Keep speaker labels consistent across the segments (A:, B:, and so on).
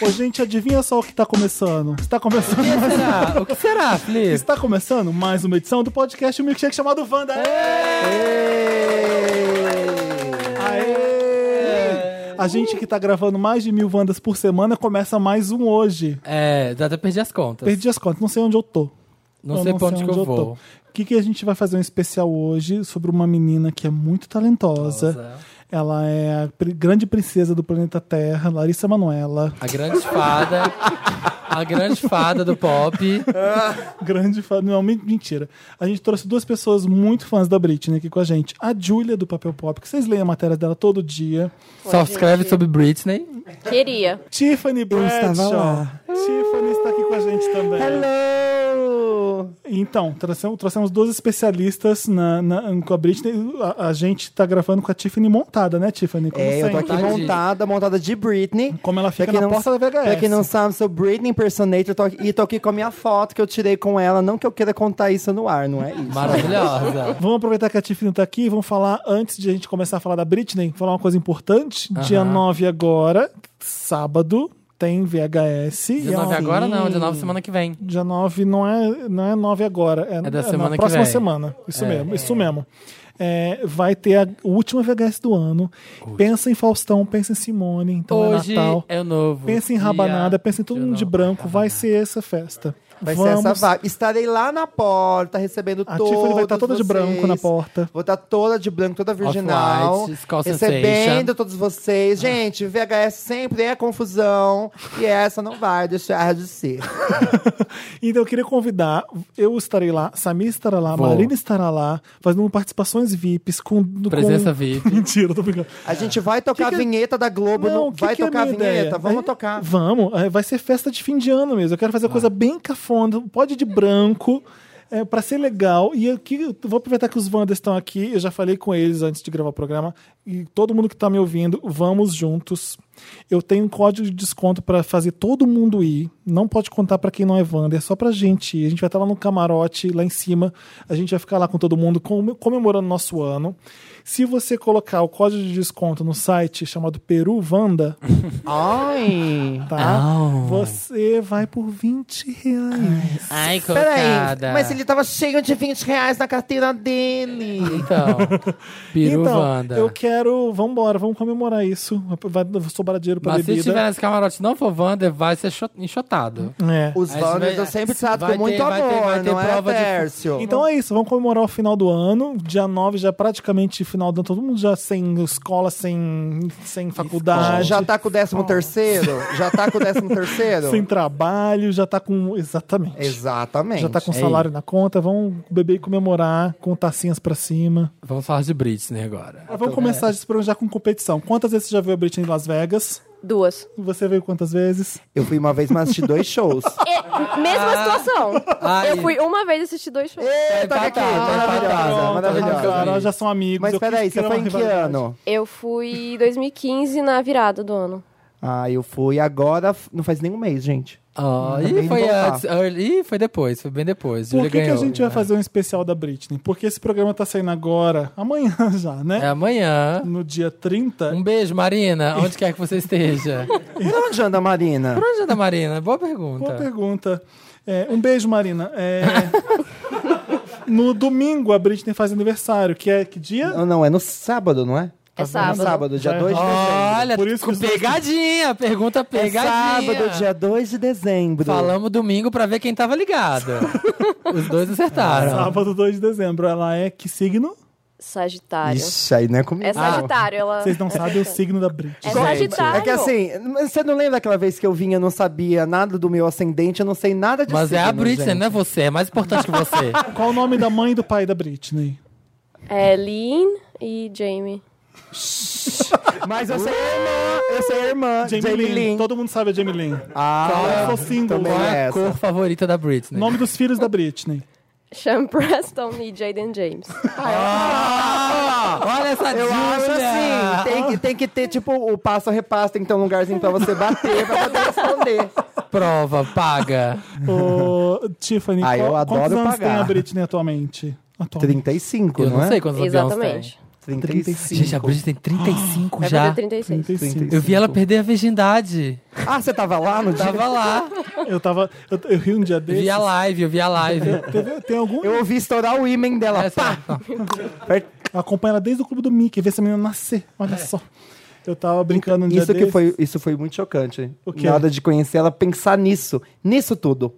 A: Ô, gente, adivinha só o que tá começando. Está começando,
B: O que será? Ah, O que será, Felipe?
A: está começando mais uma edição do podcast O Milkshake chamado Wanda. Aê! A gente que tá gravando mais de mil Wandas por semana começa mais um hoje.
B: É, já até perdi as contas.
A: Perdi as contas, não sei onde eu tô.
B: Não
A: Eu
B: sei pra onde que eu vou.
A: O que, que a gente vai fazer um especial hoje sobre uma menina que é muito talentosa.
B: Talentosa.
A: Ela é a pri- grande princesa do planeta Terra, Larissa Manoela.
B: A grande fada. a grande fada do pop.
A: Grande fã. Não, é men- mentira. A gente trouxe duas pessoas muito fãs da Britney aqui com a gente. A Julia do Papel Pop, que vocês leem a matéria dela todo dia.
B: Só escreve sobre Britney.
C: Queria.
A: Tiffany
D: estava
A: Bradshaw.
D: lá.
A: Tiffany está aqui com a gente também.
D: Hello!
A: Então, trouxemos, trouxemos duas especialistas na, na- com a Britney. A, a gente tá gravando com a Tiffany montada, né, Tiffany? Como
D: É, eu tô
A: sempre.
D: aqui
B: Montadinha.
D: montada, montada de Britney.
A: Como ela
D: Pra
A: fica
D: quem
A: na porta da VHS.
D: Pra quem não sabe, sou Britney Impersonator tô, aqui- e tô aqui com a minha foto que eu tirei com ela. Não que eu queira contar isso no ar, não é isso.
B: Maravilhosa.
A: Vamos aproveitar que a Tiffany tá aqui e vamos falar, antes de a gente começar a falar da Britney, falar uma coisa importante. Dia
B: Aham.
A: 9 agora, sábado, tem VHS.
B: Dia
A: E é
B: 9
A: uma-
B: agora não, dia 9 semana que vem.
A: Dia 9 não é, não é 9 agora, é,
B: da
A: é
B: semana
A: na
B: que
A: próxima
B: vem.
A: semana. Isso mesmo, isso mesmo. É, vai ter a última VHS do ano. Pensa em Faustão, pensa em Simone, então
B: Hoje
A: é Natal.
B: é o novo.
A: Pensa em
B: dia
A: rabanada, pensa em todo
B: do
A: mundo de
B: novo.
A: branco. Vai ser essa festa.
D: Vai
A: Vamos.
D: ser essa vibe. Estarei lá na porta, recebendo
A: A
D: todos
A: Tiffany vai estar toda de
D: vocês.
A: branco na porta.
D: Vou estar toda de branco, toda virginal.
B: Off-white, Skull Sensation.
D: recebendo todos
A: Ah.
D: vocês. Gente, VHS sempre é confusão. E essa não vai deixar de ser.
A: Então eu queria convidar, eu estarei lá, Samir estará lá,
B: Vou.
A: Marina estará lá, fazendo participações VIPs com. com-
B: Presença VIP.
A: Mentira, tô brincando.
D: A gente vai tocar
A: Que que-
D: a vinheta da Globo. Não,
A: o que
D: vai
A: que é
D: tocar a
A: minha
D: vinheta.
A: ideia?
D: Vamos
A: Aí-
D: tocar.
A: Vamos, é, vai ser festa de fim de ano mesmo. Eu quero fazer coisa bem cafona, pode ir de branco. É, para ser legal, e aqui eu vou aproveitar que os Wanders estão aqui, eu já falei com eles antes de gravar o programa, e todo mundo que tá me ouvindo, vamos juntos. Eu tenho um código de desconto para fazer todo mundo ir, não pode contar para quem não é Wander, é só pra gente ir. A gente vai estar lá no camarote, lá em cima, a gente vai ficar lá com todo mundo com- comemorando nosso ano. Se você colocar o código de desconto no site chamado Peru Wanda,
D: Ai.
A: tá?
B: Au.
A: Você vai por 20 reais.
B: Ai, coitada.
D: Peraí, mas ele tava cheio de 20 reais na carteira dele.
B: Então, peru
A: então,
B: Wanda.
A: eu quero. Vambora, vamos comemorar isso. Vai sobrar dinheiro pra
B: Mas se
A: bebida.
B: estiver nesse camarote e não for Wander, vai ser cho- enxotado.
A: É.
D: Os
B: Mas
D: Wanders
B: vai-
D: eu sempre trato
B: vai
D: com muito
B: ter- vai ter-
D: amor,
B: vai ter
D: não é,
B: prova de-
D: Tércio?
A: Então é isso, vamos comemorar o final do ano. Dia 9 já é praticamente final do ano, todo mundo já sem escola, sem, sem faculdade,
D: já tá com o décimo terceiro? Já tá com o décimo terceiro?
A: sem trabalho, já tá com. Exatamente.
D: Exatamente. É
A: Já tá com
B: Ei.
A: salário na conta, vamos beber e comemorar com tacinhas pra cima.
B: Vamos falar de Britney né, agora.
A: Mas vamos começar esse programa já com competição. Quantas vezes você já viu a Britney em Las Vegas?
C: Duas.
A: Você veio quantas vezes?
D: Eu fui uma vez, mas assisti dois shows.
C: E- mesma situação.
B: ai.
C: Eu fui uma vez assistir dois shows.
D: Eita, olha aqui,
B: empatado,
D: maravilhosa,
B: empatado.
D: maravilhosa.
A: Claro, já são tá amigos.
D: Mas
A: eu quis
D: peraí, você
A: criar
D: foi
A: uma
D: em que
A: rivalidade.
D: ano?
C: Eu fui em 2015 na virada do ano.
D: Ah, eu fui agora, não faz nem um mês, gente.
B: Ah,
D: Bem
B: ih, foi
D: voltar.
B: antes. Early, ih, foi depois, foi bem depois.
A: Por
B: Júlia
A: que, que a
B: ganhou.
A: gente vai fazer um especial da Britney? Porque esse programa tá saindo agora, amanhã já,
B: É
A: né?
B: amanhã.
A: No dia 30.
B: Um beijo, Marina. Onde quer que você esteja.
D: Por onde anda a Marina?
B: Por onde anda, Marina? Boa pergunta.
A: Boa pergunta. É, um beijo, Marina. É, no domingo a Britney faz aniversário, que é que dia?
D: Não, não, é no sábado, não é?
C: É sábado.
D: No sábado, dia
A: Vai
D: 2 de dezembro.
B: Olha,
A: Por isso que os dois-
B: pegadinha. Pergunta
D: É
B: pegadinha.
D: sábado, dia 2 de dezembro.
B: Falamos domingo pra ver quem tava ligado. Os dois acertaram.
A: Sábado 2 de dezembro. Ela é que signo?
C: Sagitário.
D: Ixi, aí não é comigo.
C: É Sagitário, ela.
A: Vocês não sabem o signo da Britney.
C: É Sagitário.
D: É que assim, mas você não lembra daquela vez que eu vim, eu não sabia nada do meu ascendente, eu não sei nada de
B: Mas é a
D: signo,
B: Britney,
D: gente.
B: não é você. É mais importante que você.
A: Qual o nome da mãe e do pai da Britney?
C: É Lynn e Jamie.
D: Mas eu sei a irmã, eu sei a irmã, Jamie, Lynn.
A: Todo mundo sabe a Jamie Lynn.
D: Ah,
A: Qual é o seu símbolo?
D: também
B: Qual é a
D: essa.
B: cor favorita da Britney?
A: Nome dos filhos da Britney.
C: Sean Preston e Jaden James.
B: Ah, olha essa
D: eu acho
B: Júlia.
D: assim, tem que, tem que ter tipo o passo a repasso, tem que ter um lugarzinho pra você bater, pra poder responder.
B: Prova, paga.
A: Ô, Tiffany,
D: Ah, eu
A: qual-
D: adoro
A: quantos anos
D: pagar.
A: tem a Britney atualmente? Atualmente.
D: 35,
B: Eu
D: não,
B: não
D: é?
B: sei quantos aviões tem.
C: Exatamente.
D: 35.
B: Gente, a Bridget tem 35
C: Vai
B: já.
C: fazer 36.
A: 35.
B: Eu vi ela perder a virgindade.
D: Ah, você tava lá no dia?
B: Tava lá.
A: Eu tava. Eu, eu ri um dia
B: Eu
A: desse.
B: vi a live, eu vi a live.
A: Teve- tem algum.
D: Eu ouvi estourar o imen dela.
B: Essa-
A: Acompanha ela desde o clube do Mickey, ver essa menina nascer. Olha
B: É.
A: só. Eu tava brincando um dia
D: Então, Isso que
A: desse.
D: foi, isso foi muito chocante.
A: O quê?
D: Na hora de conhecer ela, pensar nisso. Nisso tudo.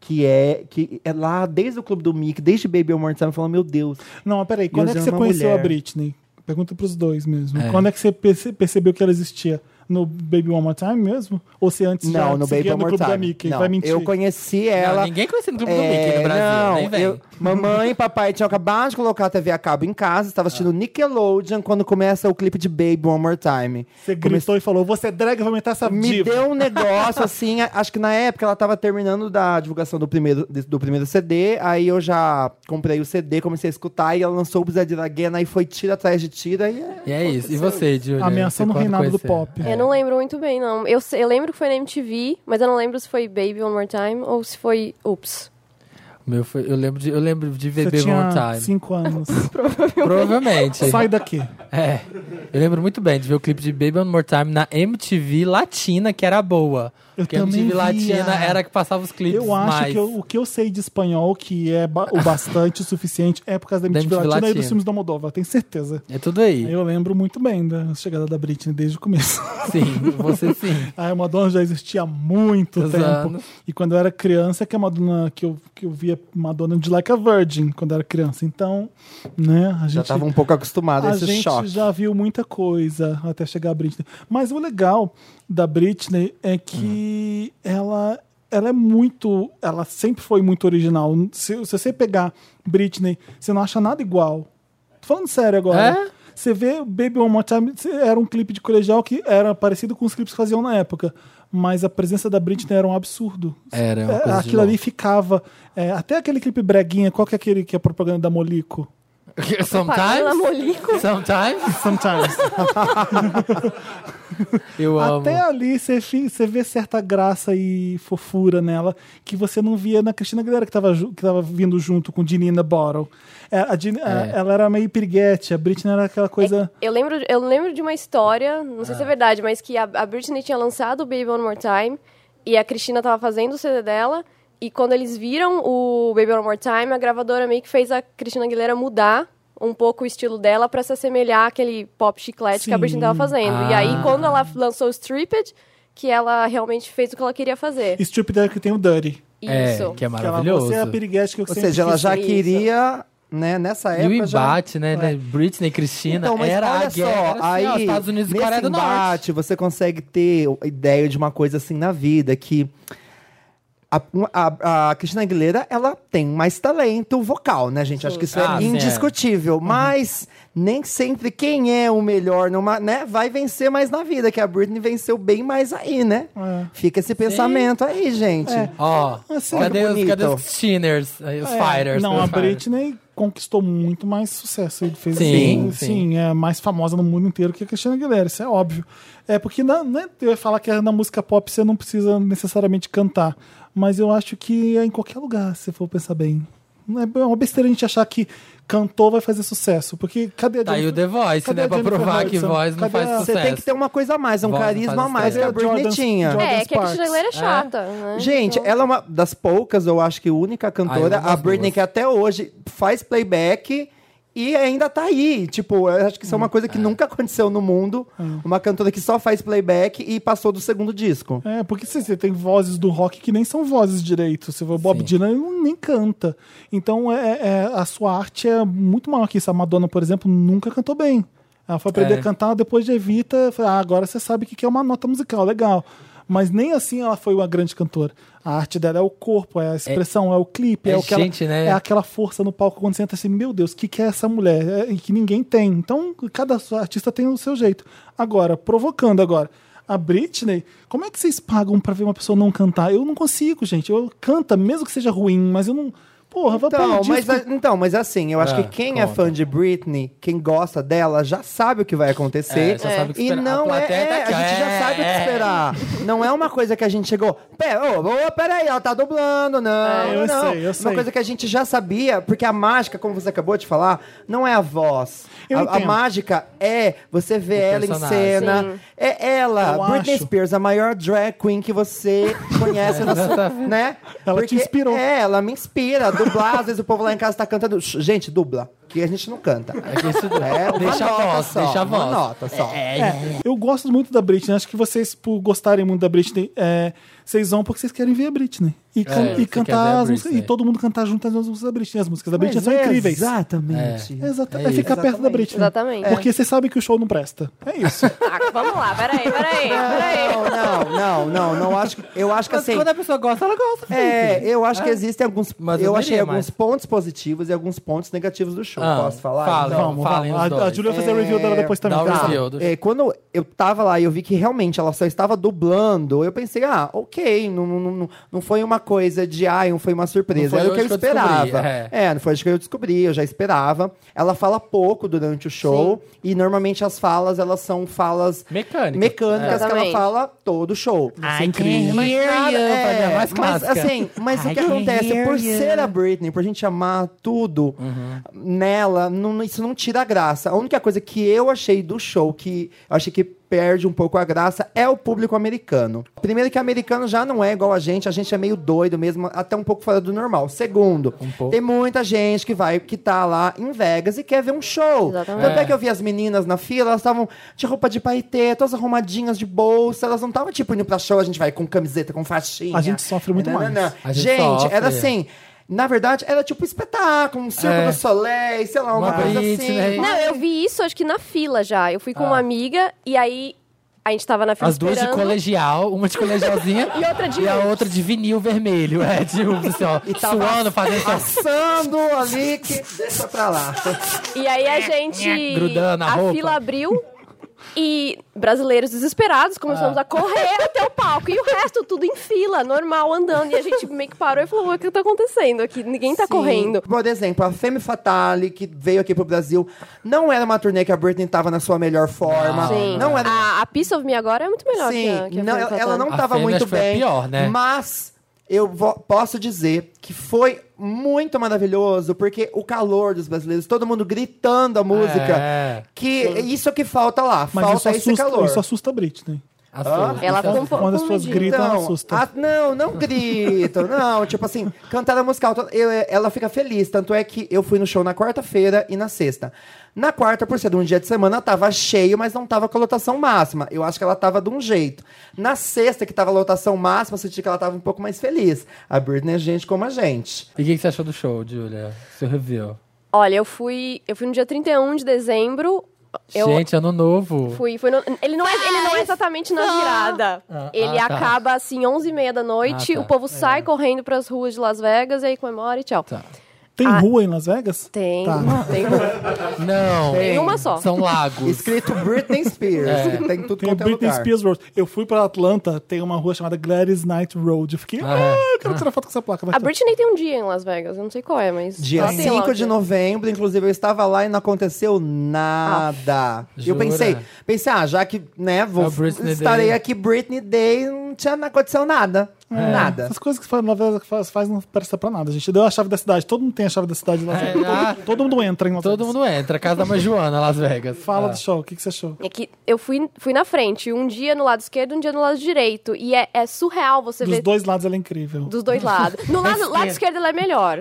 D: Que é, que é lá desde o clube do Mickey, desde Baby One More Time, falando, meu Deus.
A: Não, mas peraí, quando é que
D: usando
A: você
D: uma
A: conheceu
D: mulher.
A: a Britney? Pergunta pros dois mesmo.
B: É.
A: Quando é que você perce- percebeu que ela existia? No Baby One More Time mesmo? Ou se antes já
D: não, no
A: seguia
D: Baby
A: no
D: One More
A: clube
D: Time.
A: da Mickey?
D: Não,
A: Vai mentir.
D: Eu conheci ela.
B: Não, ninguém conhece no grupo do
D: É,
B: Mickey no Brasil, nem vem.
D: eu- mamãe e papai tinham acabado de colocar a TV a cabo em casa,
A: Ah.
D: estava assistindo Nickelodeon quando começa o clipe de Baby One More Time.
A: Você gritou e falou, você é drag, eu vou aumentar essa
D: Me
A: diva.
D: deu um negócio assim, a- acho que na época ela tava terminando da divulgação do primeiro, de- do primeiro CD, aí eu já comprei o CD, comecei a escutar e ela lançou o Bizarre Laguena e foi tiro atrás de tiro. Aí é-
B: E é isso. E você, Júlia? Você
A: Ameaçando o
B: quando
A: reinado do
B: conheceu?
A: pop.
C: Eu não lembro muito bem, não. Eu, sei- eu lembro que foi na MTV, mas eu não lembro se foi Baby One More Time ou se foi Oops.
B: O Meu foi, eu, lembro de, eu lembro de
A: Você
B: beber
A: tinha
B: One Time.
A: cinco anos.
B: Provavelmente.
A: Sai daqui.
B: É. Eu lembro muito bem de ver o clipe de Baby One More Time na MTV Latina, que era boa.
A: Eu
B: Porque a MTV
A: também via.
B: Latina era a que passava os clipes
A: Eu acho
B: mais.
A: que eu- o que eu sei de espanhol, que é ba- o bastante, o suficiente, é por causa da
B: Da
A: MTV,
B: MTV
A: Latina, e dos
B: Latina.
A: filmes da Moldova, tenho certeza.
B: É tudo aí.
A: Eu lembro muito bem da chegada da Britney desde o começo. Ah,
B: Sim, você sim.
A: A Madonna já existia há muito
B: Dos
A: tempo.
B: anos.
A: E quando eu era criança, que a Madonna que eu, que eu via Madonna de Like a Virgin quando eu era criança. Então, né, a gente
D: já tava um pouco acostumada a
A: a
D: esse
A: gente
D: choque.
A: já viu muita coisa até chegar a Britney. Mas o legal da Britney é que
B: Hum.
A: ela, ela é muito. Ela sempre foi muito original. Se, se você pegar Britney, você não acha nada igual. Tô falando sério agora.
B: É?
A: Você vê Baby One More Time, cê- era um clipe de colegial que era parecido com os clipes que faziam na época. Mas a presença da Britney era um absurdo.
B: Era uma
A: É,
B: coisa de
A: Aquilo
B: louco.
A: ali ficava. é, até aquele clipe breguinha, qual que é aquele que é propaganda da Molico?
C: Pamela
B: Sometimes.
C: Molico.
B: Sometimes.
A: Sometimes.
B: Eu amo.
A: Até ali você fi- você vê certa graça e fofura nela que você não via na Cristina Aguilera que tava, ju- que tava vindo junto com Dinina Bottle. É, a Din- a-
B: É.
A: Ela era meio piriguete, a Britney era aquela coisa.
C: É Eu lembro, eu lembro de uma história, não sei se é verdade, mas que a, a Britney tinha lançado o Baby One More Time e a Cristina tava fazendo o CD dela. E quando eles viram o Baby One More Time, a gravadora meio que fez a Cristina Aguilera mudar um pouco o estilo dela pra se assemelhar àquele pop chiclete que a
A: Sim.
C: Britney tava fazendo. E
B: Ah.
C: aí, quando ela lançou o Stripped, que ela realmente fez o que ela queria
D: É.
C: fazer.
A: Strip dela que tem o Dirty.
B: É,
C: Isso.
B: que é
A: Que ela,
B: maravilhoso.
A: você é a piriguete que eu
D: Ou
A: sempre
D: seja, ela
A: quis
D: já
A: ser.
C: isso.
D: queria, né, nessa
B: E o
D: época. já-
B: embate, né, né? Britney e Cristina
D: Então, mas
B: era
D: olha
B: a guerra.
D: só,
B: assim, ó,
D: aí
B: Estados Unidos e
D: nesse
B: Coreia do Norte.
D: embate, você consegue ter a ideia de uma coisa assim na vida que a, a, a Cristina Aguilera, ela tem mais talento vocal, né, gente? Acho que isso
B: Ah,
D: é
B: sim, é.
D: indiscutível. Mas nem sempre quem é o melhor numa, né, vai vencer mais na vida, que a Britney venceu bem mais aí, né?
A: É.
D: Fica esse pensamento aí, gente.
B: É. Ó,
A: Assim,
B: cadê, os,
D: bonito.
B: cadê os Shiners? Aí, Os
A: É,
B: Fighters. né?
A: Não,
B: os
A: a
B: fighters.
A: Britney conquistou muito mais sucesso. Ele fez
B: Sim,
A: assim,
B: sim.
A: sim, é mais famosa no mundo inteiro que a Cristina Aguilera, isso é óbvio. É porque na, né, eu ia falar que na música pop você não precisa necessariamente cantar, mas eu acho que é em qualquer lugar, se for pensar bem. Não É é uma besteira a gente achar que cantor vai fazer sucesso, porque cadê a
B: Tá aí o The Voice,
A: Cadê
B: né?
A: a
B: Pra
A: Jennifer
B: provar que
A: Hudson?
B: voz não
A: Cadê
B: faz
A: a-
D: Você tem que ter uma coisa a mais, um
B: Voz não faz
D: carisma a mais que a
A: estreia. Cadê a
D: Britney
A: Jordan-
D: tinha.
A: Jordan
C: É, que a
A: Sparks.
C: Cristina Aguilera é chata. né?
D: Gente,
C: Então-
D: ela é uma das poucas, eu acho que única
B: Ah, eu
D: cantora,
B: amo
D: a
B: as
D: Britney,
B: duas.
D: que até hoje faz playback e ainda tá aí. Tipo, eu acho que isso é
B: Hum.
D: uma coisa que nunca aconteceu no mundo. Uma cantora que só faz playback e passou do segundo disco.
A: É, porque você, você tem vozes do rock que nem são vozes direito. Você vê o Bob
B: Sim.
A: Dylan, ele não- nem canta. Então, é, é- a sua arte é muito maior que isso. A Madonna, por exemplo, nunca cantou bem. Ela foi aprender
B: É.
A: a cantar depois de Evita. falou, Ah, agora você sabe o que que é uma nota musical, legal. Mas nem assim ela foi uma grande cantora. A arte dela é o corpo, é a expressão, é, o clipe, é,
B: é
A: o que ela-
B: gente, né?
A: é aquela força no palco quando você entra assim, meu Deus, o que, que é essa mulher? É, e que ninguém tem. Então, cada artista tem o seu jeito. Agora, provocando agora. A Britney, como é que vocês pagam pra ver uma pessoa não cantar? Eu não consigo, gente. Eu canta, mesmo que seja ruim, mas eu não. Pô, Porra, vai
D: Então,
A: então,
D: mas, a- então, mas assim, eu acho
B: Ah,
D: que quem é
B: conta.
D: fã de Britney, quem gosta dela, já sabe o que vai acontecer.
B: É, já sabe o que
D: e
B: esperar. A
D: não é,
B: plateia tá
D: é,
B: aqui,
D: a gente já
B: é,
D: sabe o que
B: é.
D: esperar. Não é uma coisa que a gente chegou, pera, ô, ô, peraí, ela tá dublando, não,
A: É, eu
D: não.
A: sei, eu sei.
D: Uma coisa que a gente já sabia, porque a mágica, como você acabou de falar, não é a voz.
A: Eu
D: a, a
A: entendo.
D: mágica é você ver
B: O
D: ela
B: personagem.
D: em cena,
C: Sim.
D: é ela,
A: Eu
D: Britney
A: acho.
D: Spears, a maior drag queen que você conhece, na
B: tá-
D: sua, né?
A: Ela te inspirou.
D: É, ela me inspira. Dublar, às vezes o povo lá em casa tá cantando. Shh, Gente, dubla, que a gente não canta.
B: É que isso-
D: É, uma
B: deixa
D: nota
B: a voz,
D: só,
B: deixa a
D: uma
B: voz.
D: nota só.
B: É,
A: Eu gosto muito da Britney. Acho que vocês, por gostarem muito da Britney, é, vocês vão porque vocês querem ver a Britney. E, can-
B: É,
A: e
B: você quer ver
A: cantar
B: a
A: as músicas.
B: Britney. é.
A: E todo mundo cantar junto as músicas da Britney. As músicas da Britney
D: Mas
A: são
D: é
A: incríveis.
D: Exatamente.
A: Exata-
B: É
A: É,
B: isso.
A: ficar perto da
D: Exatamente.
A: Britney. É.
C: Exatamente.
A: Porque vocês sabem que o show não presta. É isso.
C: Ah, vamos lá, peraí, peraí,
D: É.
C: peraí.
D: Não, não, não, não, não acho. que- Eu acho que
B: Mas
D: assim.
B: quando a pessoa gosta, ela gosta.
D: É,
B: Felipe.
D: eu acho que existem alguns.
B: Ah. Mas eu
D: eu
B: não
D: achei
B: iria
D: alguns
B: mais.
D: pontos positivos e alguns pontos negativos do show.
B: Ah,
D: Posso falar?
B: fala.
D: Então,
A: vamos,
B: falem os
A: vamos. A, a
B: dois.
A: Julia vai fazer a review dela depois também.
B: É, dá o
A: tá?
B: review. do-
D: É, quando eu tava lá e eu vi que realmente ela só estava dublando, eu pensei, ah, ok, não, não, não, não foi uma coisa de, ai, não foi uma
B: Não
D: surpresa,
B: foi
D: era o que eu
B: hoje que eu
D: esperava.
B: descobri,
D: é.
B: é.
D: não foi hoje que eu descobri, eu já esperava. Ela fala pouco durante o show e normalmente as falas, elas são falas
B: Mecânica.
D: mecânicas que ela
C: Exatamente.
D: fala todo o show.
B: É incrível. Mas nada- é,
D: É,
B: mais
D: mas
B: clássica.
D: assim, mas o
B: I
D: que
B: can
D: acontece,
B: hear
D: por
B: you.
D: ser a Britney, por gente amar tudo
B: Uhum.
D: nela, não- isso não tira a graça. A única coisa que eu achei do show, que eu achei que perde um pouco a graça, é o público americano. Primeiro que americano já não é igual a gente, a gente é meio doido mesmo, até um pouco fora do normal. Segundo,
B: Um pouco.
D: tem muita gente que vai, que tá lá em Vegas e quer ver um show.
C: Exatamente.
D: Tanto é
B: É.
D: que eu vi as meninas na fila, elas estavam de roupa de paetê, todas arrumadinhas de bolsa, elas não estavam tipo indo pra show, a gente vai com camiseta, com faixinha.
A: A gente sofre muito mais.
B: A gente
D: Gente, era
B: sofre.
D: assim. Na verdade, era tipo um espetáculo, um circo
B: É.
D: do Soleil, sei lá, uma,
B: Uma
D: coisa
B: Britney.
D: assim.
C: Não, eu vi isso acho que na fila já. Eu fui com
D: Ah.
C: uma amiga e aí a gente tava na fila
B: As duas de
C: esperando.
B: colegial, uma de colegialzinha
C: E outra de
B: a
C: luz.
B: outra de vinil vermelho. É, de um, assim, ó, suando, fazendo assim,
D: Passando um ali que. Deixa pra lá.
C: E aí a gente.
B: Grudando a
C: a
B: roupa.
C: fila abriu. E brasileiros desesperados começamos
D: Ah.
C: a correr até o palco. E o resto tudo em fila, normal, andando. E a gente meio que parou e falou: o que tá acontecendo aqui? Ninguém tá
D: Sim.
C: correndo.
D: Por exemplo, a Femme Fatale, que veio aqui pro Brasil, não era uma turnê que a Britney tava na sua melhor forma.
C: Ah, Sim.
D: Não era
C: a, a Piece of Me agora é muito melhor
D: Sim,
C: que a, que a tá
D: não,
C: Femme
D: ela,
C: Fatale.
D: ela não
B: A
D: estava
B: fêmea
D: muito
B: acho que foi a
D: bem.
B: pior, né?
D: Mas eu vo- posso dizer que foi muito maravilhoso, porque o calor dos brasileiros, todo mundo gritando a música.
B: É.
D: Que isso que falta lá,
A: Mas isso
D: falta esse
A: assusta,
D: calor.
A: isso assusta a Britney.
B: assusta.
C: Ela
D: é
C: ficou um pouco
A: Quando as pessoas
C: comedida.
A: gritam, ela
D: Então,
A: assusta.
D: ah, não, não grito, não. Tipo assim, cantada musical, to- eu- eh, ela fica feliz. Tanto é que eu fui no show na quarta-feira e na sexta. Na quarta, por ser um dia de semana, tava cheio, mas não tava com a lotação máxima. Eu acho que ela tava de um jeito. Na sexta, que tava a lotação máxima, eu senti que ela tava um pouco mais feliz. A Britney é gente como a gente.
B: E o que, que você achou do show, Julia? Seu review.
C: Olha, eu fui. Eu fui no dia 31 de dezembro. Eu
B: Gente, ano novo.
C: fui. fui no- ele, não é, ele não é exatamente na virada.
B: Ah,
C: ele
B: ah, tá.
C: acaba assim, 11h30 da noite.
B: Ah, tá.
C: O povo sai correndo pras ruas de Las Vegas e aí comemora e tchau.
B: Tá.
A: Tem
C: ah.
A: rua em Las Vegas?
C: Tem,
A: Tá.
C: tem,
B: Não.
C: tem uma só.
B: São lagos.
D: Escrito Britney Spears.
B: É.
D: Tem tudo
A: Tem
D: quanto é
A: Britney
D: lugar.
A: Spears Road. Eu fui pra Atlanta, tem uma rua chamada Gladys Knight Road. Eu fiquei,
B: Ah,
A: ah,
B: é.
A: eu quero tirar foto com essa placa. vai
C: A
A: ter.
C: Britney tem um dia em Las Vegas, eu não sei qual é, mas.
D: Dia
C: ela tem lá
D: 5
C: um
D: de
C: dia.
D: novembro, inclusive, eu estava lá e não aconteceu nada. eu
B: Ah, Jura?
D: pensei, pensei, ah, já que, né,
B: É
D: vou,
B: o Britney
D: estarei
B: Day.
D: aqui Britney Day, não tinha não aconteceu nada.
B: É.
D: Nada.
A: Essas coisas que faz, novela que faz, faz não presta pra nada, gente. Deu a chave da cidade, todo mundo tem a chave da cidade lá.
B: É,
A: todo,
B: ah.
A: todo mundo entra em Las
B: Todo
A: Vegas.
B: mundo entra. Casa da Mãe Joana, Las Vegas.
A: Fala
B: Ah.
A: do show, o que, que você achou?
C: É que eu fui, fui na frente, um dia no lado esquerdo, um dia no lado direito. E é, é surreal você
A: Dos
C: ver
A: dois lados ela é incrível.
C: dos dois lados. No lado, lado esquerdo ela é melhor.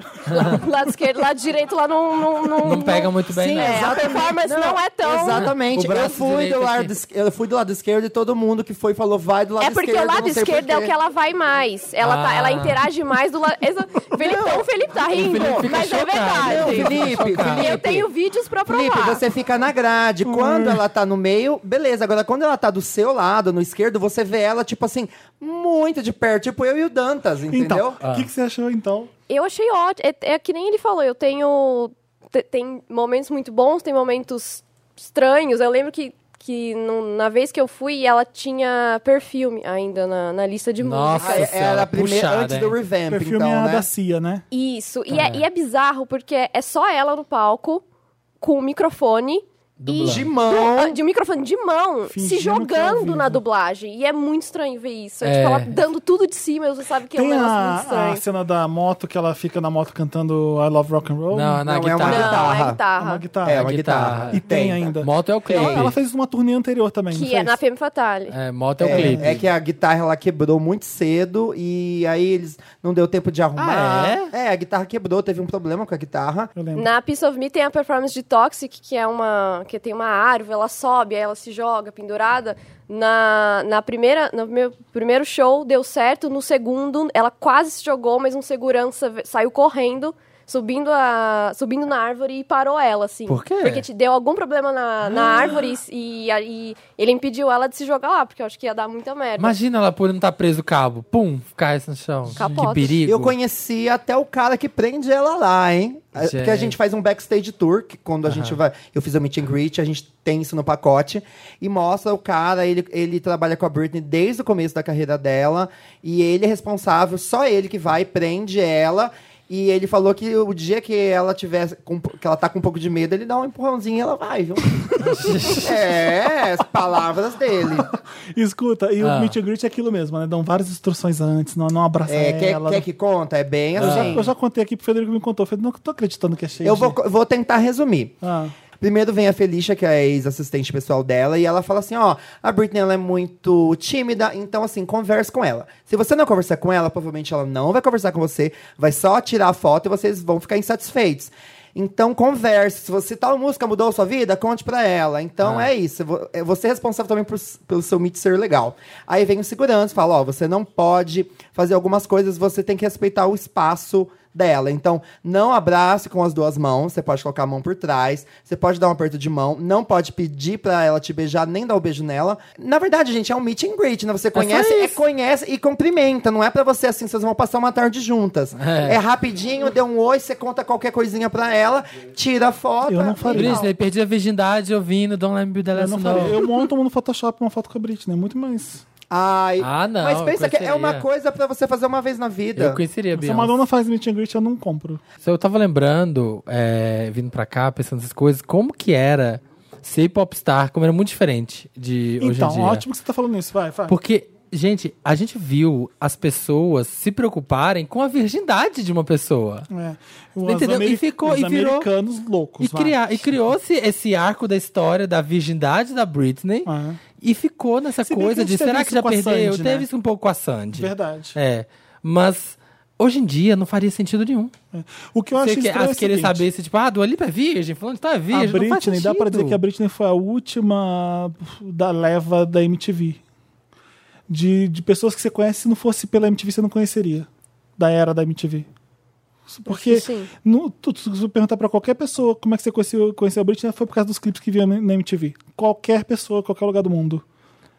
C: lado esquerdo, lado direito lá não. Não, não,
B: Não pega muito bem,
D: Sim,
B: não.
C: é, a performance não, é tão.
D: Exatamente.
B: O braço
D: Eu fui,
B: direito
D: do lado
B: aqui.
D: es- eu fui do lado esquerdo e todo mundo que foi falou, vai do lado
C: É
D: esquerdo.
C: porque o lado
D: não sei
C: esquerdo é o
D: porquê.
C: que ela vai mais. Ela, tá,
B: Ah.
C: ela interage mais do lado. Exa- Felipão, o Felipe tá rindo,
B: Felipe fica
C: mas é
B: chocado.
D: Não,
C: verdade.
D: Felipe, Felipe.
C: eu tenho vídeos pra provar.
D: Felipe, você fica na grade.
B: Hum.
D: Quando ela tá no meio, beleza. Agora, quando ela tá do seu lado, no esquerdo, você vê ela, tipo assim, muito de perto. Tipo eu e o Dantas, entendeu?
A: Então,
B: Ah.
A: o que, que você achou então?
C: Eu achei ótimo. É, é que nem ele falou, eu tenho. te- Tem momentos muito bons, tem momentos estranhos. Eu lembro que que no- na vez que eu fui, ela tinha perfume ainda na, na lista de
B: Nossa.
C: músicas.
D: Ah, é- era a primeira
B: puxada,
D: antes
B: hein?
D: do revamp,
A: Perfume
D: então,
A: é a
D: né?
A: da Cia, né?
C: Isso. E é, e é bizarro porque é só ela no palco com o microfone e
D: De mão.
C: Ah, de um microfone de mão,
A: Fingindo
C: se
A: que é ao
C: jogando
A: vivo.
C: na dublagem. E é muito estranho ver isso. É,
B: É.
C: tipo, ela dando tudo de si, mas você sabe que é um
A: Tem
C: negócio muito
A: a, a
C: estranho.
A: cena da moto que ela fica na moto cantando I Love Rock and Roll.
B: Não,
D: Não, é
B: na
D: uma
B: guitarra.
D: guitarra.
C: Não, é
A: É uma
C: guitarra.
A: guitarra.
D: É, uma
B: guitarra.
D: guitarra.
A: E tem
D: tá?
A: ainda.
B: Moto é o clipe.
A: Ela, ela fez uma turnê anterior também. não
C: Que é
A: fez?
C: na Femme Fatale.
B: É, moto é o clipe.
D: É, é que a guitarra ela quebrou muito cedo e aí eles não deu tempo de arrumar.
B: Ah,
D: é? a guitarra quebrou, teve um problema com a guitarra.
A: Eu lembro.
C: Na Piece of Me tem a performance de Toxic, que é uma. que tem uma árvore, ela sobe, aí ela se joga pendurada. Na, na primeira, no meu primeiro show deu certo, no segundo ela quase se jogou, mas um segurança ve- saiu correndo, subindo, a, subindo na árvore e parou ela, assim.
B: Por quê?
C: Porque te deu algum problema na, na
A: Ah.
C: árvore e, e ele impediu ela de se jogar lá, porque eu acho que ia dar muita merda.
B: Imagina ela por não estar preso o cabo. Pum, cai assim no chão.
C: Capota.
B: Que perigo.
D: Eu conheci até o cara que prende ela lá, hein? A-
B: Gente.
D: Porque a gente faz um backstage tour, que quando a gente vai. Eu fiz o meet and greet, a gente tem isso no pacote. E mostra o cara, ele, ele trabalha com a Britney desde o começo da carreira dela. E ele é responsável, só ele que vai, prende ela. E ele falou que o dia que ela tiver. com- que ela tá com um pouco de medo, ele dá um empurrãozinho e ela vai, viu? é, as palavras dele.
A: Escuta, e
B: Ah.
A: o meet and greet é aquilo mesmo, né? Dão várias instruções antes, não, não Ah. abraça
D: É, quer,
A: ela.
D: quer que conta? É bem
A: eu, já,
D: assim.
A: eu já contei aqui pro Federico me contou. Eu falei, não tô acreditando que é cheio.
D: Eu vou, co- vou tentar resumir.
A: Ah.
D: Primeiro vem a Felicia, que é a ex-assistente pessoal dela, e ela fala assim: ó, a Britney ela é muito tímida, então assim, converse com ela. Se você não conversar com ela, provavelmente ela não vai conversar com você, vai só tirar a foto e vocês vão ficar insatisfeitos. Então converse. Se você tal música mudou a sua vida, conte pra ela. Então é isso. Vo- é Você é responsável também por, pelo seu meet ser legal. Aí vem o segurança, fala: ó, você não pode fazer algumas coisas, você tem que respeitar o espaço dela. Então, não abrace com as duas mãos, você pode colocar a mão por trás, você pode dar um aperto de mão, não pode pedir pra ela te beijar, nem dar o beijo nela. Na verdade, gente, é um meet and greet, né? Você conhece, é, conhece e cumprimenta, não é pra você assim, vocês vão passar uma tarde juntas. É,
B: É.
D: rapidinho, dê um oi, você conta qualquer coisinha pra ela, tira a foto.
A: Eu não
D: e
A: faria.
D: tal.
B: Britney, perdi a virgindade ouvindo Don't Let Me Be The
A: Eu,
B: Last
A: não
B: One.
A: falei. eu monto no Photoshop uma foto com a Britney, é muito mais.
D: Ai,
B: Ah, não,
D: Mas pensa que é
B: conheceria.
D: uma coisa pra você fazer uma vez na vida.
B: Eu conheceria
A: Se a
B: Beyoncé.
A: Madonna faz meet and greet, eu não compro.
B: Se Eu tava lembrando, é, vindo pra cá, pensando essas coisas, como que era ser popstar, como era muito diferente de hoje em
A: então,
B: dia.
A: ótimo que você tá falando isso. Vai, vai.
B: Porque, gente, a gente viu as pessoas se preocuparem com a virgindade de uma pessoa.
A: É.
B: Entendeu? E ficou-
A: os
B: e virou-
A: americanos loucos.
B: E,
A: vai.
B: criar- e criou-se esse arco da história da virgindade da Britney
A: É.
B: e ficou nessa
A: Se bem que a
B: coisa
A: gente
B: de
A: teve
B: será
A: isso
B: que já
A: com a
B: perdeu?
A: Sandy, né?
B: Teve isso um pouco com a Sandy.
A: Verdade.
B: É. Mas hoje em dia não faria sentido nenhum.
A: O que eu acho
B: Você que,
A: estranho é o
B: as querer
A: seguinte,
B: saber se, tipo, ah, Dua Lipa é virgem, falando de tá é
A: a
B: virgem. não faz
A: Britney, dá pra dizer
B: sentido.
A: que é a Britney foi a última da leva da MTV. De, de pessoas que você conhece, se não fosse pela MTV, você não conheceria. Da era da MTV. Porque
C: Sim.
A: no, tu, tu- se tu perguntar pra qualquer pessoa como é que você conheceu, conheceu a Britney, foi por causa dos clipes que via na na MTV. Qualquer pessoa, qualquer lugar do mundo.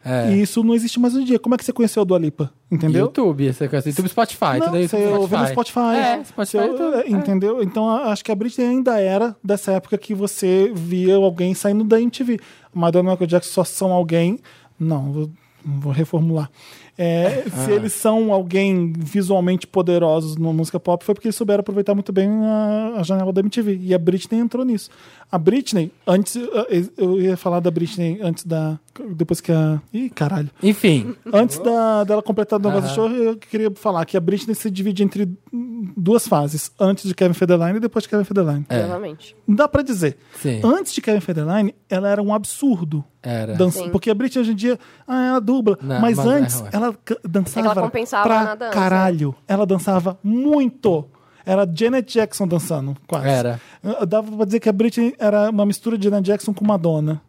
B: É.
A: E isso não existe mais hoje em dia. Como é que você conheceu a Dua Lipa? Entendeu?
B: YouTube, você conhece YouTube Spotify,
A: Não,
B: tudo isso
A: você ouve no Spotify.
B: É, Spotify.
A: Você-
B: tudo.
A: é, entendeu? Então a- acho que a Britney ainda era dessa época que você via alguém saindo da MTV. Madonna e Michael Jackson só são alguém. Não, vou, vou reformular. É,
B: Ah.
A: Se eles são alguém visualmente poderosos na música pop, foi porque eles souberam aproveitar muito bem a, a janela da MTV. E a Britney entrou nisso. A Britney, antes. eh, Eu ia falar da Britney antes da. Depois que a. Ih, caralho.
B: Enfim,
A: Antes
C: Uhum.
A: da, dela completar o negócio do show,
B: Aham.
A: eu queria falar que a Britney se divide entre duas fases. Antes de Kevin Federline e depois de Kevin Federline.
C: Exatamente.
A: Não dá pra dizer.
B: É. Sim.
A: Antes de Kevin Federline, ela era um absurdo.
B: Era.
A: Dança-
C: Sim.
A: Porque a Britney hoje em dia, ah, ela dubla.
B: Não,
A: mas,
B: mas é
A: antes,
B: ruim.
A: ela c- dançava
C: É que ela compensava
A: pra
C: na dança.
A: caralho. Ela dançava muito. Era Janet Jackson dançando, quase.
B: Era.
A: Dava pra dizer que a Britney era uma mistura de Janet Jackson com Madonna.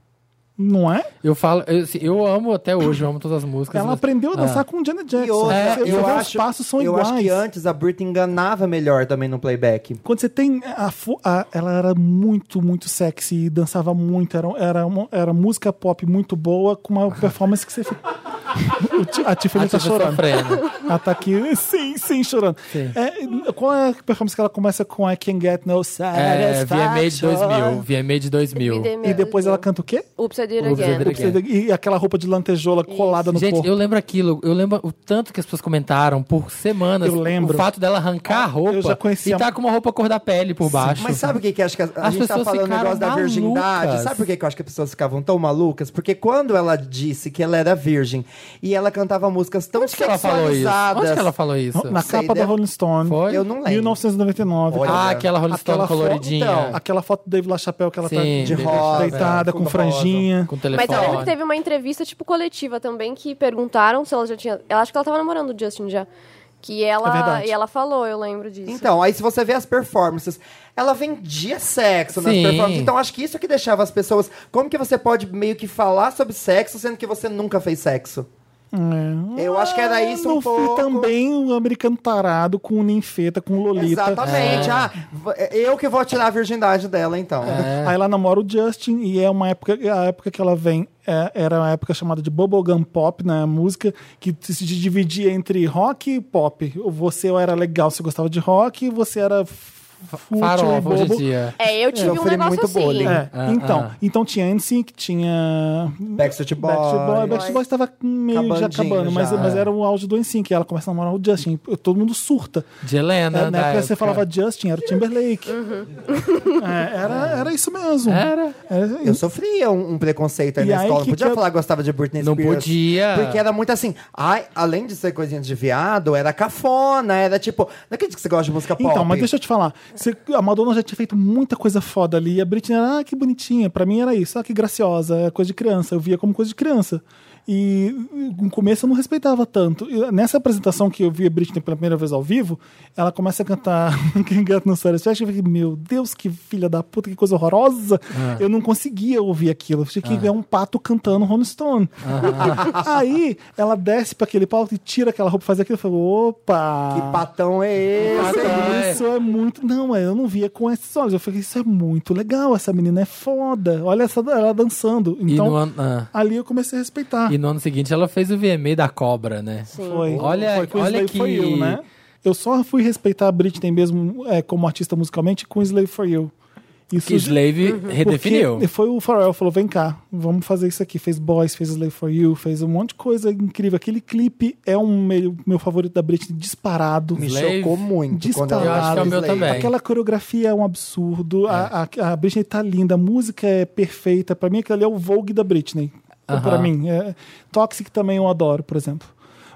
A: Não é?
B: eu falo, eu, assim, eu amo até hoje, eu amo todas as músicas.
A: Ela
B: mas-
A: aprendeu a dançar
B: Ah.
A: com Janet
D: E
A: Jackson.
D: outra,
A: Você- você
D: eu
A: vê
D: acho,
A: É, os passos são
D: eu
A: iguais.
D: acho que antes a Britney enganava melhor também no playback.
A: Quando você tem a, fo- a- ela era muito muito sexy e dançava muito, era era, uma- era música pop muito boa com uma performance que você fica o Ti- a Tiffany
B: A
A: tá
B: Tiffany
A: chorando.
B: Ah, sofrendo.
A: Ela tá aqui, sim, sim, chorando.
B: Sim.
A: É, qual é a performance que ela começa com I Can Get No
B: É,
A: Satisfaction?
B: VMA de 2000. VMA de 2000.
A: E depois ela canta o quê?
C: Oops, I Did It
B: Oops, I Did
C: Again.
B: It Again.
A: E aquela roupa de lantejola colada no
B: Gente,
A: corpo.
B: eu lembro aquilo, eu lembro o tanto que as pessoas comentaram por semanas.
A: Eu lembro.
B: O fato dela arrancar a roupa
A: eu já conhecia-
B: e tá com uma roupa cor da pele por baixo.
D: Mas sabe o que, que acho que a, a
B: As
D: gente tá
B: pessoas
D: falando do
B: ficaram
D: negócio da
B: malucas.
D: virgindade? Sabe por que, que eu acho que as pessoas ficavam tão malucas? Porque quando ela disse que ela era virgem e ela cantava músicas tão
B: Onde que ela falou isso?
D: sexualizadas.
B: Onde que ela falou isso? Ah,
A: Na
D: sei,
A: capa da
D: deve-
A: Rolling Stone,
B: Foi?
D: Eu não lembro.
A: 1999.
D: Olha.
B: Ah, aquela Rolling Stone
A: Aquela foto,
B: coloridinha.
D: então,
A: Aquela foto do David LaChapelle que ela tá
B: Sim,
D: de
B: David
D: rosa,
B: Chappelle.
A: deitada, com
D: Tudo rosa.
A: franjinha.
B: Com
C: Mas
B: telefone.
C: eu lembro que teve uma entrevista, tipo, coletiva também, que perguntaram se ela já tinha. Eu acho que ela tava namorando o Justin já. Que
A: É
C: ela.
A: verdade.
C: e ela falou, eu lembro disso.
D: Então, aí se você vê as performances, ela vendia sexo nas
B: Sim.
D: performances. Então, acho que isso é que deixava as pessoas. Como que você pode meio que falar sobre sexo sendo que você nunca fez sexo?
A: É.
D: Eu acho que era isso
A: no
D: um pouco.
A: também um americano tarado com ninfeta, com lolita.
B: É.
D: Exatamente. Ah, v- eu que vou tirar a virgindade dela, então.
B: É.
A: Aí ela namora o Justin e é uma época, a época que ela vem é, era uma época chamada de bubblegum pop, né, a música que se dividia entre rock e pop. Você era legal se gostava de rock, você era fútil e
B: Farofa hoje em
A: bobo.
B: dia.
C: É, eu tive um
D: sofri
C: negócio
D: muito
C: assim.
D: bullying.
A: É,
B: Ah,
A: então,
B: ah.
A: então tinha NSYNC, tinha
D: Backstreet Boys.
A: Backstreet Boys. Backstreet Boys tava meio já
D: Acabandinho
A: acabando, mas,
D: já,
A: mas
B: é.
A: era o auge do NSYNC, ela começa a namorar o Justin, todo mundo surta.
B: De Helena,
A: É, na
B: da
A: época você
B: época.
A: falava Justin, era o Timberlake. É, era, era isso mesmo.
B: Era.
A: Era-
D: Eu sofria um, um preconceito aí
A: Uhum. E
D: na
A: aí
D: escola.
A: que
D: não podia
A: que eu-
D: falar que gostava de Britney
B: Não
D: Spears.
B: podia.
D: Porque era muito assim. Ai, além de ser coisinha de viado, era cafona, era tipo. Não acredito que você gosta de música pop.
A: Então, mas deixa eu te falar. Você- a Madonna já tinha feito muita coisa foda ali. E a Britney era, ah, que bonitinha. Pra mim era isso. Ah, que graciosa. É coisa de criança. Eu via como coisa de criança. E no começo eu não respeitava tanto. E nessa apresentação que eu vi a Britney pela primeira vez ao vivo, ela começa a cantar Quem Gato no Satisfaction. Eu fiquei, meu Deus, que filha da puta, que coisa horrorosa.
D: É.
A: Eu não conseguia ouvir aquilo. Eu achei que é um pato cantando Rolling Stone. Aí ela desce pra aquele palco e tira aquela roupa, faz aquilo. Eu falo, opa!
D: Que patão é esse?
B: patão.
A: Isso,
B: É.
A: isso é muito. Não, eu não via com esses olhos. Eu falei, isso é muito legal, essa menina é foda. Olha essa, ela dançando.
B: E, no
A: Então,
B: ano, ah.
A: ali eu comecei a respeitar.
B: E no ano seguinte ela fez o VMA da Cobra, né?
A: Foi.
B: Olha-
A: foi, com
B: olha
A: Slave
B: que-
A: For You, né? Eu só fui respeitar a Britney mesmo é, como artista musicalmente com Slave For You. Isso
B: Que Slave redefiniu.
A: Uhum. porque Foi o Pharrell, falou, vem cá, vamos fazer isso aqui. Fez Boys, fez Slave For You, fez um monte de coisa incrível. Aquele clipe é um meu, meu favorito da Britney, disparado.
D: Me
B: Slave.
D: chocou muito quando ela
A: Disparado. Eu acho que é o
B: meu
D: Slave.
B: também.
A: Aquela coreografia é um absurdo. A,
B: É.
A: a, a Britney tá linda, a música é perfeita. Pra mim, aquilo ali é o Vogue da Britney.
B: Aham.
A: Pra mim. É. Toxic também eu adoro, por exemplo.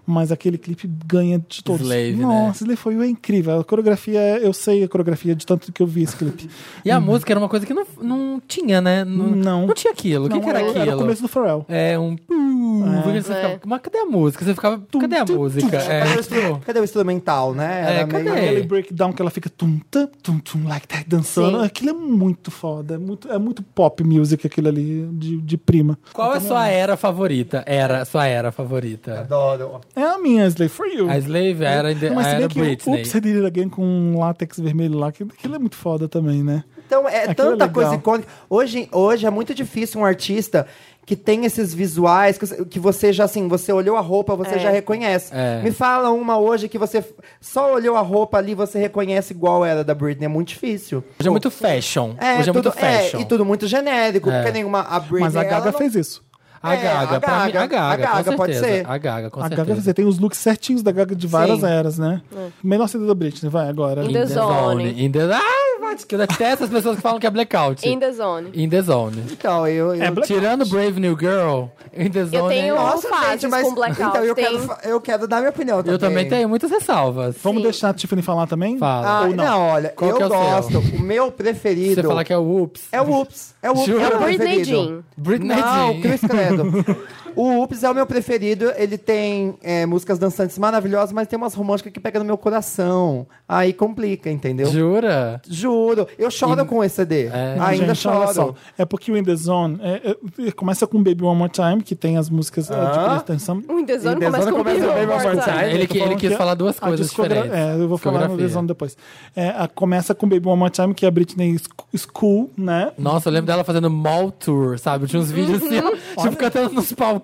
A: Mas aquele clipe ganha de todos.
B: Slave, né?
A: Nossa, ele foi é incrível. A coreografia, eu sei a coreografia de tanto que eu vi esse clipe.
B: E a música era uma coisa que não, não tinha, né? Não,
A: Não.
B: não tinha aquilo. O que,
A: Não,
B: que era
A: era,
B: aquilo?
A: Era o começo do Pharrell.
B: É um. porque Você
C: É.
B: ficava, mas cadê a música? Você ficava. Cadê a música? É,
D: Cadê o instru- Cadê o instrumental, né?
B: É,
D: Era
B: cadê?
D: meio-
A: Aquele breakdown que ela fica tum, tum, tum, tum, like that, dançando.
C: Sim.
A: Aquilo é muito foda. É muito, é muito pop music aquilo ali, de, de prima.
B: Qual é a sua era favorita? Era, sua era favorita.
D: Adoro.
A: É a minha Slay For You.
B: A
D: É,
B: Slave era, ainda-
A: Não, mas se
B: era
A: bem que o
B: Britney.
A: Oops, I Did It Again com um látex vermelho lá, que aquilo é muito foda também, né?
D: Então, é
A: Aquilo é
D: tanta
A: legal.
D: coisa icônica. Hoje, hoje é muito difícil um artista que tem esses visuais que, que você já, assim, você olhou a roupa, você já reconhece.
B: É.
D: Me fala uma hoje que você f- só olhou a roupa ali, você reconhece igual era da Britney. É muito difícil.
B: Hoje é muito fashion.
D: É,
B: Hoje é
D: tudo,
B: muito fashion.
D: é, e tudo muito genérico,
B: É.
D: porque nenhuma. A Britney,
A: Mas a
D: ela
A: Gaga
D: não-
A: fez isso.
B: A
D: É,
B: Gaga,
D: a
B: pra mim,
D: Gaga,
B: a Gaga.
D: a Gaga,
B: com
D: pode
B: certeza.
D: ser.
B: A Gaga, com
A: a
B: certeza.
A: Gaga você tem os looks certinhos da Gaga de várias
D: Sim.
A: eras, né? Melhor CD da Britney, vai agora.
C: In the Zone.
B: In the... Ai, Mati, que eu detesto as pessoas que falam que é blackout.
C: In the zone.
B: In the zone.
D: Então, eu. eu-
A: É Black-
B: Tirando Brave New Girl, In the Zone.
C: tenho-
B: é-
D: Nossa,
C: fases
D: gente, mas.
C: com blackout,
D: então, eu,
C: tem-
D: quero, fa- eu quero dar minha opinião também.
B: Eu também tenho muitas ressalvas.
A: Vamos
C: Sim.
A: deixar a Tiffany falar também?
B: Fala.
D: Ah,
A: Ou
D: não.
A: não?
D: olha,
B: Qual
D: eu
B: que é o seu?
D: gosto. O meu preferido.
B: Você fala que é o Oops.
D: É o Ups. É o Ups.
B: Jura?
D: É
C: É
D: o
C: o Britney
D: preferido.
C: Jean.
B: Britney
D: Não,
B: Jean.
D: Chris Credo. o Ups é o meu preferido. Ele tem é, músicas dançantes maravilhosas, mas tem umas românticas que pegam no meu coração. Aí complica, entendeu?
B: Jura?
D: Juro. Eu choro
B: E-
D: com esse CD.
B: É.
A: Não,
D: Ainda
A: gente, olha só.
D: choro.
A: É porque o In The Zone é- é- começa com Baby One More Time, que tem as músicas ah. de pretensão.
C: O In the zone
D: In the
C: começa
D: Zone
C: com o
D: começa
C: Baby
D: bem
C: One
D: mais
C: More Time.
D: tarde.
B: Ele,
A: É, tô
B: que- ele
A: falando
B: quis
A: que
B: falar duas
A: a
B: coisas
A: discogra-
B: diferentes.
A: É, eu vou falar no
B: Discografia.
A: Desone depois. É, a- começa com Baby One More Time, que é a Britney Sc- School, né?
B: Nossa, eu lembro dela fazendo mall tour, sabe? Tinha uns vídeos assim, ó, tipo, cantando nos pouquinho.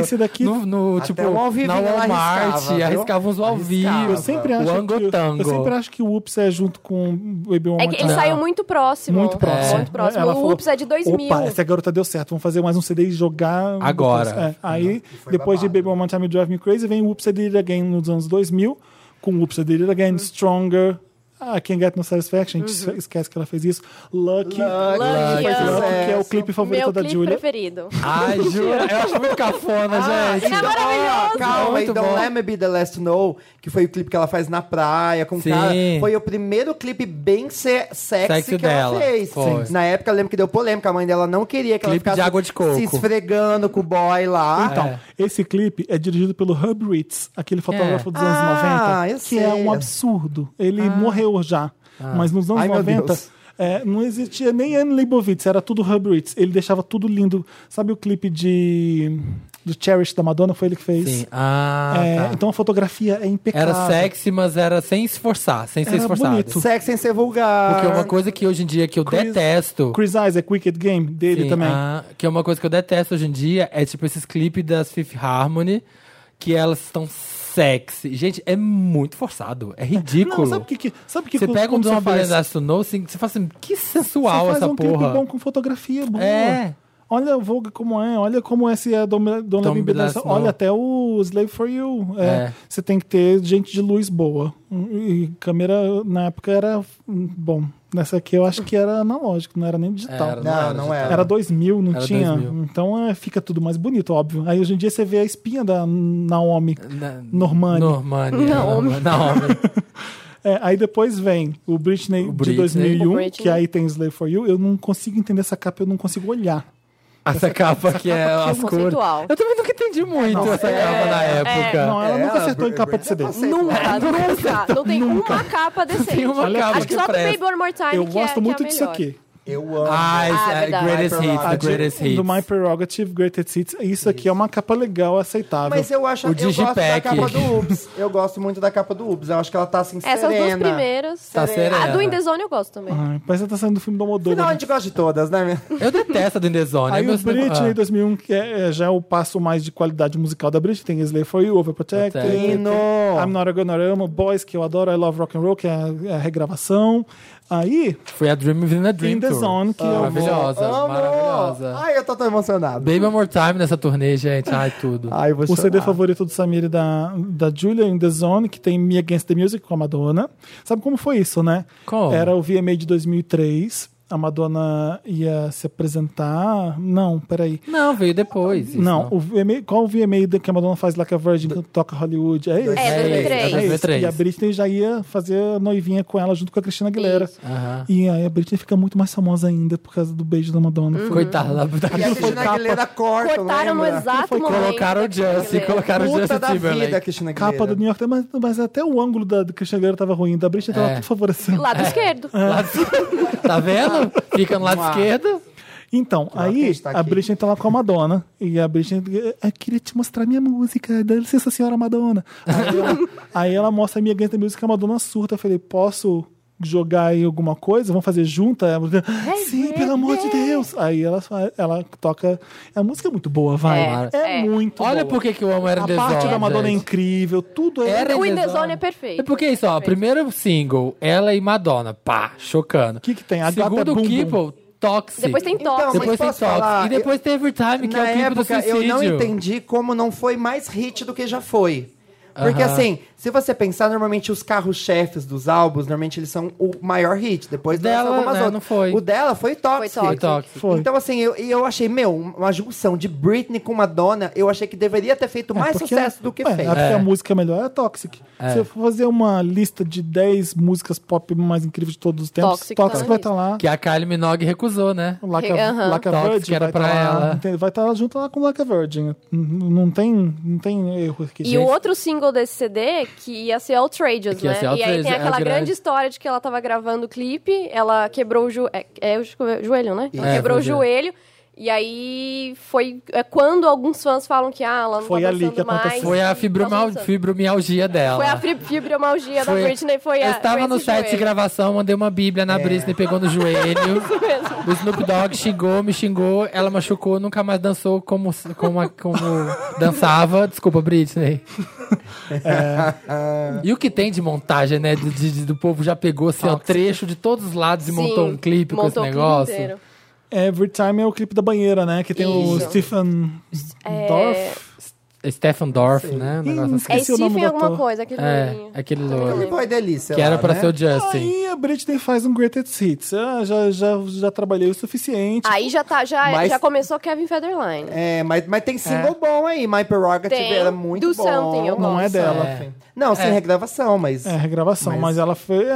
A: Esse Uhum. daqui-
B: No, no,
D: Até
B: tipo,
D: o ao vivo
B: na
D: ela
B: Walmart,
D: arriscava, viu?
B: arriscava uns ao vivo.
D: Arriscava.
A: Eu sempre,
B: o
A: acho que,
B: Angotango.
A: eu sempre acho que o Ups é junto com o Baby One
C: É
A: More
C: que
A: Time.
C: ele saiu muito próximo.
A: Muito próximo.
C: Muito próximo.
A: Ela
C: o
A: falou,
C: Ups é de 2000.
A: Opa, essa garota deu certo. Vamos fazer mais um CD e jogar.
B: Agora.
A: depois." É, Aí,
D: foi
A: depois de
D: babado.
A: Baby One More Time e Drive Me Crazy, vem o Oops, I Did It Again nos anos 2000, com Oops, I Did It
C: Uhum.
A: Again, Stronger, I Can't Get No Satisfaction, a gente esquece que ela fez isso, Lucky,
D: Lucky,
C: Lucky,
A: Lucky, que é o
D: sucesso.
A: clipe favorito
C: Meu
A: da
C: clipe
A: Julia.
C: preferido.
B: Ai, jura? Eu acho muito cafona,
A: Ah,
B: gente.
C: ele é maravilhoso.
D: Ah, Calma, então
B: Muito
D: e Don't
B: bom.
D: Let Me Be The Last to Know, que foi o clipe que ela faz na praia com o
B: Sim.
D: cara. Foi o primeiro clipe bem se sexy
B: Sexy
D: que
B: dela,
D: ela fez.
B: foi.
D: Na época, eu lembro que deu polêmica. A mãe dela não queria que ela
B: Clipe de
D: ficasse
B: água de coco.
D: se esfregando com o boy
B: Ah,
D: lá.
A: Então, esse clipe é dirigido pelo Hub Ritz,
B: É.
A: aquele fotógrafo dos anos
D: Ah,
A: 90,
D: eu
A: que
D: sei. Ah.
A: é um absurdo. Ele morreu já,
B: Ah.
A: mas nos anos
D: Ai, meu
A: 90
D: Deus.
A: é, não existia nem Anne Leibovitz, era tudo Hub Ritz. Ele deixava tudo lindo. Sabe o clipe de do Cherish da Madonna? Foi ele que fez?
B: Sim. Ah,
A: É,
B: tá.
A: Então a fotografia é impecável.
B: Era sexy, mas era sem esforçar, sem ser
A: Era
B: esforçado.
A: bonito.
D: Sexy sem ser vulgar.
B: Porque uma coisa que hoje em dia que eu
A: Chris-
B: detesto.
A: Chris Isaac, Wicked Game, dele
B: Sim,
A: também.
B: ah, que é uma coisa que eu detesto hoje em dia, é tipo esses clipes das Fifth Harmony, que elas estão sexy. Gente, é muito forçado. É
A: Não,
B: ridículo.
A: sabe o que, que sabe o que
B: você pega um
A: quando
B: Dona
A: você faz-
B: Belinda Sunou, assim, você fala assim, que sensual
A: Você faz
B: essa
A: um clipe
B: porra.
A: bom com fotografia boa.
B: É.
A: Olha o Vogue como é, olha como é se é Dona
B: Tom
A: Bimbi
B: Bilas, não.
A: Olha até o Slave for You. É,
B: É.
A: Você tem que ter gente de luz boa. E câmera na época era hum, bom. Nessa aqui eu acho que era analógico, não era nem digital.
B: Era,
D: Não, não era.
A: Era 2000, não
B: Era
A: tinha.
B: 2000.
A: Então é, fica tudo mais bonito, óbvio. Aí hoje em dia você vê a espinha da Naomi
B: Na-
A: Normani.
B: Normani.
C: Naomi.
B: Naomi.
A: É, aí depois vem o Britney,
B: O Britney.
A: de 2001,
C: O Britney.
A: que aí tem Slave for You. Eu não consigo entender essa capa, eu não consigo olhar.
B: Essa capa que é
C: que é
B: as cores.
C: conceitual.
B: Eu também nunca entendi muito essa
D: é,
B: capa na
C: é.
B: época.
A: Não, ela
D: É,
A: nunca
D: ela-
A: acertou em capa de CD.
B: é.
C: Nunca, nunca. Não tem uma capa decente.
B: Tem uma capa
C: Acho que
B: que
C: só do
B: presta.
C: Baby One More Time
A: Eu
C: que
A: gosto
C: é,
A: muito
C: que é a
A: disso
C: melhor.
A: aqui.
D: Eu amo.
B: Ah, esse
C: Ah,
B: é
C: verdade.
B: Greatest Hits,
D: Ah,
B: The
A: de-
B: Greatest Hits.
A: do My Prerogative, Greatest Hits. Isso aqui é uma capa legal, aceitável.
D: Mas eu acho
B: O
D: eu gosto da
B: Digipack.
D: capa do Ups. Eu gosto muito da capa do Ups. Eu acho que ela tá assim,
C: Essas
D: serena.
C: duas primeiras.
B: Tá
C: A
B: serena.
C: do In The Zone eu gosto também.
A: Ai, parece que tá saindo do filme do
D: Não, a
A: Almodóvar.
D: gente gosta de todas, né? minha?
B: Eu detesto a do Indezone.
A: Aí
B: é meu
A: o
B: cinema-
A: Britney
B: Ah.
A: 2001, que é, é, já é o passo mais de qualidade musical da Britney. Tem Slave For You, Overprotected.
B: Protected.
A: tem
D: Hino.
A: I'm Not A Gonorama, Boys, que eu adoro, I Love Rock and Roll, que é a, é a regravação. Aí,
B: Foi a Dream Within a Dream
A: In The
B: Tour.
A: Zone, que é o...
B: Maravilhosa,
D: Amo!
B: maravilhosa.
D: Ai, eu tô tão emocionado.
B: Baby One More Time nessa turnê, gente. Ai, tudo.
D: Ai, eu vou
A: O CD
B: Ah.
D: chorar.
A: favorito do Samir e da, da Julia in The Zone, que tem Me Against the Music com a Madonna. Sabe como foi isso, né?
B: Como?
A: Era o VMA de 2003. A Madonna ia se apresentar. Não, peraí.
B: Não, veio depois. isso,
A: não, o VMA, qual o VMA da- que a Madonna faz lá que a Virgin que toca Hollywood? É esse?
C: É,
B: isso,
C: 2003.
B: É
A: É esse.
B: 2003.
A: E a Britney já ia fazer a noivinha com ela junto com a Cristina Aguilera.
C: Isso.
B: Aham.
A: E aí a Britney fica muito mais famosa ainda por causa do beijo da Madonna. Foi
B: Coitada da, da
D: E a Cristina Aguilera corta,
C: Cortaram no
D: lembra?
C: exato
A: Foi-
C: momento.
B: Colocaram o
C: da Cristina
B: Justin,
C: Aguilera.
B: colocaram o
D: Puta
B: Justin
D: da vida,
B: Timberlake.
D: Cristina Aguilera.
A: capa do New York Times, mas, mas até o ângulo da, da Christian Aguilera tava ruim, da Britney
B: É.
A: tava tudo favorecendo.
C: Lado esquerdo.
B: Ah, Tá vendo? Fica no lado
D: Uau.
B: esquerdo.
A: Então,
D: quem
A: aí
D: está
A: a
D: aqui?
A: Britney tá lá com a Madonna, e a Britney, eh, eu queria te mostrar minha música, dá licença senhora Madonna. Aí ela, aí ela mostra a minha Against the Music, a Madonna surta, eu falei, posso jogar aí alguma coisa? Vamos fazer junta? Ela, Sim, pelo amor de Deus! Aí ela, fa- ela toca, a música é muito boa, vai.
C: É,
A: É,
C: é.
A: muito
B: Olha
A: boa.
B: por que que eu amo Era
A: A
B: The
A: parte
B: Zone,
A: da Madonna é
B: gente.
A: incrível, tudo é...
B: Era
C: O In The
B: Indezone.
C: Zone é perfeito.
B: É porque é isso, ó. Primeiro single, ela e Madonna. Pá, chocando. O
A: Que que tem? A gata
B: Segundo
A: é bumbum.
B: People, Toxic.
C: Depois tem
D: Então,
C: Toxic.
D: mas
B: Depois tem
D: posso
B: Toxic.
D: falar?
B: E depois tem Evertime, que
D: Na
B: é o clipe do
D: época,
B: suicídio.
D: eu não entendi como não foi mais hit do que já foi. Porque, assim, se você pensar, normalmente os carros-chefes dos álbuns, normalmente eles são o maior hit. Depois lançam
B: Dela,
D: algumas
B: né,
D: outras.
B: não foi.
D: O dela foi
C: Foi
D: Toxic.
C: Toxic.
B: Foi Toxic.
A: Foi.
D: Então, assim, eu, e eu achei, meu, uma junção de Britney com Madonna, eu achei que deveria ter feito mais
A: É, porque-
D: sucesso do que
A: Ué,
D: fez.
A: é Porque
B: É.
A: a música melhor é Toxic. Se eu for fazer uma lista de 10 músicas pop mais incríveis de todos os tempos,
C: Toxic
A: Toxic,
C: tá na
A: vai estar
C: lista.
A: lá.
B: Que a Kylie Minogue recusou, né?
A: Lá que a,
C: Aham.
A: lá que a
B: Toxic
A: Virgin
B: era
A: vai estar
B: pra ela.
A: lá, entende? vai estar junto lá com Like a Virgin. Não- Não tem, não tem erro aqui.
C: E o outro single desse CD, que ia ser Outrageous,
B: Que ia
C: né?
B: ser
C: e aí
B: Outrageous,
C: tem
B: é
C: aquela
B: grande.
C: grande história de que ela tava gravando o clipe, ela quebrou o joelho. É, é o jo- joelho, né? Ela
B: É,
C: quebrou o
B: foi o
C: joelho. E aí foi é quando alguns fãs falam que ah, ela não
A: Foi
C: tá
A: ali
C: dançando
A: que
C: mais.
A: aconteceu.
B: Foi a
C: não tá
B: fibromial-
C: dançando.
B: fibromialgia dela.
C: Foi a fri- fibromialgia da
B: Foi-
C: Britney, foi a
B: Eu estava
C: foi
B: no
C: esse
B: site de
C: joelho.
B: gravação, mandei uma bíblia na Britney, pegou no joelho.
C: Isso mesmo.
B: O Snoop Dogg xingou, me xingou, ela machucou, nunca mais dançou como, como, a- como dançava. Desculpa, Britney. E o que tem de montagem, né? de- de- do povo já pegou assim, ó, trecho de todos os lados e montou
C: Sim,
B: um clipe com esse
C: montou o clipe
B: negócio.
C: inteiro.
A: Every Time é o clipe da banheira, né? Que tem o
C: Isso.
A: Stephen
C: É-
A: Dorff.
B: Stephen Dorff, né? Um negócio assim.
C: É
A: Esqueci o nome
C: Stephen
A: do
C: alguma
A: ator.
C: coisa, aquele
B: É,
C: loirinho.
B: aquele
D: Ele
B: louro.
D: foi delícia.
B: Que era
D: lá,
B: pra
D: né?
B: ser o Justin.
A: Aí a Britney faz um Greatest Hits. Ah, já, já, já trabalhei o suficiente.
C: Aí já, tá, já,
D: tipo, Mas-
C: já começou Kevin Federline.
D: É, mas, mas tem single bom aí. My Prerogative
C: Tem.
D: era muito
C: Do
D: bom.
C: Something, eu
A: Não é
C: gosto.
A: dela.
B: É.
D: Não, sem
B: É.
D: regravação, mas...
A: É, regravação, mas,
D: Mas-
A: ela foi é,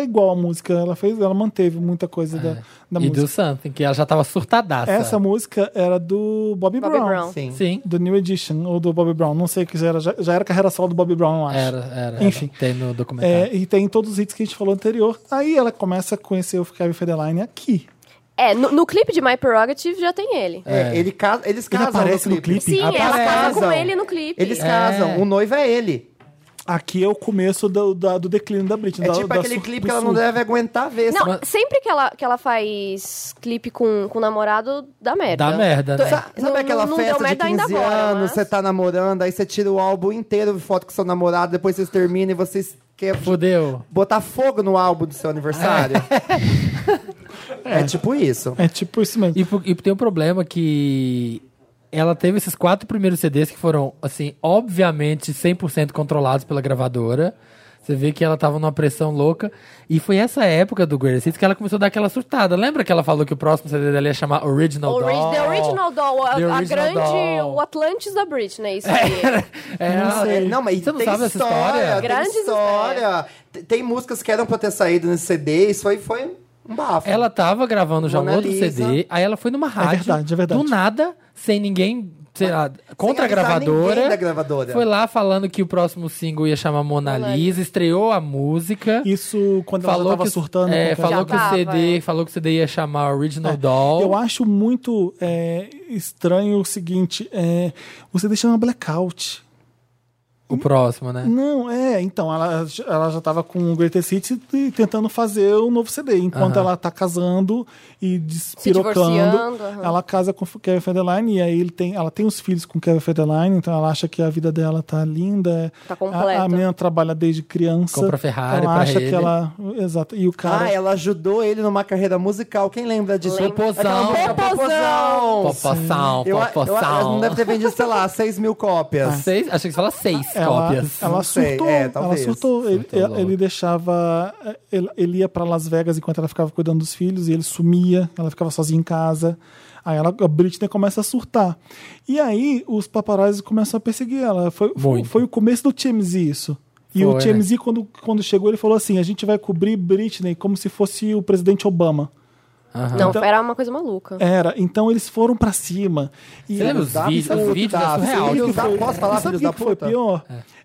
A: é igual a música, ela fez, ela manteve muita coisa da, da
B: É. E do
A: música.
B: Something, que ela já tava surtadaça.
A: Essa é música era do Bobby,
C: Bobby
A: Brown,
C: Brown.
D: Sim.
B: Sim,
A: do New Edition ou do Bobby Brown, não sei que já era, já, já era carreira solo do Bobby Brown, eu acho.
B: era, era.
A: Enfim.
B: era. Tem no documentário.
A: É, e tem todos os hits que a gente falou anterior. Aí ela começa a conhecer o Kevin Federline aqui.
C: É, no, no clipe de My Prerogative já tem ele.
D: É, ele casa, eles
A: Ele
D: casam
A: aparece no clipe.
C: Sim, ela casa
B: Aparece.
C: com ele no clipe.
D: Eles casam. O noivo é ele.
A: Aqui é o começo do, da- do declínio da Britney.
D: É
A: da-
D: tipo
A: da
D: aquele
A: sur-
D: clipe
A: do
D: que ela não
A: surto.
D: deve aguentar ver.
C: Não,
D: sabe?
C: sempre que ela, que ela faz clipe com, com o namorado, dá merda.
B: Dá merda,
C: É, então, Tô-
B: né?
D: Sa- Sabe
C: não-
D: aquela
C: não deu
D: festa de
C: merda ainda
D: 15
C: agora,
D: anos,
C: mas-
D: você tá namorando, aí você tira o álbum inteiro, foto com seu namorado, depois vocês terminam e vocês querem
B: Fudeu.
D: botar fogo no álbum do seu aniversário? É, tipo isso.
A: É tipo isso mesmo.
B: E, por- e tem um problema que ela teve esses quatro primeiros CDs que foram, assim, obviamente 100% controlados pela gravadora. Você vê que ela tava numa pressão louca. E foi essa época do Greatest Hits que ela começou a dar aquela surtada. Lembra que ela falou que o próximo CD dela ia chamar Original
C: Ori-
B: Doll?
C: The Original Doll, a,
B: The
C: a
B: Original
C: grande.
B: Doll.
C: O Atlantis da Britney, isso aí.
B: É,
A: Não sei.
B: é,
D: Não, mas
B: você não
D: tem
B: sabe essa história?
D: Tem
C: Grandes
D: história. T- Tem músicas que eram pra ter saído nesse CD, isso aí foi um bafo.
B: Ela tava gravando já um
D: Mona
B: outro
D: Lisa.
B: CD, aí ela foi numa rádio.
A: verdade, é verdade.
B: Do nada, sem ninguém, sei lá, contra a
D: avisar
B: gravadora.
D: ninguém da gravadora.
B: Foi lá falando que o próximo single ia chamar Mona
C: Mona
B: Lisa, estreou a música.
A: Isso quando ela já
B: falou
A: tava
B: que,
A: surtando.
B: é,
A: com o É,
B: falou
C: Já
B: que o
C: tava,
B: CD,
C: é.
B: falou que o CD ia chamar Original Doll.
A: Eu acho muito é, estranho o seguinte: é, você deixa uma blackout.
B: O próximo, né?
A: Não, é, então, ela, ela já tava com o Greatest Hits e tentando fazer um novo CD. Enquanto ela tá casando e despirocando,
C: divorciando, aham.
A: ela casa com o Kevin Federline e aí ele tem, ela tem os filhos com o Kevin Federline, então ela acha que a vida dela tá linda.
C: Tá completa.
A: A, a menina trabalha desde criança.
B: Compra Ferrari
A: ela
B: pra
A: acha que
B: ele.
A: ela. Exato. E o cara.
D: Ah, ela ajudou ele numa carreira musical. Quem lembra disso?
C: Lembro.
D: Aquela
B: Popozão.
D: música Popozão.
B: Popoção,
D: Eu, eu, eu ela não
B: popoção.
D: deve ter vendido, sei lá, 6 mil cópias.
B: Ah, Seis, acho que você fala seis
A: Ela,
B: cópias.
A: ela
D: Não sei,
A: surtou,
D: é,
A: ela
D: talvez.
A: surtou. Ele,
B: Surtou
A: ele-
B: louco.
A: ele deixava. eh, Ele, ele ia pra Las Vegas enquanto ela ficava cuidando dos filhos e ele sumia, ela ficava sozinha em casa. Aí ela, a Britney começa a surtar. E aí os paparazzi começam a perseguir ela. Foi, foi,
B: Muito.
A: foi o começo do TMZ isso. E
B: Foi, né?
A: o TMZ, quando, quando chegou, ele falou assim: a gente vai cobrir Britney como se fosse o presidente Obama.
B: Aham.
C: Não,
A: Então-
C: era uma coisa maluca.
D: É.
A: Era. Então eles foram pra cima. E
B: Você lembra os
D: Dá-
B: vídeos?
D: sabe
B: Os
D: o que
B: vídeos
D: dá?
B: é surreal.
D: Filhos
B: Tipo,
D: da- Posso falar,
A: sabe o
D: filhos
A: que
D: da
A: que foi
D: puta?
A: pior?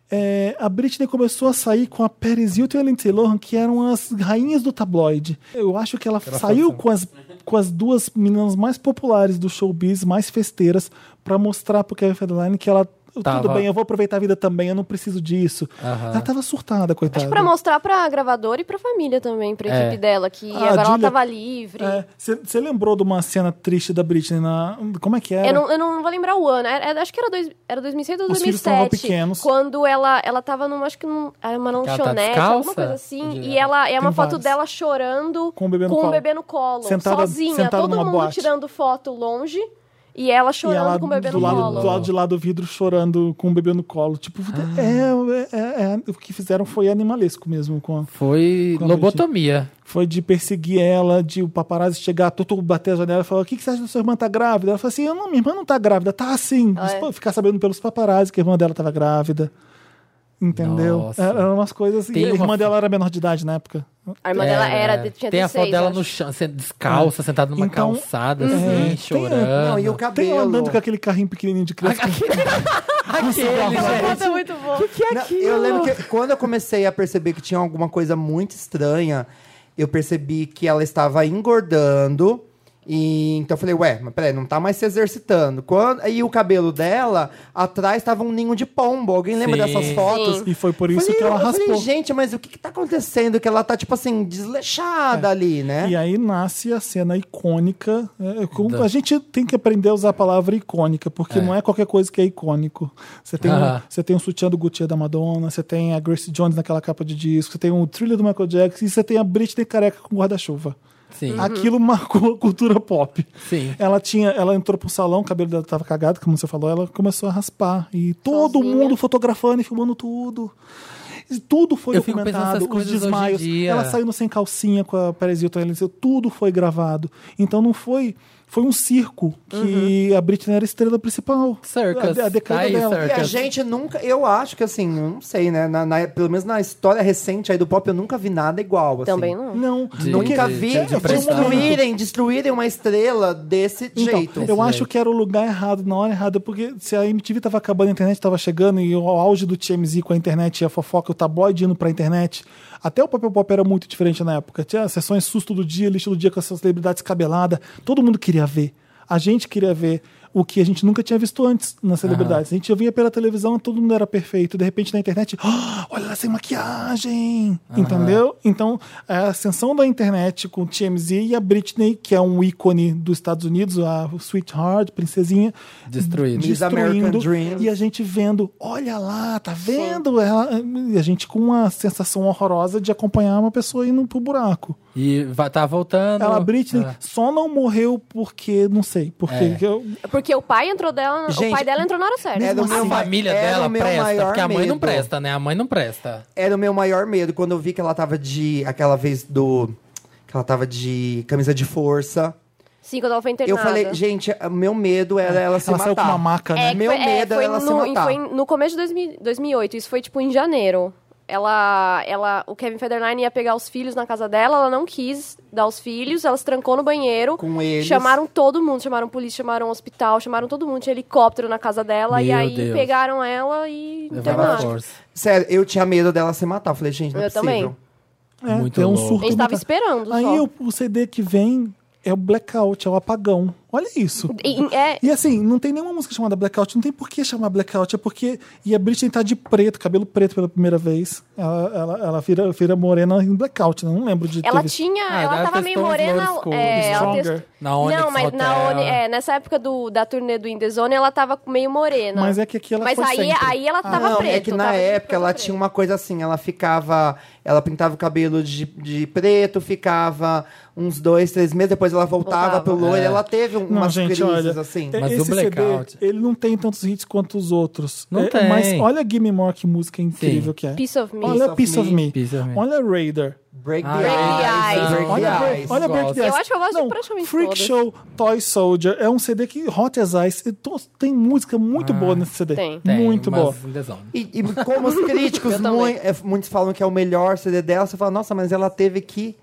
A: É, a Britney começou a sair com a Paris Hilton e a Lindsay Lohan, que eram as rainhas do tabloide. Eu acho que ela saiu com as, com as duas meninas mais populares do showbiz, mais festeiras, pra mostrar pro Kevin Federline que ela... Tudo
B: Tava.
A: bem, eu vou aproveitar a vida também, eu não preciso disso.
B: Aham.
A: Ela tava surtada, coitada.
C: Acho que Tipo, pra mostrar pra gravadora e pra família também, pra
B: É.
C: equipe dela, que
A: Ah,
C: agora ela
A: Julia-
C: tava livre.
D: É.
A: Você É, lembrou de uma cena triste da Britney na... Como é que era?
C: Eu não, eu não vou lembrar o ano. Era- era- acho que era, dois, era 2006 ou
A: Os filhos estavam
C: 2007.
A: pequenos.
C: Quando ela, ela tava numa, acho que num, era uma
B: tá
C: lanchonete,
B: descalça?
C: alguma coisa assim.
B: Onde
C: E ela é uma
A: Tem
C: foto
A: vários.
C: dela chorando
A: Com o bebê no
C: com
A: colo.
C: bebê no colo,
A: Sentada-
C: sozinha,
A: sentada
C: todo
A: numa
C: mundo
A: boate.
C: tirando foto longe e ela
A: E
C: chorando
A: ela
C: com o bebê
A: do
C: no
A: lado,
C: colo.
A: do lado de lá do vidro chorando com o bebê no colo. Tipo,
B: Ah.
A: é, é- é- é- o que fizeram foi animalesco mesmo. Com, a-
B: Foi
A: Como
B: lobotomia.
A: foi de perseguir ela, de o paparazzi chegar, tutu, bater a janela e falar: O que, que você acha da sua irmã tá grávida? Ela falou assim: "Eu não, Minha irmã não tá grávida, tá assim.
C: Ah, é?
A: Ficar sabendo pelos paparazzi que a irmã dela tava grávida. Entendeu?
B: Nossa.
A: Era- Eram umas coisas assim.
B: Tem
A: a irmã
B: uma-
A: dela era menor de idade na época.
C: A irmã dela
B: É,
C: era, tinha
B: Tem a foto
C: 16,
B: dela
C: acho.
B: no chão, sendo
D: Uhum.
B: descalça, sentada numa
A: Então,
B: calçada,
A: é,
B: assim,
A: tem-
B: chorando.
D: né? Não, e o
A: Tem ela
D: cabelo.
A: andando com aquele carrinho pequenininho de criança.
B: Aquele,
D: né?
C: Essa
B: gente.
C: foto é muito boa.
D: Não, eu lembro que quando eu comecei a perceber que tinha alguma coisa muito estranha, eu percebi que ela estava engordando E, então eu falei, ué, mas peraí, não tá mais se exercitando. Quando, e o cabelo dela, atrás tava um ninho de pombo. Alguém lembra
B: Sim.
D: dessas fotos?
C: Sim.
A: E foi por isso
D: Falei,
A: que ela
D: eu falei,
A: raspou.
D: gente, mas o que que tá acontecendo? Que ela tá, tipo assim, desleixada ali, né?
A: É. E aí nasce a cena icônica. É, com-
B: É? Da-
A: A gente tem que aprender a usar a palavra icônica, porque
B: É.
A: não é qualquer coisa que é icônico. Você tem,
B: Ah.
A: você tem um sutiã do Gutierrez da Madonna, você tem a Grace Jones naquela capa de disco, você tem um thriller do Michael Jackson e você tem a Britney careca com guarda-chuva.
B: Sim.
A: Aquilo marcou a cultura pop.
B: Sim.
A: Ela tinha, ela entrou pro salão, o cabelo dela tava cagado, como você falou, ela começou a raspar e todo
C: Sozinha.
A: mundo fotografando e filmando tudo. E tudo foi
B: Eu fico pensando
A: documentado,
B: essas
A: os
B: coisas hoje em
A: desmaios.
B: dia.
A: Ela saindo sem calcinha com a Paris Hilton, ela disse, tudo foi gravado. Então não foi foi um circo que a Britney era a estrela principal.
B: Uhum. Circus.
A: A, a década
B: Tá aí,
A: dela.
D: E a
B: Circus.
D: gente nunca, eu acho que assim, eu não sei, né? Na- na- pelo menos na história recente aí do pop, eu nunca vi nada igual. assim.
C: Também não.
A: Não,
B: De-
A: porque-
D: Nunca
B: de-
D: vi
B: de emprestar.
D: destruírem, destruírem uma estrela desse
A: Então,
D: jeito.
A: eu acho
B: jeito.
A: que era o lugar errado, na hora errada, porque se a MTV tava acabando, a internet tava chegando, e o auge do TMZ com a internet, e a fofoca, o tabloide indo pra internet, até o papel pop era muito diferente na época. Tinha sessões susto do dia, lixo do dia com essa celebridade escabelada, todo mundo queria ver. A gente queria ver o que a gente nunca tinha visto antes nas celebridades. A gente já via pela televisão, todo mundo era perfeito. De repente, na internet, "Ah, olha ela sem maquiagem, entendeu? Então, a ascensão da internet com o TMZ e a Britney, que é um ícone dos Estados Unidos, a Sweetheart, princesinha,
B: Destruído.
D: Miss American
A: destruindo
D: Dream.
A: e a gente vendo, olha lá, tá vendo? Ela, e a gente com uma sensação horrorosa de acompanhar uma pessoa indo pro buraco.
B: E vai, tá voltando.
A: Ela, Britney,
B: Ah.
A: só não morreu porque, não sei, porque
B: É.
A: eu,
C: Porque o pai entrou dela.
D: Gente,
C: o pai dela entrou na hora certa.
D: Era o
B: A
D: meu ma-
B: família
D: era
B: dela
D: o meu
B: presta,
D: maior
B: porque a mãe não
D: medo.
B: presta, né? A mãe não presta.
D: Era o meu maior medo quando eu vi que ela tava de. aquela vez do. que ela tava de camisa de força.
C: Sim, quando ela foi internada.
D: Eu falei, gente, o meu medo era ela se
A: É. ela saiu
D: matar.
A: com uma maca, né?
C: É que
D: meu medo era ela
C: no,
D: se
C: e
D: matar.
C: Foi no começo de 2000 2008, isso foi tipo em janeiro. Ela, ela, o Kevin Federline ia pegar os filhos na casa dela, ela não quis dar os filhos, ela se trancou no banheiro.
D: Com eles.
C: Chamaram todo mundo, chamaram polícia, chamaram hospital, chamaram todo mundo, tinha helicóptero na casa dela. e
B: Meu
C: aí
B: Deus.
C: pegaram ela e
B: Levava
C: internaram.
B: força.
D: Sério, eu tinha medo dela se matar. Eu falei, gente, não é
C: Eu
D: possível.
C: também.
A: É,
B: Muito
A: tem um
B: louco.
A: surto.
C: A gente tava
A: muito-
C: esperando
A: Aí
C: só.
A: o, o CD que vem é o blackout, é o apagão. Olha isso.
C: E- e- é,
A: E assim, não tem nenhuma música chamada Blackout, não tem por que chamar Blackout, é porque. E a Britney tá de preto, cabelo preto pela primeira vez. Ela, ela, ela vira, vira morena em Blackout, né? Não lembro de. ter
C: Ela
A: visto.
C: tinha.
B: Ah,
C: ela
D: é
B: ela
C: tava
B: testou
C: meio
B: uns
C: morena.
B: louros escuros.
C: É, ela
A: Stronger.
C: testou-
B: Na Onyx
C: Não, mas na
B: Hotel.
C: Oni, é, nessa época do, da turnê do In The Zone, ela tava meio morena.
A: Mas é que aqui ela
C: Mas
A: foi
C: aí,
A: sempre.
C: aí ela tava
D: não,
C: preta.
D: é que na época ela tinha uma coisa assim, ela ficava. Ela pintava o cabelo de, de preto, ficava uns dois, três meses, depois ela voltava,
C: Voltava.
D: pro loiro.
B: É.
D: Ela teve um-
A: Não,
D: umas
A: gente,
D: crises,
A: olha.
D: assim.
A: é-
B: Mas o
A: esse
B: Blackout-
A: CD, ele não tem tantos hits quanto os outros.
B: Não
A: É,
B: tem.
A: Mas olha Gimme More, que música incrível
B: Sim.
D: um
A: que é.
C: Piece of Me.
A: Olha Piece of, me.
B: Piece of Me.
A: Olha Raider.
D: Break the
B: Ah,
D: eyes.
C: Break the
D: Break
C: Eyes.
A: Olha,
D: the
A: Break-
D: eyes.
A: olha
B: gosto.
A: Break Dance.
C: Eu acho que eu gosto de
A: Não,
C: praticamente
A: Freak
C: todas.
A: Show, Toy Soldier, é um CD que Hot as Ice, e to- tem música muito boa nesse CD.
C: tem.
B: Tem
A: Muito
B: umas
A: boa.
B: in the zone.
D: E, e como os críticos,
C: Eu também.
D: mui- é, muitos falam que é o melhor CD dela, você fala, nossa, mas ela teve que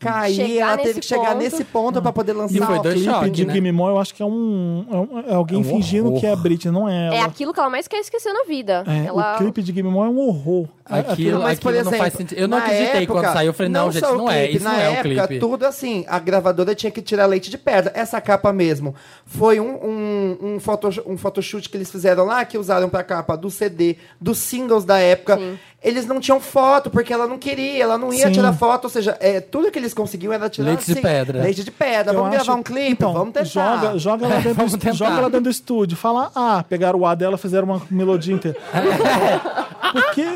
D: cair,
C: Chegar
D: ela teve
C: nesse
D: que chegar
C: ponto.
D: nesse ponto pra poder lançar.
B: E foi
D: o
B: dois
D: clipe.
A: clipe
B: choque,
A: de
B: né?
A: Gimme More, eu acho que é um. É, um- é alguém
B: É um
A: fingindo
B: horror.
A: que é a Britney, não é ela.
C: É aquilo que ela mais quer esquecer na vida.
A: É,
C: ela...
A: O clipe de Gimme More é um horror. É,
B: Aquilo,
D: Mas,
B: aquilo
D: por exemplo,
B: não faz sentido. Eu não
D: na
B: acreditei
D: época,
B: quando saiu. Eu falei, não, gente,
D: só o
B: não é.
D: clipe,
B: Isso
D: na
B: não é o
D: época,
B: clipe.
D: tudo assim, a gravadora tinha que tirar leite de pedra. Essa capa mesmo foi um, um, um, photo- um photoshoot que eles fizeram lá, que usaram pra capa do CD, dos singles da época. Eles não tinham foto, porque ela não queria, ela não ia
A: Sim.
D: tirar foto. Ou seja, é, tudo que eles conseguiam era tirar
B: Leite de
D: assim,
B: pedra.
D: Leite de pedra.
A: É, eu
D: Vamos
A: acho-
D: gravar um clipe?
A: Então,
D: Vamos tentar.
A: Joga, joga, ela dentro,
B: vamos
A: do-
B: tentar.
A: joga ela dentro do estúdio. Fala, ah, pegaram o A dela, fizeram uma melodia inteira. Por quê?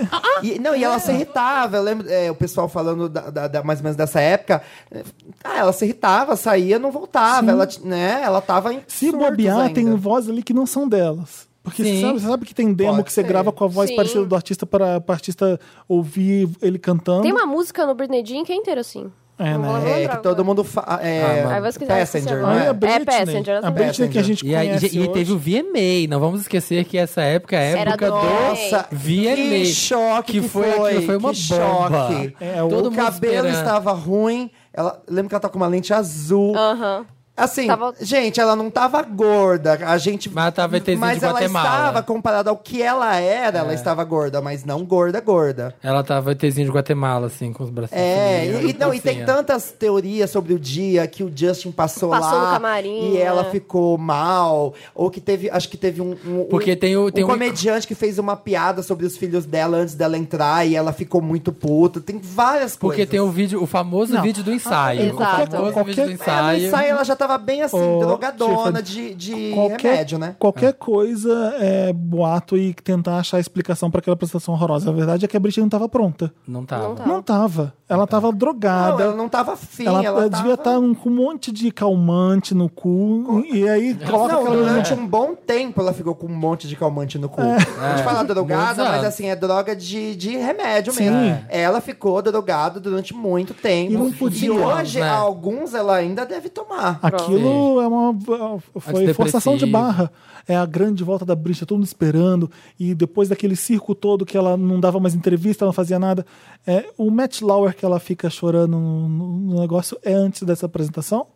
D: E, não, e ela se irritava. Eu lembro é, o pessoal falando da, da- da- mais ou menos dessa época. é, Ah, ela se irritava, saía, não voltava. Ela, t- né, ela tava em.
A: Se
D: surtos
A: bobear,
D: ainda.
A: tem um vozes ali que não são delas. Porque você
B: Sim.
A: sabe, você sabe que tem demo
D: Pode
A: que você
D: ser.
A: grava com a voz
C: Sim.
A: parecida do artista para o artista ouvir ele cantando.
C: Tem uma música no Britney Jean que é inteira assim.
A: É,
C: Não
A: né?
C: vou
D: É,
C: lembrar
D: que todo
C: agora.
D: mundo. Fa é,
B: Ah,
C: Aí você quiser,
D: passenger,
C: esqueci
D: não
C: agora.
A: Olha
D: é?
A: a Britney.
C: É Passenger,
A: a
C: exatamente.
A: Britney que a gente
B: E, aí,
A: conhece
B: e teve o
A: hoje.
B: VMA. Não vamos esquecer que essa época é a
C: Era
B: época
C: do-
B: do...
D: Nossa,
B: VMA.
D: que choque
B: Que
D: que,
B: foi
D: foi.
B: aquilo, foi uma
D: que
B: bomba.
D: choque.
A: É,
D: o
B: Todo mundo
D: cabelo
B: esperando.
C: Ah,
D: estava ruim. Ela, lembro que ela tá com uma lente azul.
C: Aham.
D: Assim,
C: Tava-
D: gente, ela não tava gorda. A gente.
B: Mas tava ETzinho
D: Mas
B: de
D: ela
B: Guatemala. É.
D: estava, comparada ao que ela era, ela estava gorda, mas não gorda, gorda.
B: Ela tá, tava ETzinho de Guatemala, assim, com os bracinhos.
D: É,
B: assim,
D: e, e não, e tem
B: assim,
D: tantas teorias sobre o dia que o Justin passou,
C: Passou
D: lá
C: no camarim,
D: e ela
C: né?
D: ficou mal, ou que teve, acho que teve um, um-
B: Porque
D: um-
B: tem o- tem
D: um
B: um-
D: comediante que fez uma piada sobre os filhos dela antes dela entrar e ela ficou muito puta. Tem várias
B: Porque
D: coisas.
B: tem o vídeo, o famoso
A: Não.
B: vídeo do ensaio.
C: Ah,
B: O
C: exato.
B: famoso vídeo do
A: Qualquer-
B: ensaio.
D: Ela, É, no ensaio, ela já tava bem assim,
A: Ô,
D: drogadona
A: Tifa,
D: de, de
A: Qualquer,
D: remédio, né?
A: qualquer coisa é boato e tentar achar explicação pra aquela apresentação horrorosa. A verdade é que a Britney não tava pronta.
B: Não tava.
C: Não tava.
A: Não tava. Ela tava
D: Não,
A: drogada.
D: ela não tava afim,
A: ela
D: ela,
A: ela devia estar
D: tava...
A: com um monte de calmante no cu. e- E aí coloca
D: Não,
A: aquela.
D: durante um bom tempo ela ficou com um monte de calmante
A: É.
D: no cu. A gente fala drogada,
B: Muitos
D: mas
B: anos.
D: assim, é droga de, de remédio
A: Sim.
D: mesmo. Ela ficou drogada durante muito tempo.
A: E não podia,
D: E hoje,
B: né?
D: alguns ela ainda deve tomar.
A: Aquilo é uma. Foi
B: Antidepressivo.
A: forçação de barra. É a grande volta da Britney, todo mundo esperando. E depois daquele circo todo que ela não dava mais entrevista, não fazia nada. É, o Matt Lauer que ela fica chorando no, no- no negócio é antes dessa apresentação?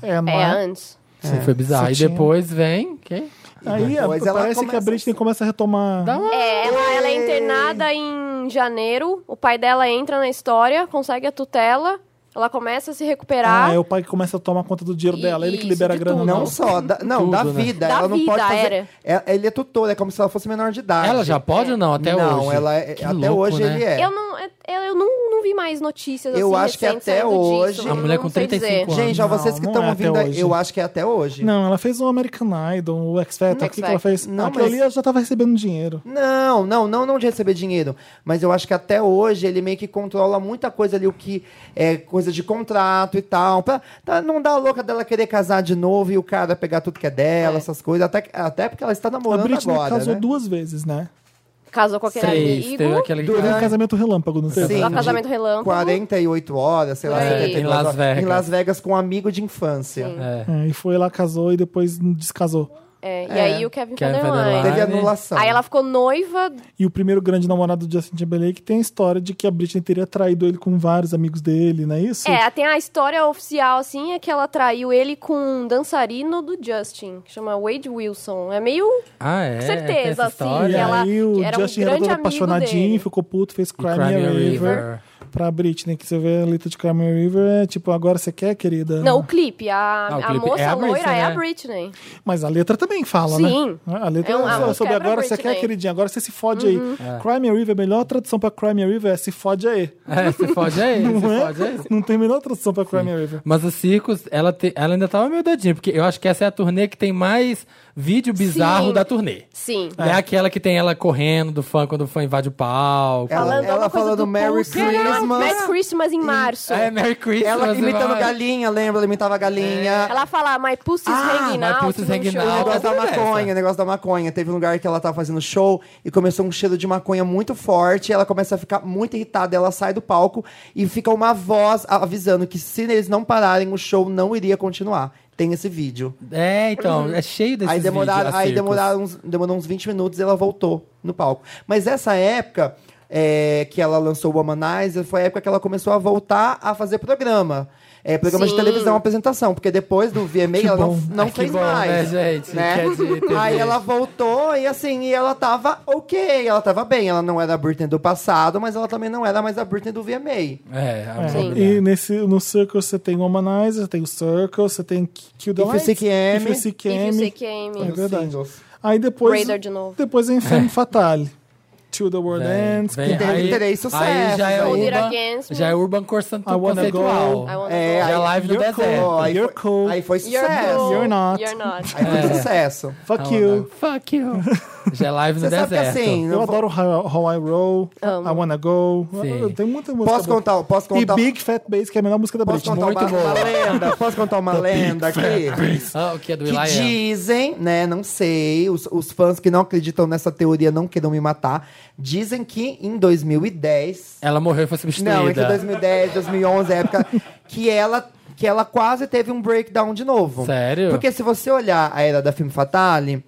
A: É, não
C: É,
A: é?
C: antes.
B: Sim, foi bizarro. E
A: Sutinha.
B: depois vem. Quem?
A: Aí a-
D: Depois ela
A: parece que a
D: começa-
A: Britney começa a retomar. Ah,
B: Dá uma.
C: É, ela, ela é internada em janeiro, o pai dela entra na história, consegue a tutela, ela começa a se recuperar.
A: Ah, é o pai que começa a tomar conta do dinheiro
C: E-
A: dela, ele que
C: isso,
A: libera a
C: de
A: grana.
C: tudo.
D: Não,
A: Não.
D: só, da, não,
B: Tudo,
D: da
B: né?
D: vida.
C: Da
D: ela não pode
C: vida,
D: fazer.
C: era.
D: é- Ele é tutor, é como se ela fosse menor de idade.
B: Ela já pode ou não? Até
D: não,
B: hoje.
D: ela é-
B: Que
D: até
B: louco,
D: hoje
B: né?
D: ele é.
C: Eu não, é- eu, eu não, não vi mais notícias
D: Eu
C: assim
D: acho que
C: recentes
D: até
C: saindo
D: hoje-
C: disso,
B: A
C: eu
B: mulher
C: não é.
B: com
C: sei
B: 35
C: dizer.
B: anos.
D: Gente, ó,
A: Não,
D: vocês que
A: não
D: estão
A: é até
D: ouvindo,
A: hoje.
D: eu acho que é até hoje.
A: Não, ela fez o American Idol, o X Factor, o
C: X
A: que, que ela
C: Factor.
A: fez?
D: Não,
A: Aquilo
D: mas-
A: ali ela já tava recebendo dinheiro.
D: Não, não, não, não de receber dinheiro. Mas eu acho que até hoje ele meio que controla muita coisa ali, o que é coisa de contrato e tal. Pra, tá, não dá a louca dela querer casar de novo e o cara pegar tudo que é
C: É.
D: dela, essas coisas. Até, que- até porque ela está
A: A
D: namorando
A: Britney
D: agora.
A: casou
D: né?
A: duas vezes, né?
C: Casou com aquele
B: Três. Teve
C: amigo.
B: aquele.
A: Teve um casamento relâmpago, não teve?
D: Sim,
C: Lá, casamento
D: de
C: relâmpago.
D: 48 horas, sei lá,
C: É,
D: 72
B: em Las
D: horas.
B: Vegas.
D: Em Las Vegas com um amigo de infância.
B: É.
A: É, e foi lá, casou e depois descasou.
C: É, E
D: É.
C: aí o Kevin,
B: Kevin
C: Federline.
B: Federline.
D: Teve
B: Ah, né?
D: anulação.
C: Aí ela ficou noiva.
A: E o primeiro grande namorado do Justin Timberlake tem a história de que a Britney teria traído ele com vários amigos dele, não é isso?
C: É, tem a história oficial, assim, é que ela traiu ele com um dançarino do Justin, que chama Wade Wilson. É meio.
B: Ah, é.
C: certeza,
B: Tem essa
C: assim,
A: E
B: história?
C: ela-
A: aí o
C: que era um
A: Justin era
C: grande
A: todo
C: amigo
A: apaixonadinho,
C: dele.
A: ficou puto, fez Cry,
B: Cry
A: Me a
B: Me a
A: River,
B: River.
A: pra Britney, que você vê a letra de Cry Me a River, é tipo, agora você quer, querida?
C: Não, o clipe. A,
B: Ah, o
C: a
B: clipe.
C: moça
B: É a
C: loira
B: Britney,
C: é a
B: né?
C: Britney.
A: Mas a letra também fala,
C: Sim.
A: né? A letra
C: É um- a
A: é
C: música
A: sobre
C: é pra
A: agora você
C: Britney. Uhum.
A: quer, queridinha, agora você se fode aí. Cry Me a River, é a melhor tradução pra Cry Me a River é se fode aí.
B: É, você fode aí, você
A: Não,
B: fode
A: é?
B: aí.
A: não tem a menor tradução pra Cry Me a River.
B: Mas o Circos, ela, te- ela ainda tava meio doidinha, porque eu acho que essa é a turnê que tem mais vídeo bizarro
C: Sim.
B: da turnê.
C: Sim.
D: Ah,
B: É. aquela que tem ela correndo do fã quando o fã invade o palco.
D: Ela-
C: Falando alguma coisa
D: falando
C: do
D: Merry
C: pulso.
D: Christmas.
C: Merry Christmas em março.
B: É, Merry Christmas.
D: Ela imitando
B: vai.
D: galinha, lembra? Ela imitava galinha.
C: Ela fala, my pussy's
D: Ah,
C: hanging
B: my
C: out.
B: pussy's
C: num
B: hanging
C: show.
D: O
B: out.
D: negócio da
B: Ela tá
D: maconha,
B: nessa.
D: o negócio da maconha. Teve um lugar que ela tava fazendo show e começou um cheiro de maconha muito forte. Ela começa a ficar muito irritada. Ela sai do palco e fica uma voz a- avisando que se eles não pararem, o show não iria continuar. Tem esse vídeo.
B: É, então, é cheio desses
D: aí demoraram,
B: vídeos, a
D: aí
B: Circos.
D: demoraram uns, demorou uns 20 minutos e ela voltou no palco. Mas essa época é, que ela lançou o Womanizer foi a época que ela começou a voltar a fazer programa. É, programa de
C: Sim.
D: televisão, apresentação, porque depois do VMA
A: Que
D: ela não,
A: bom.
D: não
B: Ah, que
D: fez
B: bom,
D: mais.
B: né, gente?
D: né?
B: Que é de TV.
D: Aí ela voltou e assim, e ela tava ok, ela tava bem. Ela não era a Britney do passado, mas ela também não era mais a Britney do VMA.
B: É, a
A: É.
B: mulher.
A: E nesse, no Circle você tem Womanizer, você tem o Circle, você tem Kill the
D: If You
A: Lights,
D: Seek Amy.
A: If You Seek
C: If you
A: Amy.
C: seek Amy.
A: É verdade.
D: Singles.
A: Aí depois.
C: Radar de novo.
A: Depois vem Femme Fatale. To the World
B: Vem,
A: Ends.
B: vem.
A: que-
D: teve três
B: Aí
D: sucessos,
B: já é
D: aí.
C: Hold It
B: urban,
C: Against Me.
B: já é urban conceito-
A: I Wanna Go.
B: conceitual.
C: I wanna
D: É,
C: go.
B: Já
D: aí-
B: live do
A: You're cool.
B: deserto.
D: aí
A: You're
D: foi-
A: cool.
D: Aí foi
C: You're
D: sucesso.
C: cool.
A: You're not.
C: You're not.
D: Aí
B: É.
D: foi sucesso.
A: Fuck
B: I
A: you.
B: wanna- Fuck you. Já é live no
D: Você sabe que
B: deserto.
D: assim,
A: Eu
D: não vou-
A: adoro How, How I Roll.
C: Amo.
A: I Wanna Go.
B: Sim.
A: Tem muita música.
D: Posso
A: boa.
D: contar, posso contar,
A: E Big Fat Bass, que é a melhor música da
D: posso
A: Britney.
D: contar uma,
A: Muito
D: uma
A: boa.
D: lenda? Posso contar uma lenda aqui?
B: Ah, o que é do
D: Que
B: Elias?
D: dizem, né? Não sei, os, os fãs que não acreditam nessa teoria não queiram me matar. Dizem que em 2010
B: Ela morreu e foi substituída.
D: Não, é entre 2010 2011, época que ela que ela quase teve um breakdown de novo.
B: Sério?
D: Porque se você olhar a era da Film Fatale,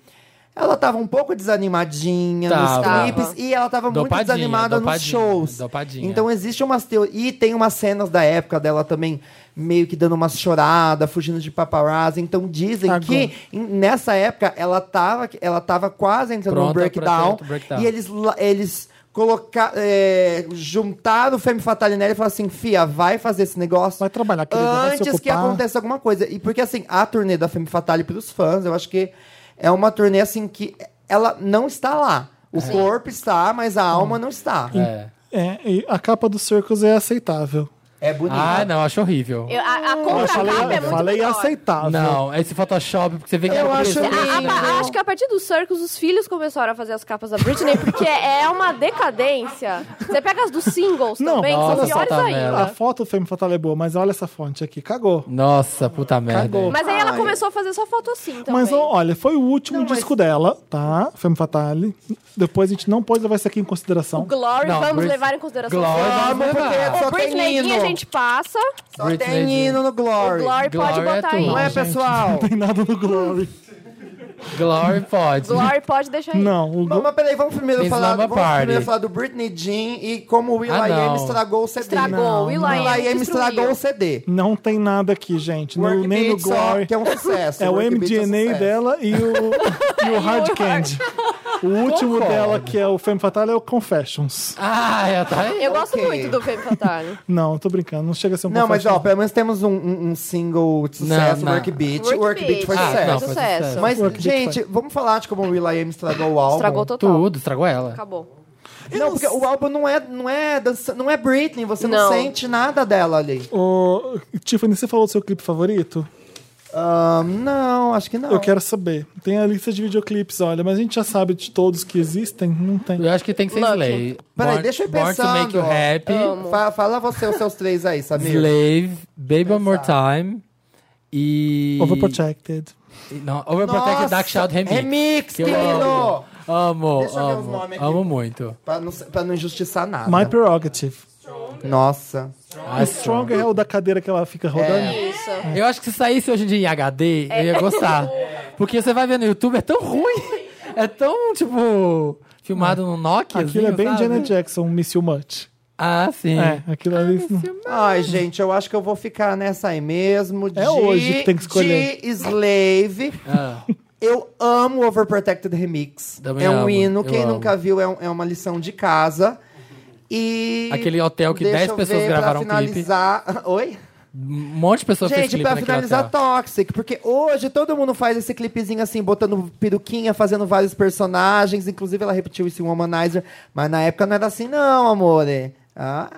D: Ela tava um pouco desanimadinha
B: Tava.
D: nos clipes e ela tava muito
B: Dopadinha,
D: desanimada nos
B: dopadinha,
D: shows.
B: dopadinha.
D: Então existe umas teorias. E tem umas cenas da época dela também meio que dando umas choradas, fugindo de paparazzi. Então dizem
A: Agora.
D: que em- nessa época ela tava, ela tava quase entrando
B: Pronta
D: no
B: pra ter
D: breakdown,
B: outro breakdown.
D: E eles, la- eles colocar, é, juntaram o Femme Fatale nela e falaram assim: Fia, vai fazer esse negócio.
A: Vai trabalhar, querida, vai se
D: Antes que
A: ocupar."
D: aconteça alguma coisa. E porque assim, a turnê da Femme Fatale pros fãs, eu acho que é uma turnê assim que ela não está lá. O corpo está, mas a alma não está.
B: É.
A: É, e a capa do Circus é aceitável.
D: É bonito.
B: Ah, não, acho horrível.
C: Eu- a a
A: eu falei,
C: contracapa é muito
A: falei
C: melhor.
A: aceitável.
B: Não, esse Photoshop, porque você vê que é
D: Eu
B: ela
D: acho
B: começou-
C: A- a- acho que a partir do Circus, os filhos começaram a fazer as capas da Britney, porque é uma decadência. Você pega as dos singles
A: Não,
C: também, que
A: nossa,
C: são piores
B: tá
A: A
B: vela.
C: ainda.
A: foto do Femme Fatale é boa, mas olha essa fonte aqui, cagou.
B: Nossa, puta merda.
A: Cagou.
C: Mas aí ela
D: Ai.
C: começou a fazer só foto assim também.
A: Mas ó, olha, foi o último
D: Não, mas-
A: disco dela, tá? Femme Fatale. Depois a gente não pode levar isso aqui em consideração.
C: Glory,
B: Não,
C: vamos
B: Brit-
C: levar em consideração.
B: Glory,
D: Vamos,
B: vamos
D: porque
B: levar.
D: só
C: O
D: tem
C: Britney Gui
D: hino.
C: a gente passa.
D: Só
B: Britney
D: tem hino no Glory.
C: Glory, pode
B: Glory é
C: botar
B: tudo.
C: aí.
D: Não é,
B: Gente.
D: pessoal?
A: Não tem nada no Glory.
B: Glory pode.
C: Glory, pode deixar aí.
A: Não, o
D: Não,
A: Glory.
D: mas peraí, vamos primeiro
B: Fez
D: falar,
B: Lama
D: vamos primeiro
B: Party.
D: falar do Britney Jean e como o Will.i.am
B: Ah, não.
D: estragou o CD.
C: Estragou, o Will.i.am
D: O Will.i.am
C: destruiu.
D: estragou o CD.
A: Não tem nada aqui, gente. No-
D: Work
A: nem no
D: Beat só,
A: Glory.
D: que é um sucesso.
A: É o
D: Work Beat é um
A: MDNA
D: sucesso.
A: dela e o, e o Hard Candy. O último
B: Concordo.
A: dela, que é o Femme Fatale, é o Confessions.
B: Ah, ela tá aí.
C: Eu gosto
D: Ok.
C: muito do Femme Fatale.
A: Não, tô brincando, não chega a ser um
D: Não, mas ó,
A: Confessions.
D: pelo menos temos um, um- um single de sucesso,
B: Não, não.
D: Work Beat. Work,
C: Work
D: Beat foi
C: Beat.
B: Ah,
D: sucesso.
B: não, foi
C: Sucesso.
B: sucesso.
D: Mas,
A: Work Beat
D: gente, vamos falar de como o Will.i.am estragou o álbum.
C: Estragou total.
B: Tudo, estragou ela.
C: Acabou.
D: Não, porque o álbum não é, não é, dança, não é Britney, você não,
C: Não.
D: sente nada dela ali.
A: Ô, Tiffany, você falou do seu clipe favorito?
D: Ah, não, acho que não.
A: Eu quero saber. Tem a lista de videoclipes, olha, mas a gente já sabe de todos que existem? Não tem.
B: Eu acho que tem que ser
C: Lucky.
B: Slave.
D: Peraí,
B: Born-
D: deixa eu ir
B: Born to Make You
D: pensando. Ah.
B: Happy,
D: Fa- fala você os seus três aí, Samir.
B: Slave, Baby One More Time e...
A: Overprotected.
B: e- Não, Overprotected Dark Shout Remix.
D: Remix,
B: que eu
D: querido!
B: amo. Amo,
D: Deixa eu ver os
B: amo,
D: nomes aqui.
B: amo muito.
D: Pra não, ser- pra Ah, não injustiçar nada.
A: My Prerogative.
D: Nossa.
B: Ah,
A: Stronger é o da cadeira que ela fica rodando.
C: Isso.
B: Eu acho que se saísse hoje em dia em HD, eu
C: É.
B: ia gostar. Porque você vai ver no YouTube, é tão ruim. É tão, tipo, filmado no Nokia.
A: Aquilo é bem
B: sabe?
A: Janet Jackson, Miss You Much.
B: Ah, sim.
A: É, aquilo
C: Ah,
A: ali.
D: Ai, gente, eu acho que eu vou ficar nessa aí mesmo.
A: É hoje que tem que escolher.
D: De Slave.
B: Ah,
D: Eu amo Overprotected Remix.
B: Também
D: é um
B: amo,
D: hino.
B: eu
D: Quem
B: amo.
D: nunca viu é, um- é uma lição de casa. E.
B: Aquele hotel que
D: Deixa
B: 10
D: eu
B: pessoas
D: ver
B: gravaram um
D: pra finalizar... Oi?
B: um monte de pessoas fez
D: Gente,
B: clipe
D: pra
B: naquele
D: finalizar,
B: hotel.
D: Toxic. Porque hoje todo mundo faz esse clipezinho assim, botando peruquinha, fazendo vários personagens. Inclusive, ela repetiu isso em Womanizer. Mas na época não era assim, não, amore. Ah,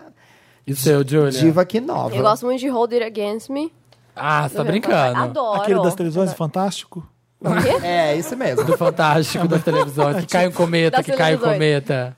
B: E o seu, Julia?
D: diva que nova.
C: Eu gosto muito de Hold It Against Me.
B: Ah, você tá
C: do Femme Fatale.
B: brincando.
C: Adoro.
A: Aquele das televisões, fantástico.
D: É, isso mesmo.
B: Do Fantástico, das televisões. Que cai um cometa,
C: Das
B: que cai um
C: televisões.
B: cometa.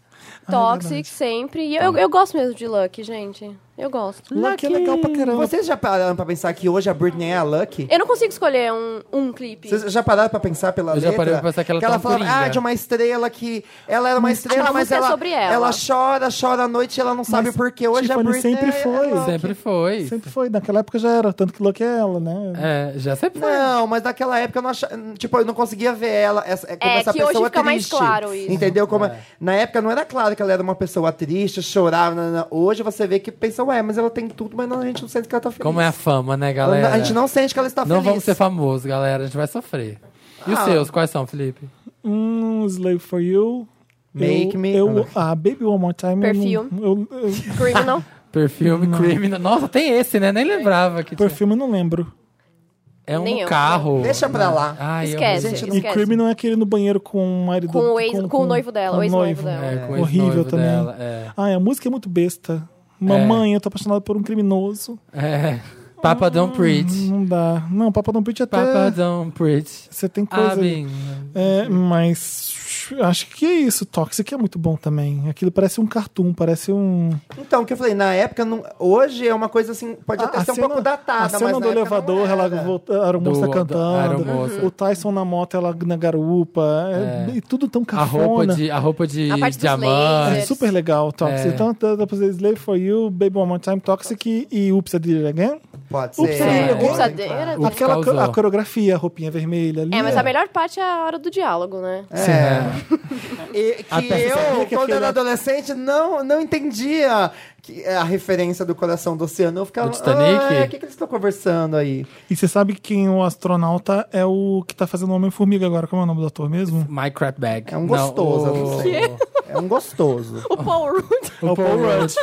C: Toxic, sempre. E eu, eu gosto mesmo de Lucky, gente. Eu gosto.
A: Lucky é legal pra caramba.
D: Vocês já pararam pra pensar que hoje a Britney é a Lucky?
C: Eu não consigo escolher um, um clipe.
D: Vocês já pararam pra pensar pela
B: Eu já
D: letra?
B: parei pra pensar que ela é tão
D: falava,
B: coringa.
D: ah, de uma estrela que... Ela era uma estrela,
C: a
D: mas
C: música é
D: ela,
C: sobre ela.
D: chora, chora à noite e ela não sabe por que. Hoje a
A: Tiffany
D: Britney
A: sempre
D: é-
A: foi.
D: é Lucky.
B: Sempre foi.
A: Sempre foi, naquela época já era, tanto que Lucky é ela, né?
B: É, já sempre foi.
D: Não, mas naquela época eu não achava. Tipo, eu não conseguia ver ela. Essa, como
C: É,
D: essa
C: que hoje
D: pessoa
C: fica mais
D: triste.
C: claro isso.
D: Entendeu? Como
A: É.
D: Na época não era claro que ela era uma pessoa triste, chorava. nanana. Hoje você vê que pensa, ué, mas ela tem tudo, mas não, a gente não sente que ela tá feliz.
B: Como é a fama, né,
D: Ela-
B: galera?
D: A gente não sente que ela está
B: Não
D: feliz.
B: vamos ser famosos, galera. A gente vai sofrer. E os
D: Ah.
B: seus, quais são, Felipe?
A: Hum, Slave for You.
D: Make
A: eu,
D: me-
A: Eu, ah, Baby One More Time. eu não-
C: Perfume.
A: Eu, eu,
C: Criminal.
B: Perfume, Criminal. Nossa, tem esse, né? Nem lembrava que tinha.
A: perfume eu não lembro.
B: É um
C: Nem eu.
B: carro.
D: Deixa pra lá.
B: Ai, eu-
C: Esquece.
B: Gente,
A: E
C: esquece.
A: Criminal é aquele no banheiro com o marido
C: Com o ex- com o noivo dela, o ex-noivo dela.
B: É, com o
A: Horrível
B: ex-noivo
A: também.
B: dela, é.
A: Ah, a música é muito besta. Mamãe, eu tô apaixonado por um criminoso.
B: É. Papa Don't Preach.
A: Não dá. Não, Papa Don't Preach até.
B: Papa Don't Preach.
A: Você tem
B: Ah,
A: coisa. aí.
B: bem.
A: É, mas acho que é isso. Toxic é muito bom também. Aquilo parece um cartoon, parece um.
D: Então, o que eu falei, na época, não- hoje é uma coisa assim, pode até
A: A- a
D: ser um
A: cena-
D: pouco datada,
A: A cena
D: mas na
A: do
D: época não
A: elevador,
D: era.
A: ela volta- a aeromoça
B: Do- da
A: cantando.
B: aeromoça.
A: O Tyson na moto, ela na garupa. é- E tudo tão
B: A roupa
A: cafona.
B: de, a roupa de
C: A parte dos
A: É
B: diamante.
C: lasers.
A: super legal, Toxic.
B: É.
A: Então, dá dá pra fazer Slave for You, Baby One More Time, Toxic e Oops, I Did It Again.
D: Pode ser.
A: Ups,
C: É,
A: É,
D: pode,
C: usadeira.
B: O que
A: Aquela co-
B: causou.
A: a coreografia, a roupinha vermelha ali.
C: É, mas a melhor parte é a hora do diálogo, né?
B: Sim, é.
D: E que
B: Até você
A: sabia
D: eu,
A: que
D: quando
A: aquele-
D: era adolescente, não, não entendia que- eh, a referência do coração do oceano. Eu ficava.
B: Do Titanic?
D: "Ah, o que, que eles estão conversando aí?
A: E você sabe quem é o astronauta é o que tá fazendo o Homem-Formiga agora? Como é o nome do ator mesmo?
B: My crap bag.
D: É um gostoso,
B: Não,
D: eu não sei. É um gostoso.
C: O Paul Rudd.
A: É o Paul Rudd.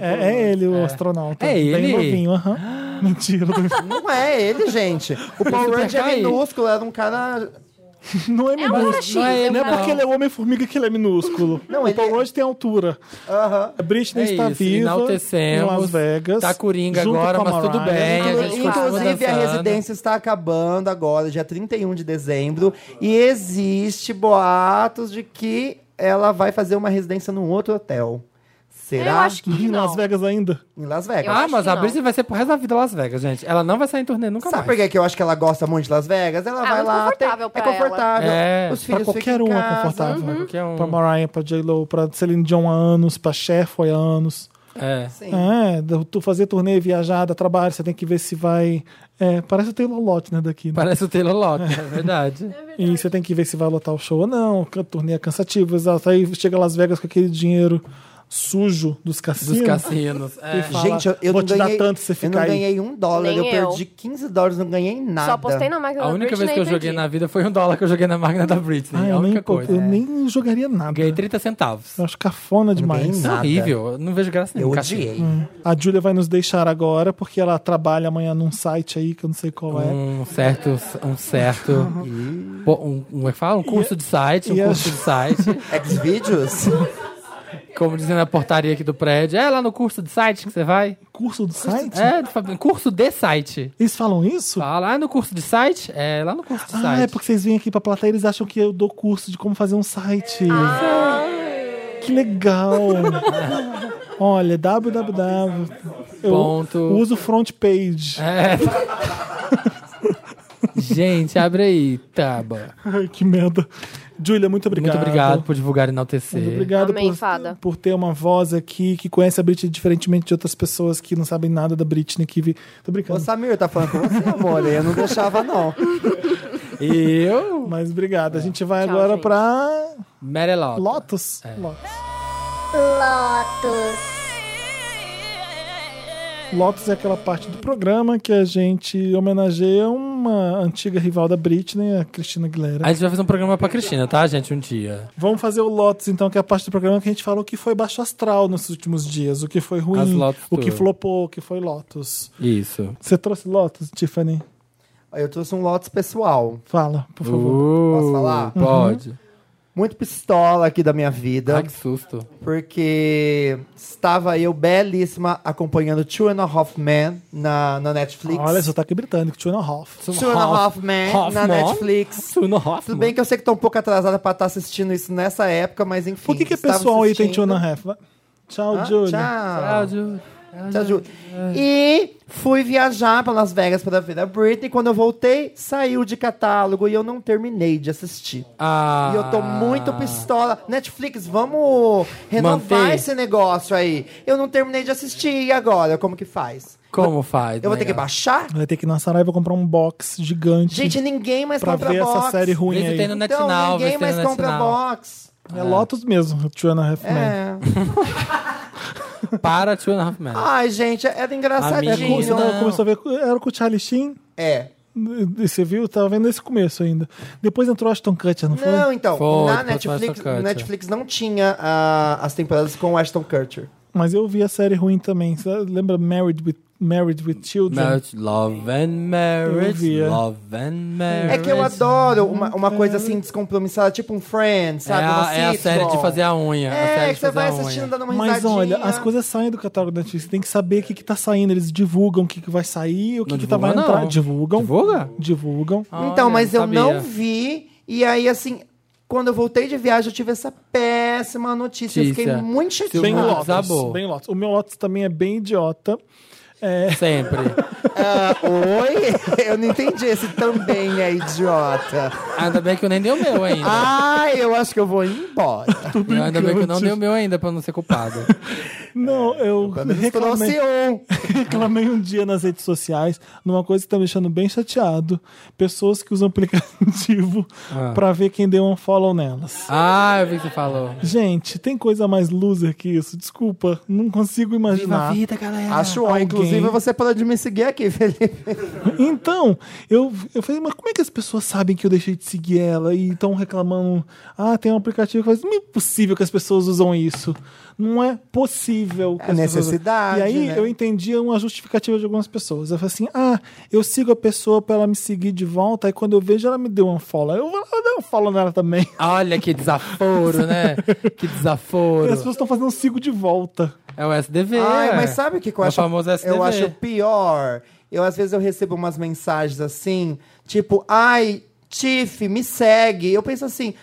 A: É, é ele, o astronauta.
B: É ele?
A: Bem novinho, aham. Mentira.
D: não é ele, gente. O Paul
B: super
D: Rudd é
B: caí.
D: minúsculo, era um cara.
A: Não é
C: É um
A: minúsculo.
C: abacaxi.
B: não é ele,
A: Não é porque ele é o Homem-Formiga que ele é minúsculo.
D: Não,
A: o
D: ele
A: Paul
D: é-
A: Rudd tem altura.
D: Aham.
A: A Britney
B: É
A: está
B: isso,
A: viva
B: enaltecemos.
A: em Las Vegas.
B: Tá coringa
A: junto
B: agora,
A: com a
B: mas tudo
A: Mariah.
B: bem, É, a gente
D: Inclu-
B: continua
D: Inclusive, a
B: dançando.
D: residência está acabando agora, dia 31 de dezembro. E existe boatos de que ela vai fazer uma residência num outro hotel. Será?
C: Eu acho que
A: Em
C: não.
A: Las Vegas ainda.
D: Em Las Vegas.
C: Eu
B: Ah,
C: acho
B: mas
C: que
B: a
C: não.
B: Britney vai ser pro resto da vida Las Vegas, gente. Ela não vai sair em turnê nunca
D: Sabe por
B: mais.
D: que que eu acho que ela gosta muito de Las Vegas? Ela
C: Ah,
D: vai
C: muito
D: lá.
C: confortável
D: tem-
C: pra
D: é confortável.
B: ela. É,
D: Os
A: Pra
D: filhos
A: qualquer
D: ficam
A: um
D: em
A: é
D: casa.
A: confortável.
B: Uhum. Qualquer um.
A: Pra Mariah, pra J-Lo, pra Celine Dion há anos, pra Cher foi há anos.
B: É.
D: Sim.
A: É, do- tu fazer turnê, viajar, dar trabalho, você tem que ver se vai... É, parece o Taylor Lautner daqui, né?
B: Parece o Taylor Locke, é verdade.
A: E você tem que ver se vai lotar o show ou não, que a turnê é cansativa, exato. Aí chega Las Vegas com aquele dinheiro sujo dos cassinos.
B: Dos cassinos. É.
A: fala,
D: Gente, eu, eu
A: "Vou
D: não
A: te dar
D: ganhei,
A: tanto se você
D: eu não
A: ficar aí."
D: ganhei um dólar,
C: Nem
D: eu,
C: eu.
D: perdi 15 dólares, não ganhei nada.
C: Só postei na máquina
B: A
C: da
B: única
C: Britney
B: vez que eu
C: e perdi.
B: joguei na vida foi um dólar que eu joguei na máquina da Britney.
A: Ah,
B: é a
A: eu, nem,
B: única
A: pô-
B: coisa.
A: eu nem jogaria nada.
B: Ganhei 30 centavos. é
A: Eu acho cafona
D: ganhei
A: demais.
D: nada.
B: Horrível. eu Não vejo graça
D: Eu
B: nenhuma.
D: odiei.
A: A Júlia vai nos deixar agora, porque ela trabalha amanhã num site aí que eu não sei qual é.
B: Um certo, um certo, pô, um, um, como é que fala? Um curso de site, um
A: e a-
B: curso de site.
D: É Xvideos?
B: Como dizendo a portaria aqui do prédio. É lá no curso de site que você vai?
A: Curso do site?
B: É, fa- curso de site.
A: Eles falam isso?
B: Fala, ah, no curso de site? É, lá no curso de
A: Ah,
B: site.
A: é porque vocês vêm aqui pra plateia e eles acham que eu dou curso de como fazer um site. Que legal! Olha, www. Eu
B: Ponto. É.
A: uso front page.
B: Gente, abre aí, Taba.
A: Ai, que merda. Júlia, muito obrigado.
B: Muito obrigado por divulgar e enaltecer.
A: Muito obrigado
C: Amém,
A: por,
C: fada.
A: por ter uma voz aqui que conhece a Britney diferentemente de outras pessoas que não sabem nada da Britney. Que vi... Tô
D: Ô,
A: brincando.
D: Samir, tá falando com você, amor? Eu não deixava, não.
B: E eu,
A: Mas obrigado. A
B: É.
A: gente vai
C: Tchau,
A: agora
C: gente.
A: pra
B: Merelot.
A: Lotus.
B: É.
A: Lotus. Lotus é aquela parte do programa que a gente homenageia uma antiga rival da Britney, a Cristina Aguilera.
B: A gente vai fazer um programa pra Cristina, tá, gente? Um dia.
A: Vamos fazer o Lotus, então, que é a parte do programa que a gente falou que foi baixo astral nos últimos dias, o que foi
B: As
A: ruim,
B: Lotus
A: o que
B: tour.
A: flopou, o que foi Lotus.
B: Isso.
A: Você trouxe Lotus, Tiffany?
D: Eu trouxe um lotes pessoal.
A: Fala, por
B: Uh.
A: favor. Uhum.
B: Posso
D: falar?
B: Pode.
D: Muito pistola aqui da minha vida.
B: Ah, que susto.
D: Porque estava eu belíssima acompanhando Two and a Half Men na, na Netflix.
A: Olha, tá sotaque britânico, Tuna Hoff.
D: Two and a Half Men na
B: Hoffman?
D: Netflix.
B: Tuna Hoffman.
D: Tudo bem que eu sei que tô um pouco atrasada pra estar assistindo isso nessa época, mas enfim.
A: Por que, que o
D: estava
A: pessoal aí tem
D: assistindo.
A: Tuna Hoff? Tchau,
D: Ah,
A: Júlia.
D: Tchau.
B: Tchau, Ju.
D: Te ajudo. E fui viajar para Las Vegas para ver a Britney. Quando eu voltei, saiu de catálogo e eu não terminei de assistir.
B: Ah.
D: E eu tô muito pistola. Netflix, vamos renovar
B: Manter.
D: esse negócio aí. Eu não terminei de assistir. E agora? Como que faz?
B: Como faz?
D: Eu vou ter que
B: nega?
D: baixar?
A: Vai ter que ir na Saraiva comprar um box gigante
D: Gente, ninguém mais
A: pra
D: compra
A: ver
D: box.
A: essa série ruim
B: Vê se
A: aí.
B: tem no
D: Então,
B: NetNow, vê
D: ninguém
B: se tem
D: mais
B: no
D: compra
B: NetNow.
D: box.
A: É Lotus mesmo, Tuna Hoff. Man.
D: É.
B: Para Two and a Half Men.
D: Ai, gente, era
A: É,
B: Amigo,
A: com- você
D: engraçadinho.
A: não,
B: Não.
A: começou a ver. Era com o Charlie Sheen?
D: É.
A: E Você viu? Tava vendo esse começo ainda. Depois entrou Ashton Kutcher, não foi?
D: Não, então,
B: Foi, depois
D: na
B: foi
D: Netflix,
B: Ashton Kutcher.
D: Netflix não tinha ah, as temporadas com Ashton Kutcher.
A: Mas eu vi a série ruim também. Você lembra Married with, Married with Children?
B: Marriage, love and
A: Eu
B: marriage,
A: via.
B: love and marriage.
D: É que eu adoro uma, uma
A: É.
D: coisa assim descompromissada, tipo um Friends,
B: É
D: sabe?
B: a,
D: Uma
B: é a
D: sitcom.
B: série de fazer a unha. a
D: É,
B: série
D: que
B: de
D: você
B: fazer
D: vai
B: a unha.
D: assistindo dando uma
A: Mas
D: risadinha.
A: olha, as coisas saem do catálogo da Netflix. Você tem que saber o que, que tá saindo. Eles divulgam o que, que vai sair, o que,
B: Não
A: que tá vai
B: divulga, não.
A: entrar. Divulgam.
B: Divulga?
A: Divulgam.
D: Então,
B: Olha,
D: mas eu
B: sabia.
D: não vi. E aí, assim, quando eu voltei de viagem, eu tive essa péssima notícia. Eu fiquei
B: Notícia.
D: muito
A: Bem
B: Silvio
D: chateada.
A: Lotus.
B: desabou.
A: Bem Lotus. O meu Lotus também é bem idiota.
B: Sempre.
D: Ah, oi? Eu não entendi. Esse também é idiota.
B: Ainda bem que eu nem dei o meu ainda.
D: Ah, Ai, eu acho que eu vou embora.
B: É, Eu ainda bem que eu não dei o meu ainda pra não ser culpado.
A: Não, eu
D: Pelo menos
A: reclamei,
D: trouxe um.
A: reclamei um dia nas redes sociais numa coisa que tá me deixando bem chateado. Pessoas que usam aplicativo
B: Ah.
A: pra ver quem deu um follow nelas.
B: Ah, eu vi que você falou.
D: É.
A: Gente, tem coisa mais loser que isso? Desculpa, não consigo
B: Viva a
A: imaginar.
B: vida, galera.
D: Acho um.
A: É, alguém.
D: Inclusive, você pode me seguir aqui, Felipe.
A: Então, eu, eu falei, mas como é que as pessoas sabem que eu deixei de seguir ela e estão reclamando? Ah, tem um aplicativo que faz. Não é possível que as pessoas usam isso. Não é possível. que
D: É
A: as pessoas-
D: necessidade,
A: E aí
D: né?
A: eu entendi uma justificativa de algumas pessoas. Eu falei assim: ah, eu sigo a pessoa pra ela me seguir de volta, e quando eu vejo ela me deu um follow. Eu vou lá dar um follow nela também.
B: Olha que desaforo, né? Que
A: E
B: desaforo.
A: as pessoas estão fazendo um sigo de volta.
B: É o SDV.
D: Ai,
B: é.
D: mas sabe o que, que eu
B: É o
D: acho?
B: famoso SDV.
D: Eu acho pior. Eu às vezes eu recebo umas mensagens assim, tipo, ai, Tiff, me segue. Eu penso assim,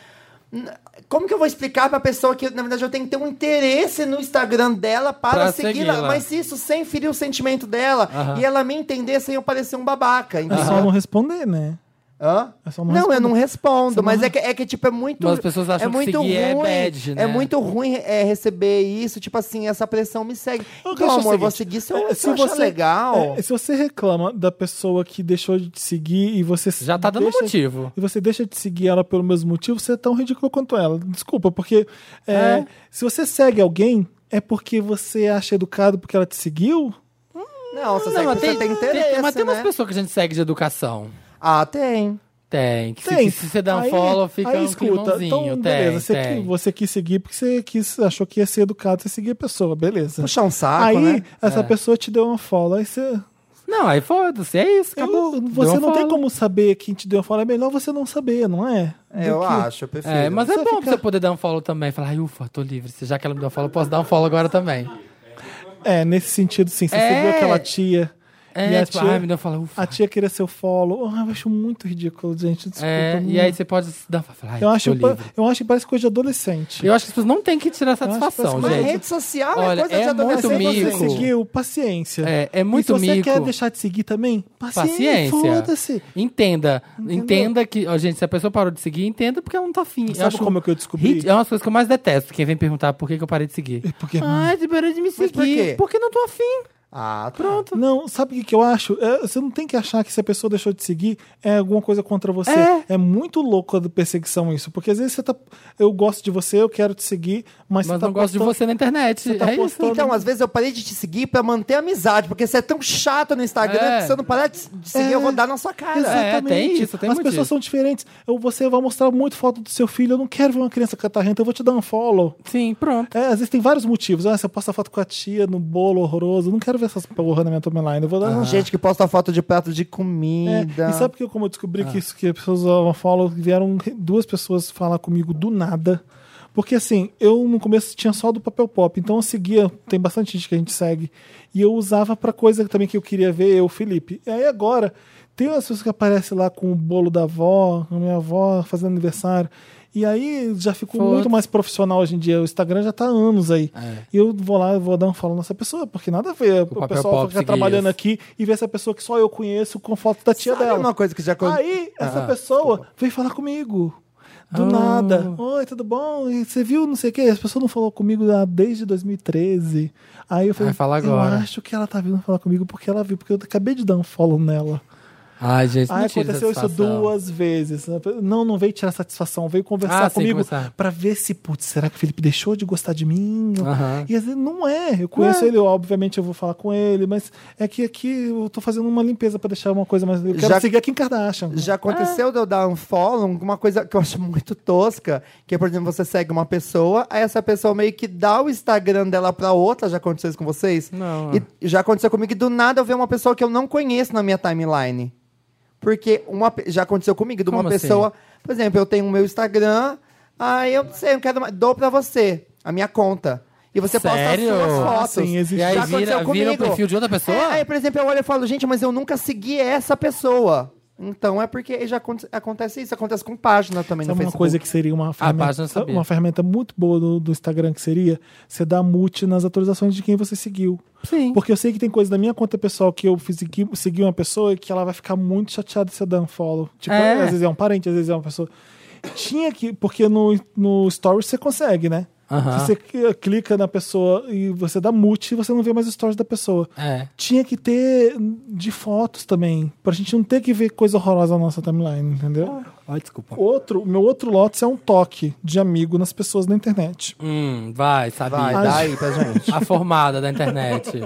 D: "N- como que eu vou explicar pra pessoa que, na verdade, eu tenho que ter um interesse no Instagram dela para
B: Pra
D: segui-la?
B: segui-la.
D: Mas isso sem ferir o sentimento dela
B: Aham.
D: e ela me entender sem eu parecer um babaca,
A: É
D: entendeu?
A: só não responder, né?
D: Hã?
A: É só
D: não,
A: não
D: eu
A: responder.
D: não respondo, mas é que, é que, tipo, é muito.
B: Mas as pessoas acham
D: é
B: que
D: muito
B: seguir é
D: ruim,
B: bad, né?
D: É muito ruim é, receber isso, tipo assim, essa pressão me segue.
A: Eu
D: Então,
A: acho o
D: amor, vou seguir
A: seguinte,
D: se eu,
A: é,
D: se eu achar legal.
A: é, se você reclama da pessoa que deixou de te seguir e você
B: Já tá dando
A: deixa-
B: motivo.
A: E você deixa de seguir ela pelo mesmo motivo, você é tão ridículo quanto ela. Desculpa, porque é, se você segue alguém, é porque você acha educado porque ela te seguiu?
D: Não, você,
B: Não,
D: segue,
B: mas
D: você
B: tem,
D: tem, interesse,
B: tem- mas tem umas
D: né?
B: pessoas que a gente segue de educação.
D: Ah, tem.
B: Tem. Que se- que
A: Tem.
B: Se, você dá um follow, fica
A: aí,
B: um
A: escuta,
B: climãozinho.
A: então,
B: tem,
A: beleza, você,
B: tem.
A: qui- você quis seguir porque você quis, achou que ia ser educado, você seguia a pessoa, beleza.
D: Puxar um saco,
A: aí,
D: né?
A: essa
B: É.
A: pessoa te deu uma follow, aí você...
B: Não, aí foda-se. É isso, acabou.
A: Eu-
B: Deu
A: você
B: um
A: não tem
B: follow.
A: como saber quem te deu a follow. É melhor você não saber, não é?
D: É,
A: Do
D: Eu
A: que-
D: acho, eu prefiro.
B: É, mas é
A: Você
B: bom pra
A: fica-
B: você poder dar um follow também. Falar, ai, ufa, tô livre. Se Já que ela me deu um follow, eu posso dar um follow agora também.
A: É, nesse sentido, sim. Você
B: É.
A: seguiu aquela tia.
B: É,
A: E a
B: tipo,
A: tia- Ah,
B: ai, me deu um follow, ufa.
A: A tia queria seu follow. Ah, eu acho muito ridículo, gente. Desculpa.
B: É,
A: Hum.
B: e aí você pode se dar falar, ai,
A: eu, acho,
B: tô
A: pa-
B: livre.
A: eu acho que parece coisa de adolescente.
B: Eu acho que as pessoas não têm que tirar
A: acho que
B: satisfação,
A: parece
D: Mas
A: uma
B: gente.
D: rede social
B: Olha,
D: é coisa
B: é
D: de
B: muito
D: adolescente.
A: Se você
B: mico.
A: seguiu, paciência.
B: É, é muito
A: e se você
B: mico.
A: quer deixar de seguir também, paciência.
B: Paciência.
A: Foda-se.
B: Entenda. Entenda que, ó, gente, se a pessoa parou de seguir, entenda porque ela não tá afim. Eu
A: Sabe
B: acho
A: como é que eu descobri?
B: ri- É uma das coisas que eu mais detesto. Quem vem perguntar por que, que eu parei de seguir.
A: É Porque...
B: Ai, você parou de me seguir.
D: por quê?
B: Porque não tô afim.
D: Ah, pronto.
A: Não, sabe o que, que eu acho? É, você não tem que achar que se a pessoa deixou de seguir é alguma coisa contra você.
B: É.
A: É, muito louco a perseguição isso. Porque às vezes você tá. Eu gosto de você, eu quero te seguir, mas,
B: Mas
A: você tá
B: não gosto de
A: postando-
B: você na internet.
A: você tá
B: é isso.
A: postando-
D: Então, às vezes eu parei de te seguir pra manter a amizade, porque você é tão chato no Instagram
B: É.
D: que se eu não parar de de seguir,
A: É.
D: eu vou dar na sua cara.
A: Exatamente.
B: É, tem isso, tem
A: As
B: motivo.
A: pessoas são diferentes. Eu, você vai mostrar muito foto do seu filho. Eu não quero ver uma criança catarrenta, eu vou te dar um follow.
B: Sim, pronto.
A: É, às vezes tem vários motivos. Ah, você posta foto com a tia no bolo horroroso. Eu não quero ver essas porra na minha timeline. Eu vou
B: Ah.
A: dar um jeito.
D: Gente que posta foto de prato de
A: É,
D: comida.
A: e sabe que eu, como eu descobri que isso que as pessoas usavam follow, vieram duas pessoas falar comigo do nada. Porque assim, eu no começo tinha só do papel pop, então eu seguia, tem bastante gente que a gente segue, e eu usava pra coisa também que eu queria ver, eu, Felipe. E aí agora, tem as pessoas que aparecem lá com o bolo da avó, a minha avó fazendo aniversário, e aí já ficou
B: Foda-se.
A: muito mais profissional hoje em dia, o Instagram já tá há anos aí. E eu vou lá, eu vou dar um follow nessa pessoa, porque nada a ver, o,
B: É. papel
A: pessoal
B: pop
A: ficar
B: seguir
A: trabalhando
B: isso.
A: aqui e ver essa pessoa que só eu conheço com foto da tia
D: Sabe
A: dela.
D: uma coisa que já aconteceu?
A: Aí, essa
B: Ah,
A: pessoa veio falar comigo. Do nada.
B: Ah.
A: Oi, tudo bom? E Você viu não sei o quê? As pessoas não falou comigo lá desde 2013. Aí eu falei,
B: Vai falar agora.
A: eu acho que ela tá vindo falar comigo porque ela viu, porque eu acabei de dar um follow nela.
B: Ai, gente,
A: Aí
B: não tira
A: Ah, aconteceu isso
B: satisfação.
A: duas vezes. né? Não, não veio tirar satisfação, veio conversar
B: Ah, sim,
A: comigo
B: conversar.
A: pra ver se, putz, será que o Felipe deixou de gostar de mim?
B: Aham.
A: E às vezes não é. Eu conheço ele, obviamente eu vou falar com ele, mas é que aqui eu tô fazendo uma limpeza pra deixar uma coisa mais. Eu quero
D: Já-
A: seguir a Kim Kardashian.
B: É.
D: Já aconteceu de eu dar um follow, uma coisa que eu acho muito tosca, que é, por exemplo, você segue uma pessoa, aí essa pessoa meio que dá o Instagram dela pra outra, já aconteceu isso com vocês?
B: Não.
D: E já aconteceu comigo, e do nada eu ver uma pessoa que eu não conheço na minha timeline. Porque uma, pe- já aconteceu comigo, de uma
B: Como assim?
D: pessoa... Por exemplo, eu tenho o meu Instagram, aí eu não sei, eu quero... mais- Dou pra você, a minha conta. E você
B: Sério?
D: posta as suas
B: Ah,
D: fotos.
A: sim, existe.
B: E aí vira,
D: Já aconteceu
B: vira o
D: comigo.
B: perfil de outra pessoa?
D: É, aí, por exemplo, eu olho e falo, gente, mas eu nunca segui essa pessoa. Então é porque já aconte- acontece isso, acontece com página também
A: Sabe
D: no
A: é uma
D: Facebook.
A: coisa que seria
B: Ah,
A: uma ferramenta,
B: página eu sabia.
A: uma ferramenta muito boa do, do Instagram que seria você dar mute nas atualizações de quem você seguiu.
B: Sim.
A: Porque eu sei que tem coisa da minha conta pessoal que eu fiz segui, segui uma pessoa e que ela vai ficar muito chateada se eu dar um follow. Tipo,
B: É.
A: às vezes é um parente, às vezes é uma pessoa. Tinha que. Porque no, no Stories você consegue, né?
B: Aham.
A: que você cl- clica na pessoa e você dá mute e você não vê mais stories da pessoa.
B: É.
A: Tinha que ter de fotos também, pra gente não ter que ver coisa horrorosa na nossa timeline, entendeu?
B: Ai, desculpa.
A: Outro, meu outro lote é um toque de amigo nas pessoas na internet.
B: Hum, vai, sabe?
D: Vai, dá aí pra gente.
B: A formada da internet.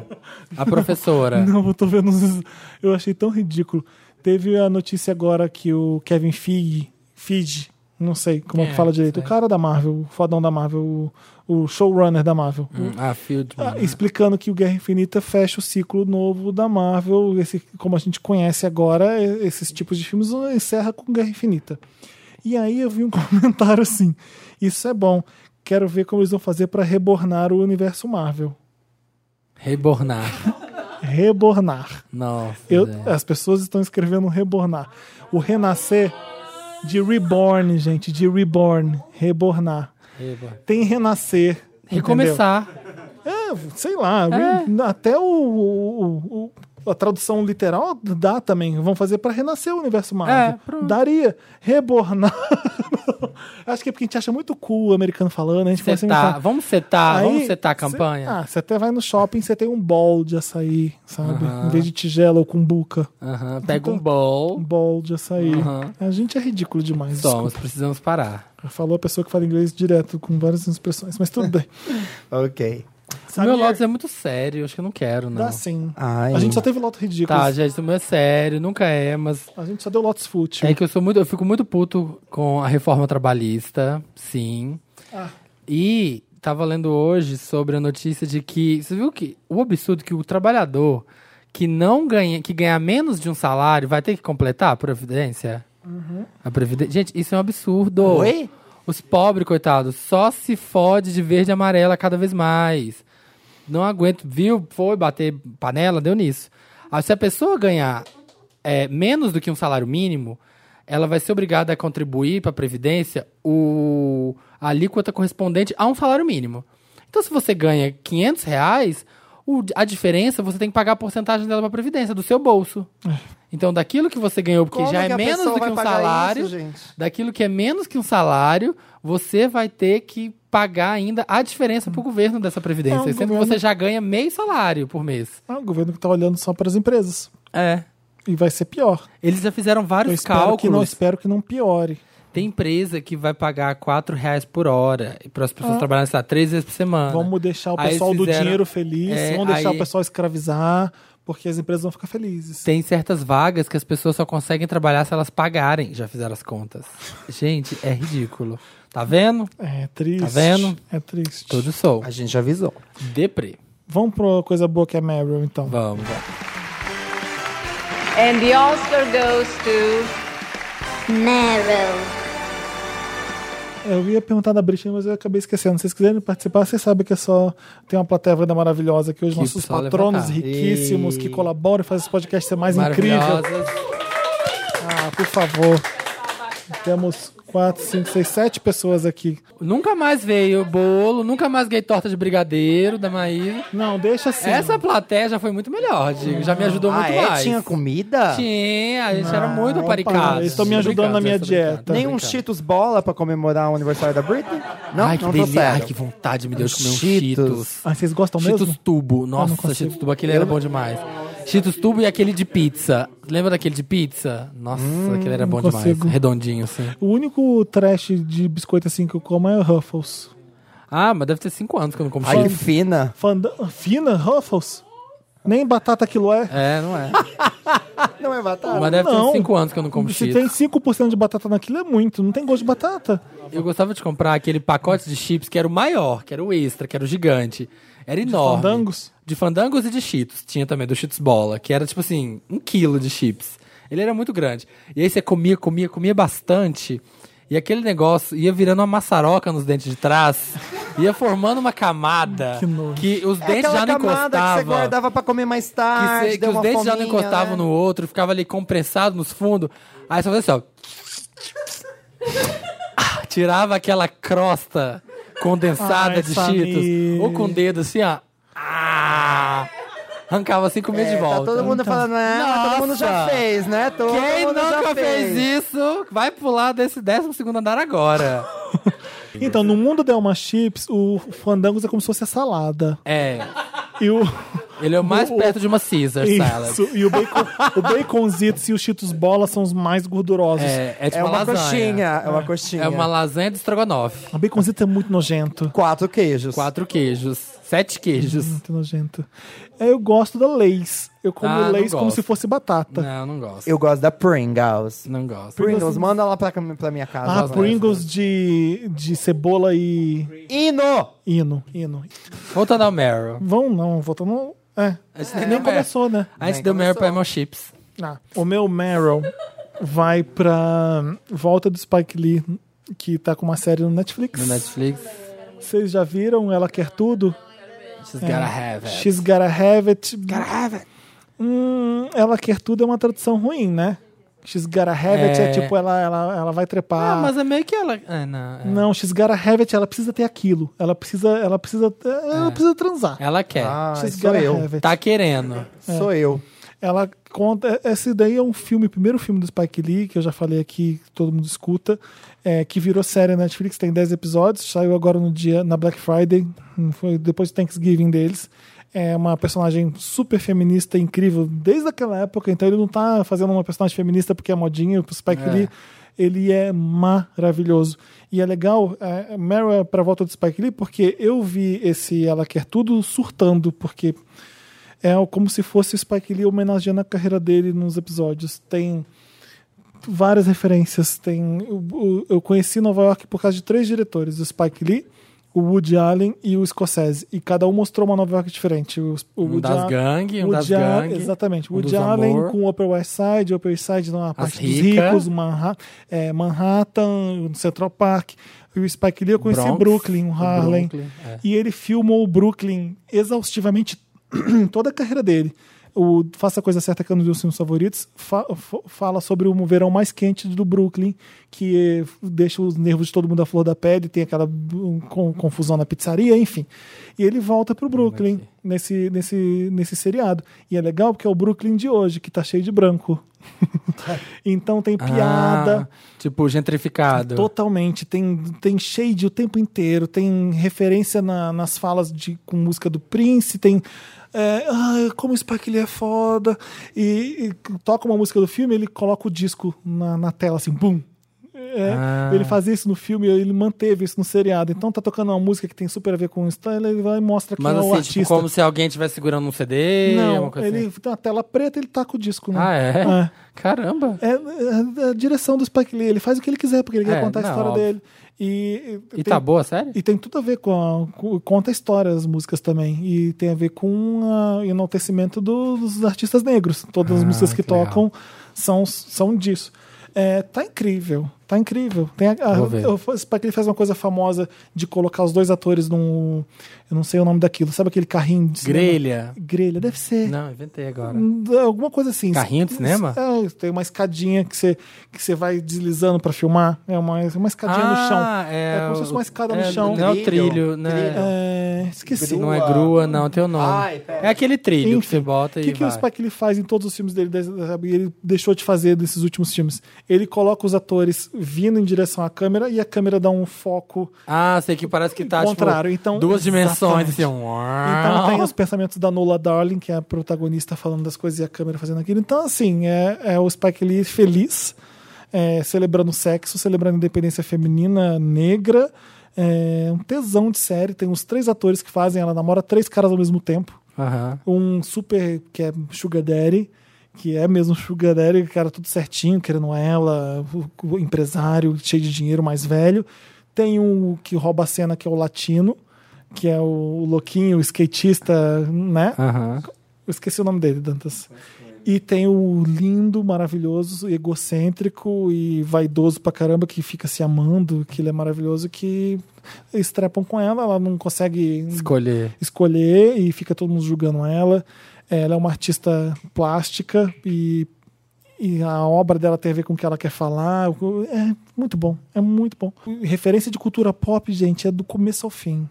B: A professora.
A: Não, eu tô vendo. os- Eu achei tão ridículo. Teve a notícia agora que o Kevin Feige, Feige não sei como é que
B: É,
A: fala direito, o
B: sei.
A: cara da Marvel, o fodão da Marvel, o, o showrunner da Marvel,
B: Hum, a Field.
A: ah, explicando que o Guerra Infinita fecha o ciclo novo da Marvel, esse, como a gente conhece agora, e- esses tipos de filmes uh, encerra com Guerra Infinita. E aí eu vi um comentário assim: Isso é bom, quero ver como eles vão fazer pra rebornar o universo Marvel.
B: Rebornar.
A: Rebornar.
B: Nossa.
A: Eu-
B: gente.
A: as pessoas estão escrevendo rebornar. O renascer de reborn, gente, de reborn, rebornar.
B: Rebor-
A: Tem renascer. entendeu?
B: Recomeçar.
A: É, sei lá.
B: É.
A: re- Até o, o- o- a tradução literal dá também. Vão fazer para renascer o universo Marvel.
B: É, pronto.
A: Daria. Rebornar. Acho que é porque a gente acha muito cool o americano falando. A gente começa a
B: Setar.
A: imitar.
B: Vamos setar.
A: Aí,
B: tá- Ah, Vamos setar a
A: cê-
B: campanha?
A: ah, você até vai no shopping, você tem um bol de açaí, sabe? Em vez de tigela ou cumbuca.
B: Aham, Pega um bowl.
A: Bol de açaí.
B: Aham.
A: A gente é ridículo demais.
B: Somos,
A: desculpa.
B: precisamos parar.
A: Falou a pessoa que fala inglês direto, com várias expressões, mas tudo bem.
D: ok.
B: O meu Lotus é muito sério, acho que eu não quero, não.
A: Dá sim.
D: Ai.
A: A gente só teve lotos ridículos.
B: Tá, gente, o meu é sério, nunca é, mas
A: A gente só deu lotos fútil.
B: É que eu sou muito, eu fico muito puto com a reforma trabalhista, sim. E tava lendo hoje sobre a notícia de que você viu que o absurdo que o trabalhador que não ganha, que ganha menos de um salário vai ter que completar a previdência. A previdência. Gente, isso é um absurdo.
D: Oi?
B: Os pobres, coitados, só se fode de verde e amarela cada vez mais. Não aguento, viu? Foi bater panela, deu nisso. Aí, se a pessoa ganhar é, menos do que um salário mínimo, ela vai ser obrigada a contribuir para a Previdência o, a alíquota correspondente a um salário mínimo. Então, se você ganha 500 reais, o- a diferença você tem que pagar a porcentagem dela para a Previdência, do seu bolso. Então, daquilo que você ganhou, porque
D: Como
B: já
D: que
B: é
D: a
B: menos
D: pessoa
B: do que
D: vai
B: um
D: pagar
B: salário,
D: isso, gente?
B: daquilo que é menos que um salário, você vai ter que pagar ainda a diferença para o governo dessa
A: É, o
B: previdência, sendo que
A: governo-
B: você já ganha meio salário por mês.
A: Ah, o governo que tá olhando só para as empresas.
B: É.
A: E vai ser pior.
B: Eles já fizeram
A: eu
B: vários
A: espero que não
B: cálculos.
A: espero que não piore.
B: Tem empresa que vai pagar 4 reais por hora para as pessoas trabalharem, sei lá, três vezes por semana.
A: Ah. Vamos deixar o
B: Ah, né? Aí
A: pessoal do
B: fizeram-
A: dinheiro feliz,
B: É,
A: vamos deixar
B: aí-
A: o pessoal escravizar, porque as empresas vão ficar felizes.
B: Tem certas vagas que as pessoas só conseguem trabalhar se elas pagarem, já fizeram as contas. Gente, é ridículo. Tá vendo?
A: É triste.
B: Tá vendo?
A: É triste.
B: Todo sou.
D: A gente já avisou.
B: Depre.
A: Vamos pra uma coisa boa que é Meryl, então.
B: Vamos, vamos.
E: And the Oscar goes to.
F: Meryl.
A: Eu ia perguntar da Britney, mas eu acabei esquecendo. Se vocês quiserem participar, vocês sabem que é só. Tem uma plateia ainda maravilhosa aqui, os
B: Que
A: nossos
B: só
A: patronos
B: levantar.
A: riquíssimos que colaboram e fazem esse podcast ser mais incrível.
B: Maravilhosas.
A: Ah, por favor. Temos quatro, cinco, seis, sete pessoas aqui.
B: Nunca mais veio bolo, nunca mais gay torta de brigadeiro da Maísa.
A: Não, deixa assim.
B: Essa plateia já foi muito melhor, digo. Já me ajudou
D: Ah,
B: muito
D: é?
B: mais.
D: Tinha comida?
B: Tinha, a gente era muito
A: para,
B: aparicado.
A: eles estão me ajudando na minha dieta.
D: Nem um Cheetos bola pra comemorar o aniversário da Britney? Não,
B: Ai, que
D: não tô
B: delícia. Ai,
D: sério.
B: que vontade me deu de comer um
D: Cheetos.
B: Cheetos.
A: Ah, vocês gostam
B: Cheetos
A: mesmo?
B: tubo.
A: não
B: Nossa,
A: consigo.
B: Cheetos tubo. Aquele era bom demais. Cheetos tubo e aquele de pizza. Lembra daquele de pizza? Nossa, aquele era bom demais.
A: Hum, consigo.
B: Redondinho, assim.
A: O único trash de biscoito assim que eu como é Ruffles.
B: Ah, mas deve ter cinco anos que eu não como
D: Ai, que
B: Cheetos.
D: fina.
A: Fanda- Fina? Ruffles? Nem batata quilo é.
B: É, não é.
D: Não é batata?
B: Mas deve
A: Não.
B: ter cinco anos que eu não como
A: Se
B: Cheetos.
A: tem 5% de batata naquilo, é muito. Não tem gosto de batata.
B: Eu gostava de comprar aquele pacote de chips que era o maior, que era o extra, que era o gigante. Era enorme.
A: Fandangos?
B: De fandangos e de cheetos. Tinha também do cheetos bola, que era tipo assim, um quilo de chips. Ele era muito grande. E aí você comia, comia, comia bastante. E aquele negócio ia virando uma maçaroca nos dentes de trás. Ia formando uma camada.
A: Que nojo.
B: Que os
D: É
B: dentes
D: aquela
B: já não
D: camada que você
B: encostavam.
D: guardava pra comer mais tarde,
B: Que, cê- que
D: Ah, deu
B: os
D: uma
B: dentes já não
D: fominha,
B: encostavam
D: né?
B: no outro, ficava ali compressado nos fundos. Aí só fazia assim, ó. Ah, Tirava aquela crosta condensada
A: Ai,
B: de
A: Samir.
B: cheetos. Ou com o dedo assim, ó. Ah! Arrancava assim e comia de
D: É,
B: volta.
D: Tá todo mundo falando, é, mas todo mundo já
B: Nossa!
D: fez, né? Todo
B: Quem
D: mundo já
B: nunca fez. isso, vai pular desse 12 andar agora.
A: Então, no mundo da Elma Chips, o Fandangos é como se fosse a salada.
B: É.
A: E o,
B: Ele é o mais
A: O-
B: perto de uma Caesar É salad.
A: isso, e o, bacon, o baconzitos e os Cheetos Bola são os mais gordurosos.
B: É, é tipo
D: É uma
B: lasanha.
D: coxinha, é uma coxinha.
B: É uma lasanha de estrogonofe.
A: O baconzito é muito nojento.
D: Quatro queijos.
B: Quatro queijos. Sete queijos.
A: Muito nojento. É, eu gosto da Lays. Eu como
B: Ah, não
A: Lays como
B: gosto.
A: se fosse batata.
B: Não, não gosto.
D: Eu gosto da Pringles.
B: Não gosto.
D: Pringles, manda lá pra, pra minha casa.
A: Ah,
B: gosto
A: Pringles de, de cebola e
D: Hino!
A: hino. hino.
B: Voltando ao Meryl.
A: Vão não, voltando. É,
B: Esse
A: nem
B: nem é.
A: começou, né?
B: A gente deu Meryl pra Emma Chips.
A: Ah, o meu Meryl vai pra volta do Spike Lee, que tá com uma série no Netflix.
B: No Netflix.
A: Vocês já viram Ela Quer Tudo?
B: She's gotta have it.
A: É. She's Gotta Have It. Hum, ela Quer Tudo é uma tradução ruim, né? She's Gotta Have It é
B: É.
A: tipo ela, ela, ela vai trepar.
B: Ah, mas é meio que ela. Ah, não, é.
A: Não, she's gotta have it, ela precisa ter aquilo. Ela precisa, ela precisa,
B: É.
A: ela precisa transar.
B: Ela quer.
D: Ah,
A: she's
D: sou eu.
A: have it.
B: Tá querendo.
D: Sou eu.
A: Ela conta. Esse daí é um filme, primeiro filme do Spike Lee, que eu já falei aqui, que todo mundo escuta, é, que virou série na Netflix, tem 10 episódios, saiu agora no dia, na Black Friday, hum, foi depois do Thanksgiving deles. É uma personagem super feminista, incrível, desde aquela época, então ele não tá fazendo uma personagem feminista porque é modinha, o Spike Lee. Ele é maravilhoso. E é legal, é, Meryl é pra volta do Spike Lee, porque eu vi esse Ela Quer Tudo surtando, porque é como se fosse o Spike Lee homenageando a carreira dele nos episódios. Tem várias referências. Tem eu, eu- eu conheci Nova York por causa de três diretores: o Spike Lee, o Woody Allen e o Scorsese. E cada um mostrou uma Nova York diferente. O, o
B: Um
A: Woody
B: das
A: Al-
B: gangues, um
A: Woody
B: das
A: Al-
B: gangues.
A: Exatamente.
B: um
A: Woody
B: dos
A: Allen
B: amor.
A: com o Upper West Side, o Upper West Side na parte dos
B: rica.
A: ricos, Manha é, Manhattan, Central Park. E o Spike Lee eu conheci
B: Bronx,
A: em Brooklyn, o Harlem.
B: Brooklyn, é.
A: E ele filmou o Brooklyn exaustivamente toda a carreira dele. O Faça a Coisa Certa, que é um dos meus filmes favoritos, fa- fa- fala sobre o verão mais quente do Brooklyn, que eh, deixa os nervos de todo mundo à flor da pele, tem aquela hum, con- confusão na pizzaria, enfim. E ele volta pro Brooklyn nesse, nesse, nesse seriado. E é legal porque é o Brooklyn de hoje, que tá cheio de branco. então tem piada.
B: Ah, tipo, gentrificado.
A: Totalmente. Tem, tem shade o tempo inteiro, tem referência na- nas falas de, com música do Prince, tem. É, ah, como o Spike Lee é foda. E, e toca uma música do filme, ele coloca o disco na, na tela, assim, bum. É,
B: Ah.
A: Ele fazia isso no filme, ele manteve isso no seriado. Então tá tocando uma música que tem super a ver com o style, ele vai e mostra quem
B: Mas
A: é o
B: assim,
A: artista.
B: tipo, como se alguém estivesse segurando um CD.
A: Não,
B: uma coisa
A: ele
B: assim.
A: tem uma tela preta, ele taca o disco. né?
B: Ah, é?
A: É.
B: Caramba.
A: É, é, é a direção do Spike Lee. Ele faz o que ele quiser, porque ele
B: É,
A: quer contar
B: não,
A: a história
B: óbvio.
A: dele. E,
B: E tá boa, sério?
A: E É, tem tudo a ver com, a, com- Conta a história as músicas também. E tem a ver com o enaltecimento do- dos artistas negros. Todas as
B: Ah,
A: músicas que,
B: que legal.
A: tocam são, são disso. É, tá incrível, tá incrível. Tem a, a-
B: Vou ver.
A: o Spike Lee fez uma coisa famosa de colocar os dois atores num. Eu não sei o nome daquilo. Sabe aquele carrinho de cinema?
B: Grelha.
A: Grelha, deve ser.
B: Não, inventei agora.
A: Hum, Alguma coisa assim.
B: Carrinho de cinema?
A: É, tem uma escadinha que você, que você vai deslizando pra filmar. É uma, uma escadinha no chão.
B: Ah, É,
A: É como se fosse uma escada no
B: é,
A: chão.
B: Não é o
D: Trilho.
B: trilho, né?
D: Trilho.
A: É, esqueci.
B: Não é grua, não, tem o nome.
D: Ai, pera.
B: é aquele trilho que
A: Enfim,
B: você bota
A: O
B: e
A: que, que
B: vai.
A: o Spike Lee faz em todos os filmes dele? desde- sabe, Ele deixou de fazer desses últimos filmes. Ele coloca os atores vindo em direção à câmera e a câmera dá um foco.
B: Ah, sei que parece que tá, tipo,
A: Contrário, então-
B: duas dimensões. Assim,
A: Então tem
B: então,
A: os pensamentos da Nola Darling, que é a protagonista falando das coisas e a câmera fazendo aquilo. Então, assim, é, é o Spike Lee feliz, é, celebrando o sexo, celebrando a independência feminina negra. É um tesão de série. Tem uns três atores que fazem, ela namora três caras ao mesmo tempo. Um super que é Sugar Daddy, que é mesmo Sugar Daddy, cara, tudo certinho, querendo ela, o, o empresário cheio de dinheiro, mais velho. Tem um que rouba a cena, que é o latino, que é o, louquinho, o skatista, né?
B: Aham.
A: Eu esqueci o nome dele, Dantas. E tem o lindo, maravilhoso, egocêntrico e vaidoso pra caramba que fica se amando, que ele é maravilhoso, que estrepam com ela, ela não consegue
B: Escolher.
A: escolher e fica todo mundo julgando ela. Ela é uma artista plástica e, e a obra dela tem a ver com o que ela quer falar. É muito bom, é muito bom. Referência de cultura pop, gente, é do começo ao fim.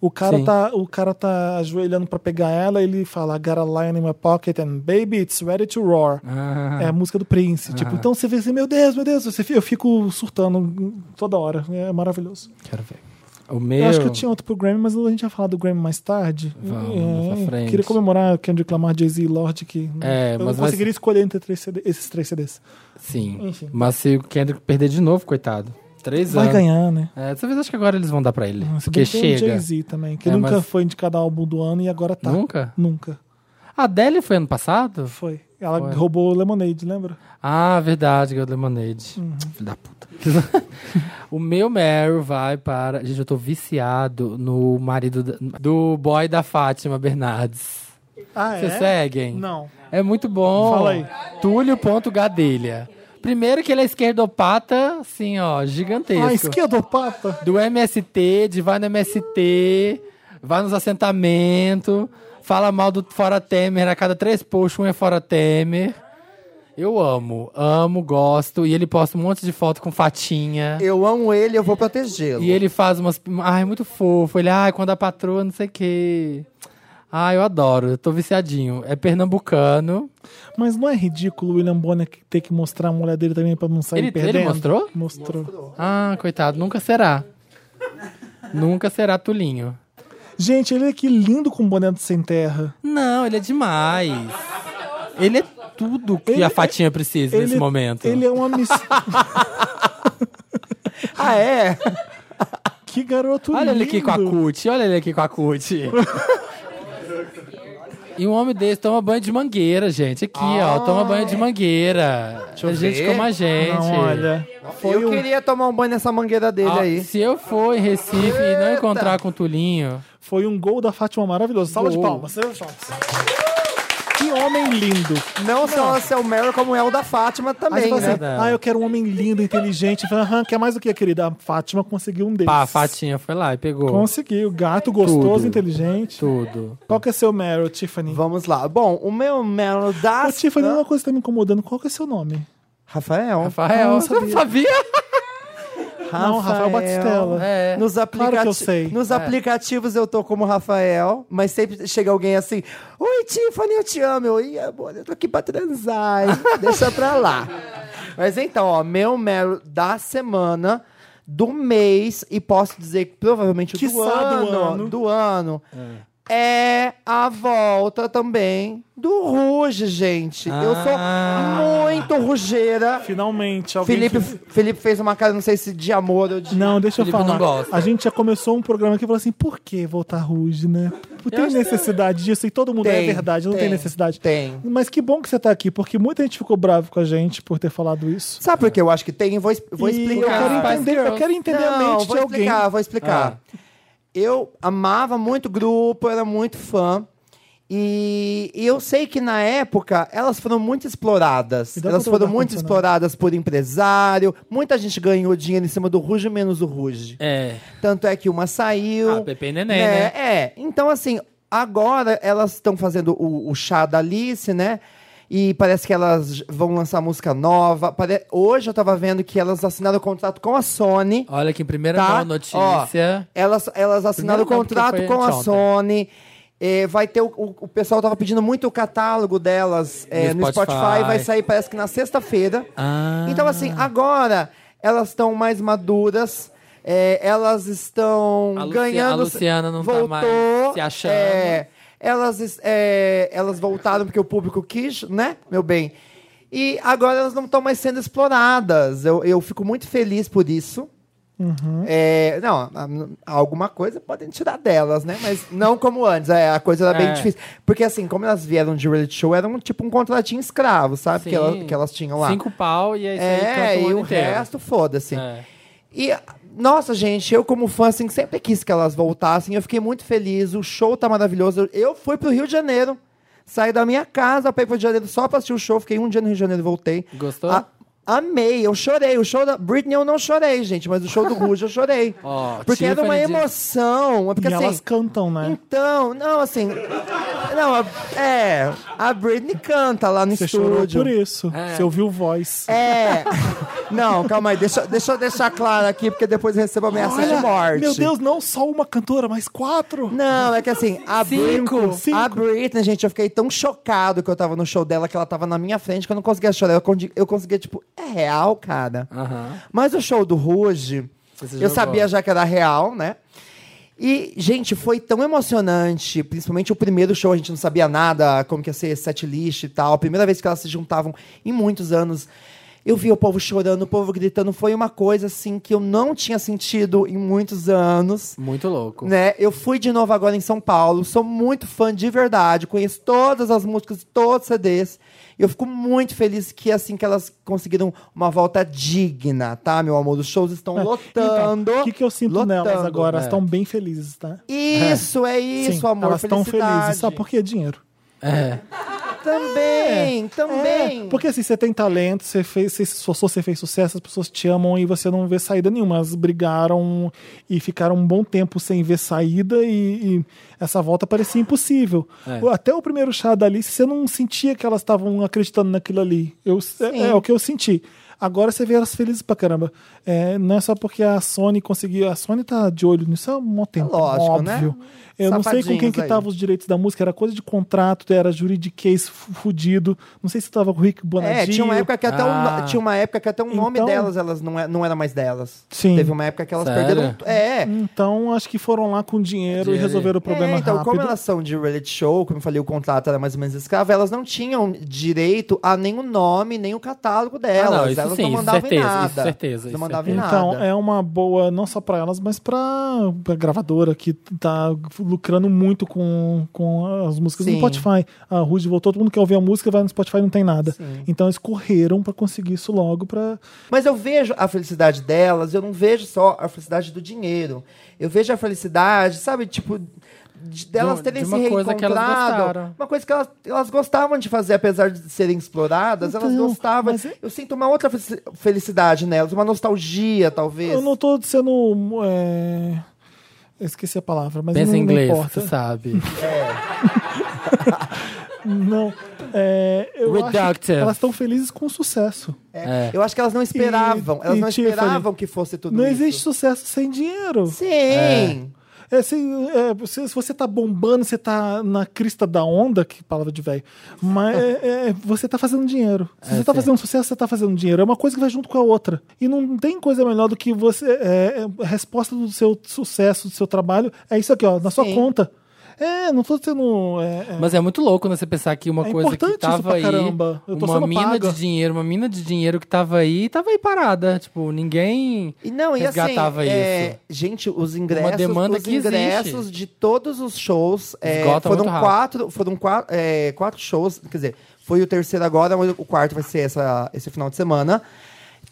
A: O cara,
B: Sim.
A: tá, o cara tá ajoelhando pra pegar ela, ele fala, I got a lion in my pocket and baby, it's ready to roar.
B: Ah.
A: É a música do Prince. Tipo, então você vê assim, meu Deus, meu Deus, você, fi- eu fico surtando toda hora. É maravilhoso.
B: Quero ver. O meu.
A: Eu acho que eu tinha outro pro Grammy, mas a gente vai falar do Grammy mais tarde.
B: Vamos,
A: É,
B: pra frente.
A: Queria comemorar Kendrick Lamar, Jay-Z e Lorde, que
B: É,
A: eu
B: mas
A: não
B: vai-
A: conseguiria escolher entre três CD esses três CDs.
B: Sim.
A: Enfim.
B: Mas se o Kendrick perder de novo, coitado. Três
A: Vai
B: anos.
A: ganhar, né?
B: É, dessa vez acho que agora eles vão dar pra ele.
A: Se
B: porque
A: bem que tem
B: chega.
A: o Jay-Z também, que
B: É,
A: nunca
B: mas-
A: foi indicado ao álbum do ano e agora tá.
B: Nunca?
A: Nunca.
B: A Adele foi ano passado?
A: Foi. Ela
B: Foi.
A: roubou o Lemonade, lembra?
B: Ah, verdade, Girl Lemonade.
A: Uhum.
B: Filho da puta. o meu Meryl vai para. Gente, eu tô viciado no marido da- do boy da Fátima Bernardes.
A: Ah,
B: Vocês seguem?
A: Não.
B: É muito bom.
A: Fala aí.
B: Túlio.gadelha. Primeiro que ele é esquerdopata, assim, ó, gigantesco.
A: Ah, esquerdopata.
B: Do MST, de vai no MST, vai nos assentamentos, fala mal do Fora Temer, a cada três posts um é Fora Temer. Eu amo, amo, gosto. E ele posta um monte de foto com fatinha.
D: Eu amo ele, eu vou protegê-lo.
B: E ele faz umas. Ai, muito fofo. Ele, ai, quando a patroa, não sei o quê. Ai, eu adoro, eu tô viciadinho. É pernambucano.
A: Mas não é ridículo o William Bonner ter que mostrar a mulher dele também pra não sair
B: Ele- ele
A: perdendo?
B: mostrou?
A: Mostrou.
B: Ah, coitado, nunca será. nunca será Tulinho.
A: Gente, ele é que lindo com o boné do Sem Terra.
B: Não, ele é demais. Ele é tudo que
A: Ele-
B: a Fatinha precisa
A: Ele,
B: nesse momento.
A: Ele é uma miss...
D: Ah, é?
A: que garoto
B: Olha ele
A: é lindo.
B: aqui com a CUT, olha ele aqui com a CUT. e um homem desse toma banho de mangueira, gente. Aqui, ó, toma banho de mangueira.
D: eu
B: A gente
D: ver.
B: como a gente.
A: Não, olha. Foi
D: eu
A: o,
D: queria tomar um banho nessa mangueira dele
B: Ó,
D: aí.
B: Se eu for em Recife e não
D: Eita.
B: encontrar com o Tulinho,
A: foi um gol da Fátima maravilhoso. Salva de
B: Gol.
A: palmas. salva de palmas. Que homem lindo.
D: Não, só o seu Meryl, como é o da Fátima
A: Aí você
D: também,
A: fala
D: né?
A: assim, ah, eu quero um homem lindo, inteligente. Fala, Aham, quer mais o que, querida? A Fátima conseguiu um deles.
B: pá, a Fatinha foi lá e pegou
A: Conseguiu. Gato, gostoso,
B: Tudo.
A: inteligente.
B: tudo.
A: Qual que é seu Meryl, Tiffany?
D: Vamos lá. Bom, o meu Meryl da...
A: Ô, Tiffany, uma coisa que tá me incomodando. Qual que é seu nome?
D: Rafael.
B: Rafael, você não sabia?
A: Não, Rafael Batistella.
B: É.
D: Nos, aplicati-
A: Claro que eu sei. É.
D: Nos aplicativos eu tô como Rafael, mas sempre chega alguém assim: Oi, Tiffany, eu te amo. Eu, Ih, amor, eu tô aqui pra transar, hein? deixa pra lá. Mas então, ó, meu mero da semana, do mês, e posso dizer que provavelmente
A: Quiçá
D: do,
A: do
D: ano,
A: ano.
D: do ano, é a volta também do Ruge, gente. Eu
B: Ah.
D: sou muito rugeira.
A: Finalmente, alguém
D: Felipe,
A: que-
D: Felipe fez uma cara, não sei se de amor ou de.
A: Não, deixa eu
B: Felipe
A: falar.
B: não gosta.
A: A gente já começou um programa aqui e falou assim: por que voltar ruge, né? Tem necessidade disso e todo mundo é
D: Tem,
A: verdade, não tem,
D: tem,
A: necessidade.
D: tem.
A: Mas que bom que você tá aqui, porque muita gente ficou bravo com a gente por ter falado isso.
D: Sabe por que eu acho que tem? Vou, es- vou
A: E
D: explicar.
A: Eu quero
B: Spice
A: entender, eu
B: Girls.
A: quero entender a
D: Não,
A: mente
D: vou
A: de alguém. Ah.
D: explicar, vou explicar. Eu amava muito o grupo, era muito fã. E, e eu sei que na época elas foram muito exploradas.
A: Me dá
D: Elas
A: pra né? botar
D: foram muito
A: condicionado.
D: exploradas por empresário. Muita gente ganhou dinheiro em cima do Ruge, menos o Ruge.
B: É.
D: Tanto é que uma saiu.
B: Ah, Pepe e Neném, né?
D: É, então assim, agora elas estão fazendo o, o chá da Alice, né? E parece que elas vão lançar música nova. Pare- Hoje eu tava vendo que elas assinaram o contrato com a Sony.
B: Olha que em primeira
D: Tá?
B: mão notícia.
D: Ó, elas, elas assinaram o
B: Primeiro não,
D: contrato
B: porque foi
D: com a
B: anteontem.
D: Sony. É, vai ter o, o, o pessoal tava pedindo muito o catálogo delas é,
B: No
D: no Spotify.
B: Spotify.
D: Vai sair, parece que na sexta-feira.
B: Ah.
D: Então, assim, agora elas estão mais maduras. é, elas estão
B: A Luci-
D: ganhando.
B: a Luciana não tá
D: voltou,
B: mais se achando.
D: é, elas, es- é, elas voltaram porque o público quis, né, meu bem? E agora elas não estão mais sendo exploradas. Eu, eu fico muito feliz por isso. É, não, a- a- alguma coisa podem tirar delas, né? Mas não como antes. É, a coisa era bem
B: É.
D: difícil. Porque assim, como elas vieram de reality show, era um tipo um contratinho escravo, sabe? Que,
B: Sim.
D: ela- que elas tinham lá.
B: Cinco pau e aí você canta
D: É,
B: o
D: e
B: ano
D: o
B: inteiro.
D: resto, foda-se.
A: assim.
B: É.
D: E, nossa, gente, eu como fã, assim, sempre quis que elas voltassem. Eu fiquei muito feliz, o show tá maravilhoso. Eu fui pro Rio de Janeiro, saí da minha casa pra ir pro Rio de Janeiro só pra assistir o show. Fiquei um dia no Rio de Janeiro e voltei.
B: Gostou?
A: Ah.
D: A- amei, eu chorei. O show da Britney eu não chorei, gente, mas o show do Rouge eu chorei.
B: Ó,
D: porque era uma
B: Tiffany diz-
D: emoção. Porque,
A: e
D: assim,
A: elas cantam, né?
D: então, não, assim. Não, a- é. A Britney canta lá no
A: Você chorou
D: estúdio.
A: por isso. Você ouviu voz.
D: É. Não, calma aí, deixa, deixa eu deixar claro aqui, porque depois eu recebo ameaças é de morte.
A: Meu Deus, não só uma cantora, mas quatro.
D: Não, é que assim, a Britney,
A: Cinco.
D: a Britney, gente, eu fiquei tão chocado que eu tava no show dela, que ela tava na minha frente, que eu não conseguia chorar. Eu, condi- eu conseguia, tipo, é real, cara. Mas o show do Ruge,
B: Você se
D: eu
B: jogou.
D: sabia já que era real, né? E, gente, foi tão emocionante, principalmente o primeiro show, a gente não sabia nada, como que ia ser set list e tal. Primeira vez que elas se juntavam em muitos anos. Eu vi o povo chorando, o povo gritando. Foi uma coisa, assim, que eu não tinha sentido em muitos anos.
B: Muito louco.
D: Né? Eu fui de novo agora em São Paulo. Sou muito fã de verdade. Conheço todas as músicas, todos os CDs. E Eu fico muito feliz que assim que elas conseguiram uma volta digna, tá, meu amor? Os shows estão lotando.
A: Então, O que, que eu sinto nelas
D: lotando.
A: agora? Elas
B: é.
A: estão bem felizes, tá?
D: Isso, é, né? isso,
A: Sim,
D: amor.
A: Elas estão
D: felicidade.
A: felizes. Sabe por quê? Dinheiro.
B: É.
D: Também, também.
A: É, porque assim, você tem talento, você, fez, você se esforçou, você fez sucesso, as pessoas te amam e você não vê saída nenhuma. Elas brigaram e ficaram um bom tempo sem ver saída e, e essa volta parecia impossível. Até o primeiro chá da Alice, você não sentia que elas estavam acreditando naquilo ali. Eu, é, é o que eu senti. Agora você vê elas felizes pra caramba. É, não é só porque a Sony conseguiu. A Sony tá de olho nisso há um bom tempo.
D: Lógico, né?
A: óbvio. Eu não sei com quem
D: Safadinhos
A: que
D: aí.
A: tava os direitos da música, era coisa de contrato, era juridiquês fu- fudido. Não sei se tava com o Rick Bonadio.
D: É, tinha uma época que até o,
B: Ah.
D: no- tinha uma época que até o nome
A: Então-
D: delas elas não, é, não era mais delas.
A: Sim.
D: Teve uma época que elas
B: Sério?
D: perderam. É.
A: Então, acho que foram lá com dinheiro e
B: Dinheiro.
A: resolveram o problema
D: É, então,
A: rápido.
D: como elas são de reality show, como eu falei, o contrato era mais ou menos escravo, elas não tinham direito a nem o nome, nem o catálogo delas.
B: Ah, não, isso
D: elas
B: sim,
D: não
B: isso
D: mandavam
B: certeza,
D: em
B: isso
D: nada.
B: certeza,
D: Não
B: isso
D: mandavam em
A: Então,
D: nada.
A: é uma boa, não só pra elas, mas pra, pra gravadora que tá lucrando muito com, com as músicas
D: Sim.
A: no Spotify. A Rude voltou, todo mundo quer ouvir a música, vai no Spotify e não tem nada. Então, eles correram pra conseguir isso logo. Pra...
D: Mas eu vejo a felicidade delas, eu não vejo só a felicidade do dinheiro. Eu vejo a felicidade, sabe, tipo, de- delas
B: De um-
D: terem
B: de uma
D: se
B: coisa que elas
D: reencontrado.
B: gostaram.
D: uma coisa que elas, elas gostavam de fazer, apesar de serem exploradas, elas
A: Então,
D: gostavam.
A: mas é-
D: Eu sinto uma outra felici- felicidade nelas, uma nostalgia, talvez.
A: Eu não tô sendo. É... eu Esqueci a palavra, mas
B: Pensa
A: não,
B: em inglês,
A: não
B: você
A: importa.
B: sabe.
A: Não. É, eu acho que
B: Reductive.
A: elas estão felizes com o sucesso.
D: É. Eu acho que elas não esperavam.
A: E-
D: elas
A: e
D: não
A: Tiffany,
D: esperavam que fosse tudo
A: Não
D: isso.
A: existe sucesso sem dinheiro.
D: Sim.
A: É, assim, é, você- se você tá bombando, você tá na crista da onda, que palavra de velho, mas é, é, você tá fazendo dinheiro.
B: É,
A: Se você tá fazendo sucesso, você tá fazendo dinheiro. É uma coisa que vai junto com a outra. E não tem coisa melhor do que você. é, é, a resposta do seu sucesso, do seu trabalho, é isso aqui, ó, na sua
D: Sim.
A: conta. É, não tô sendo. é, é,
B: Mas é muito louco, né? Você pensar que uma
A: É
B: coisa
A: importante
B: que
A: isso pra
B: tava aí.
A: caramba. Eu tô
B: Uma
A: sendo
B: mina
A: paga.
B: de dinheiro, uma mina de dinheiro que tava aí, tava aí parada. Tipo, ninguém.
D: E não, e assim,
B: Resgatava
D: é,
B: isso.
D: gente, os ingressos,
B: demanda
D: os
B: que
D: ingressos
B: existe.
D: de todos os shows é,
B: Esgota
D: foram
B: muito rápido.
D: quatro, foram quatro, é, quatro shows, quer dizer, foi o terceiro agora, mas o quarto vai ser essa, esse final de semana.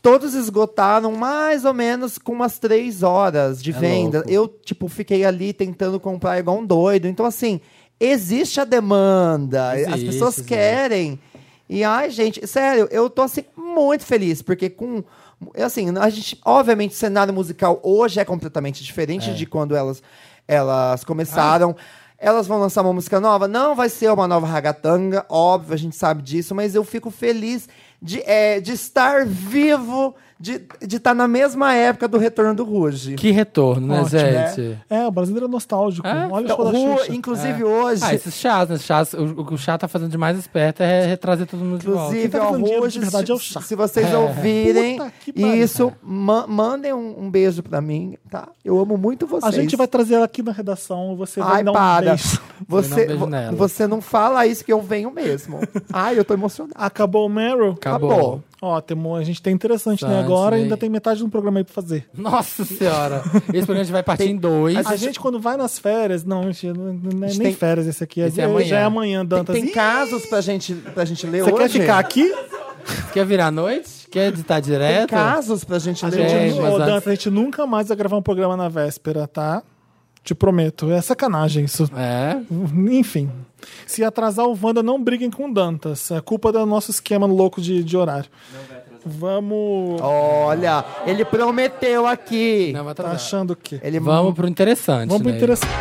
D: Todos esgotaram mais ou menos com umas três horas de
B: É
D: venda.
B: louco.
D: Eu, tipo, fiquei ali tentando comprar igual um doido. Então, assim, existe a demanda. As
B: Existe,
D: pessoas
B: existe.
D: querem querem. E ai, gente, sério, eu tô assim muito feliz, porque com assim, a gente, obviamente, o cenário musical hoje é completamente diferente de quando elas elas começaram. Elas vão lançar uma música nova? Não vai ser uma nova ragatanga, óbvio, a gente sabe disso, mas eu fico feliz de, é, de estar vivo, de estar de tá na mesma época do retorno do Ruge.
B: Que retorno, né,
A: Ótimo,
B: gente?
A: É, o brasileiro é nostálgico.
B: É?
A: Olha
D: Então,
A: o show da
D: Ru,
A: Xuxa.
D: inclusive hoje.
B: Ah, esses chás, né? Esses Chás, o, o que o chá tá fazendo de mais esperto é retrazer todo mundo de volta.
A: Quem
D: Inclusive,
A: tá
D: ó,
A: fazendo dinheiro de
D: Ruge,
A: verdade é o
D: se,
A: chá.
D: se vocês ouvirem
A: Puta que pariu.
D: isso, ma- mandem um, um beijo pra mim, tá? Eu amo muito vocês.
A: A gente vai trazer ela aqui na redação, você vai
D: Ai,
A: dar um
D: para.
A: beijo.
B: Vou dar um
D: Você,
B: beijo
D: vo-
B: nela.
D: você não fala isso que eu venho mesmo. Ai, eu tô emocionada.
A: Acabou o Meryl?
B: Acabou.
D: acabou.
A: Ó, tem, um- a gente tem interessante, né?
B: Interessante,
A: Agora
B: né?
A: ainda tem metade do programa aí pra fazer.
B: Nossa senhora! Esse programa a gente vai partir em dois.
A: A gente, quando vai nas férias, não, gente, não, não é
D: gente
A: nem
D: tem-
A: férias esse aqui.
B: Esse
A: é,
B: é amanhã.
A: Já é amanhã,
D: Tem,
A: Dantas.
D: tem
A: Ih,
D: casos pra gente, pra gente ler
A: Você
D: hoje?
A: quer ficar aqui?
B: Quer virar à noite? Quer editar
D: Tem
B: direto?
D: casos pra gente
A: A
D: ler
A: gente,
B: É,
D: hoje?
A: nu-
B: mas
A: Ô,
B: antes-
A: Dantas, a gente nunca mais vai gravar um programa na véspera, tá? Te prometo. É sacanagem isso.
B: É.
A: Enfim. Se atrasar o Wanda, não briguem com o Dantas. É culpa do nosso esquema louco de, de horário. Vamos.
D: Olha, ele prometeu aqui.
B: Não, vai
A: Tá
B: atrasar. É
A: achando o quê?
D: Ele
B: Vamos pro interessante.
A: Vamos pro
B: né?
A: interessante.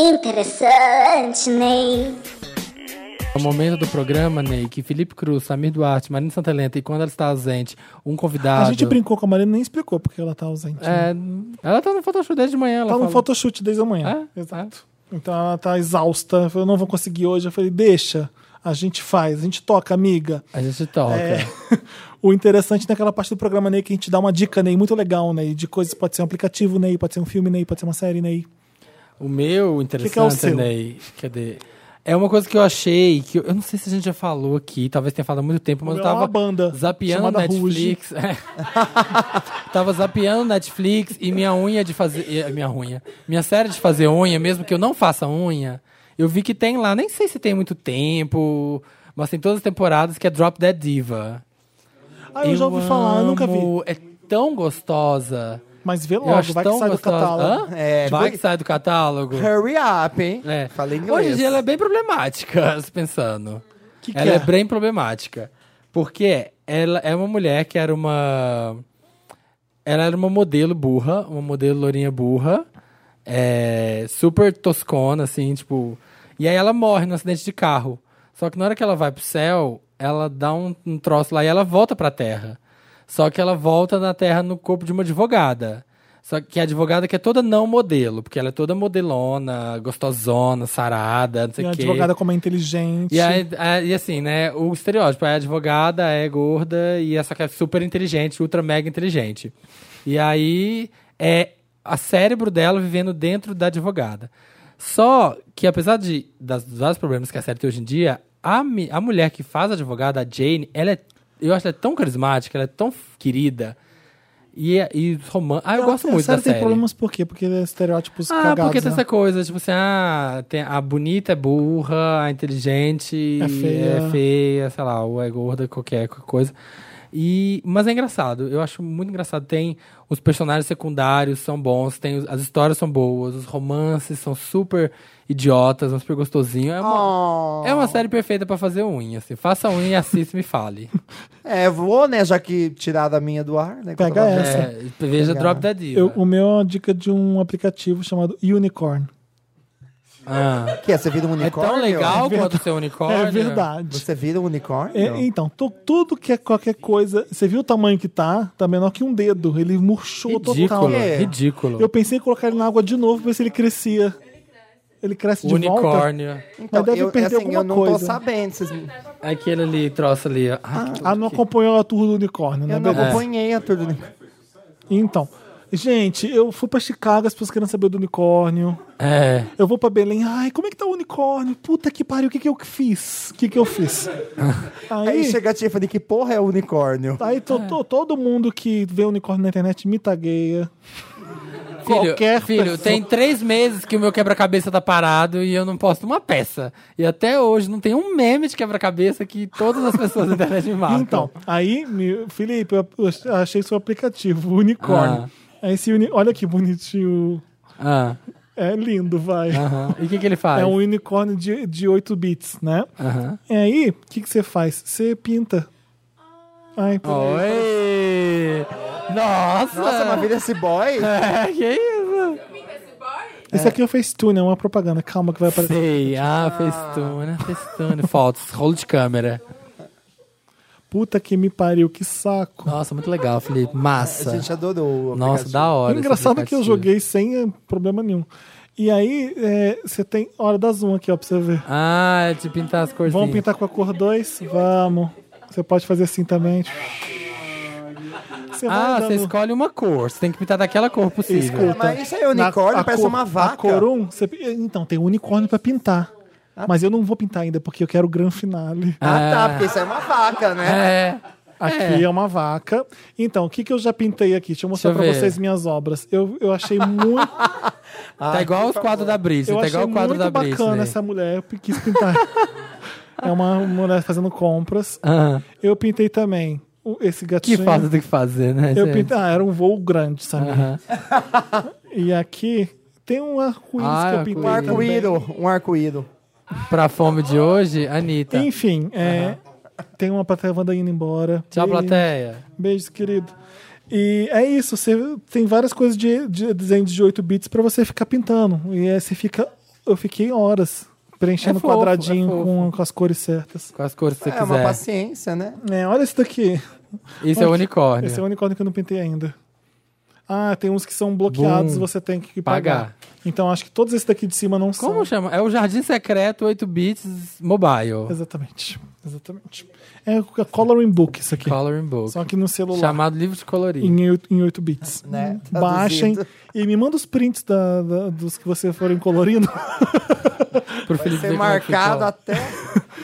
F: Interessante, Ney.
B: É o momento do programa, Ney, que Felipe Cruz, Samir Duarte, Marina Santelenta e quando ela está ausente, um
A: A
B: convidado.
A: gente brincou com a Marina e nem explicou porque ela tá ausente. né?
B: É, ela tá no Photoshop desde de manhã. Ela
A: Tá no
B: falou.
A: photoshoot desde amanhã.
B: É?
A: Exato. Então ela tá exausta. Eu falei, não vou conseguir hoje. Eu falei, deixa. A gente faz, a gente toca, amiga.
B: A gente toca.
A: É, o interessante naquela parte do programa, Ney, que a gente dá uma dica, Ney, muito legal, Ney, de coisas. Pode ser um aplicativo, Ney, pode ser um filme, Ney, pode ser uma série, Ney.
B: O meu
A: Que que é o
B: interessante,
A: seu?
B: Ney, cadê? É uma coisa que eu achei, que eu, eu não sei se a gente já falou aqui, talvez tenha falado há muito tempo, mas
A: meu
B: eu
A: é
B: tava
A: uma banda
B: zapeando
A: chamada
B: Netflix. É. tava zapeando Netflix e minha unha de fazer. e a Minha unha. Minha série de fazer unha, mesmo que eu não faça unha, eu vi que tem lá, nem sei se tem muito tempo, mas tem todas as temporadas que é Drop Dead Diva.
A: Ah, eu, já ouvi falar, eu nunca vi.
B: amo, É tão gostosa.
A: Mas vê
B: eu
A: logo,
B: acho
A: vai que
B: tão
A: sai do
B: gostosa.
A: catálogo.
B: Hã?
D: É,
B: vai
D: tipo-
B: que sai do catálogo.
D: Hurry up, hein?
B: É.
D: Falei inglês.
B: Hoje em dia ela é bem problemática, se pensando.
A: Que que
B: ela
A: é?
B: é? bem problemática. Porque ela é uma mulher que era uma. Ela era uma modelo burra, uma modelo lourinha burra. é, super toscona, assim, tipo. E aí ela morre num acidente de carro. Só que na hora que ela vai pro céu, ela dá um, um troço lá e ela volta pra terra. Só que ela volta na Terra no corpo de uma advogada. Só que a advogada que é toda não modelo, porque ela é toda modelona, gostosona, sarada, não
A: E
B: sei
A: a
B: o quê.
A: advogada como é inteligente.
B: E, aí- a- e assim, né? O estereótipo é a advogada, é gorda e essa que é super inteligente, ultra mega inteligente. E aí é a cérebro dela vivendo dentro da advogada. Só que apesar de das, dos vários problemas que a série tem hoje em dia, a, mi- a mulher que faz a advogada, a Jane, ela é, eu acho ela tão carismática, ela é tão f- querida. E, e romance. Ah, eu
A: Ela-
B: gosto
A: a
B: muito da
A: tem
B: série.
A: problemas por quê? Porque é estereótipos
B: Ah,
A: cagados.
B: porque tem
A: né?
B: essa coisa, tipo assim, ah, tem a bonita é burra, a inteligente
A: É feia.
B: é feia, sei lá, ou é gorda, qualquer, qualquer coisa. E, mas é engraçado, eu acho muito engraçado. Tem os personagens secundários são bons, tem os- as histórias são boas, os romances são super idiotas, mas super gostosinho. É uma, é uma
A: Oh.
B: série perfeita pra fazer unha. Assim. Faça unha e assista e me fale.
D: É, vou, né, já que tiraram a minha do ar, né? que eu
A: Pega
D: tava
A: essa.
D: vendo.
B: É, veja
D: Legal.
B: Drop da Diva.
A: Tá Eu, o meu é uma dica de um aplicativo chamado Unicorn.
B: Ah,
D: Que é, você vira um
B: é
D: unicórnio?
B: tão legal quanto o seu unicórnio.
A: É verdade.
D: Você vira um unicórnio?
A: É, então, tu- tudo que é qualquer coisa. Você viu o tamanho que tá? Tá menor que um dedo. Ele murchou total.
B: Ridículo,
D: É.
B: ridículo.
A: Eu pensei em colocar ele na água de novo pra ver se ele crescia. Ele cresce de volta.
B: Unicórnio.
A: Mas deve
D: eu,
A: perder
D: assim,
A: alguma
D: eu não
A: coisa.
D: tô sabendo. Vocês...
B: Aquele ali, troço ali. ó. Ah, que-
A: Ah, não acompanhou a tour do unicórnio, né?
D: Eu não
A: Beleza.
D: acompanhei a turma do unicórnio.
A: Então, gente, eu fui pra Chicago, as pessoas querendo saber do unicórnio.
B: É.
A: Eu vou pra Belém, ai, como é que tá o unicórnio? Puta que pariu, o que que eu fiz? O que que eu fiz?
D: Aí chega a tia e fala, que porra é o unicórnio?
A: Aí to- to- todo mundo que vê unicórnio na internet me tagueia.
B: Filho,
A: Qualquer
B: filho
A: pessoa.
B: tem três meses que o meu quebra-cabeça tá parado e eu não posto uma peça. E até hoje não tem um meme de quebra-cabeça que todas as pessoas da internet me matam.
A: Então, aí, me- Felipe, eu eu achei seu aplicativo, o unicórnio. Aí esse uni- olha que bonitinho.
B: Ah,
A: É lindo, vai.
B: aham. E o que, que ele faz?
A: É um unicórnio de, de 8 bits, né?
B: Aham.
A: E aí, o que, que você faz? Você pinta. Ai, pô.
B: Oi! Nossa!
D: Nossa, mas vira esse boy?
B: É, que isso?
A: Isso aqui é o Facetune, é uma propaganda. Calma que vai aparecer.
B: Sei. Ah, festune, festune. Fotos, rolo de câmera.
A: Puta que me pariu, que saco.
B: Nossa, muito legal, Felipe.
D: A
B: Massa.
D: gente adorou. o
B: Nossa,
D: aplicativo.
B: da hora. esse
A: Engraçado é que eu
B: aplicativo.
A: joguei sem eh, problema nenhum. E aí, eh, você tem. Olha, dá zoom aqui, ó, pra você ver.
B: Ah, é de pintar as cores.
A: Vamos pintar com a cor 2? Vamos. Você pode fazer assim também. Você
B: Ah,
A: vai
B: você
A: dando...
B: escolhe uma cor. Você tem que pintar daquela cor possível.
A: Escuta.
D: Mas isso aí é unicórnio,
A: Na- a
D: parece
A: cor-
D: uma
A: A
D: vaca.
A: cor 1, então, tem um unicórnio pra pintar. Mas eu não vou pintar ainda, porque eu quero o gran finale.
D: Ah, tá, porque isso é uma vaca, né?
B: É.
A: Aqui é. uma vaca. Então, o que, que eu já pintei aqui? Deixa eu mostrar
B: Deixa eu
A: pra
B: ver.
A: vocês minhas obras. Eu, eu achei muito,
B: tá igual os quadros da Britney.
A: eu
B: Tá
A: achei
B: igual o quadro
A: muito
B: da
A: bacana
B: Britney.
A: essa mulher. Eu quis pintar. é uma mulher fazendo compras.
B: Ah,
A: Eu pintei também o- esse
B: que
A: gatinho.
B: falta tem que fazer, né?
A: Eu
B: gente?
A: pintei, ah, era um voo grande, sabe?
B: Aham.
A: E aqui tem um arco-íris
B: Ah,
A: que
B: arco-íris.
A: eu pintei.
D: Um arco-íro,
A: também.
D: um arco-íro.
B: Pra fome de hoje, Anitta.
A: Enfim, é, tem uma plateia Wanda indo embora.
B: Tchau,
A: E-
B: plateia.
A: Beijos, querido. E é isso, você tem várias coisas de, de desenhos de 8 bits pra você ficar pintando. E aí você fica. Eu fiquei horas preenchendo
B: É
A: o
B: fofo,
A: quadradinho
B: é fofo.
A: com, com as cores certas.
B: Com as cores que você
D: É uma
B: quiser.
D: paciência, né?
A: É, olha esse daqui.
B: Esse é o unicórnio.
A: Esse é o unicórnio que eu não pintei ainda. Ah, tem uns que são bloqueados,
B: Bum.
A: você tem que
B: Pagar.
A: pagar. Então acho que todos esses daqui de cima não são.
B: Como chama? É o Jardim Secreto 8 Bits Mobile.
A: Exatamente. Exatamente. É o coloring book isso aqui.
B: Coloring Book.
A: Só que no celular.
B: Chamado Livro de Colorir.
A: Em 8, em oito bits.
D: Né? Traduzido.
A: Baixem e me manda os prints da- da- dos que você forem colorindo.
B: Pro Felipe
D: Ser
B: ver como é que
D: marcado
B: ficou.
D: até.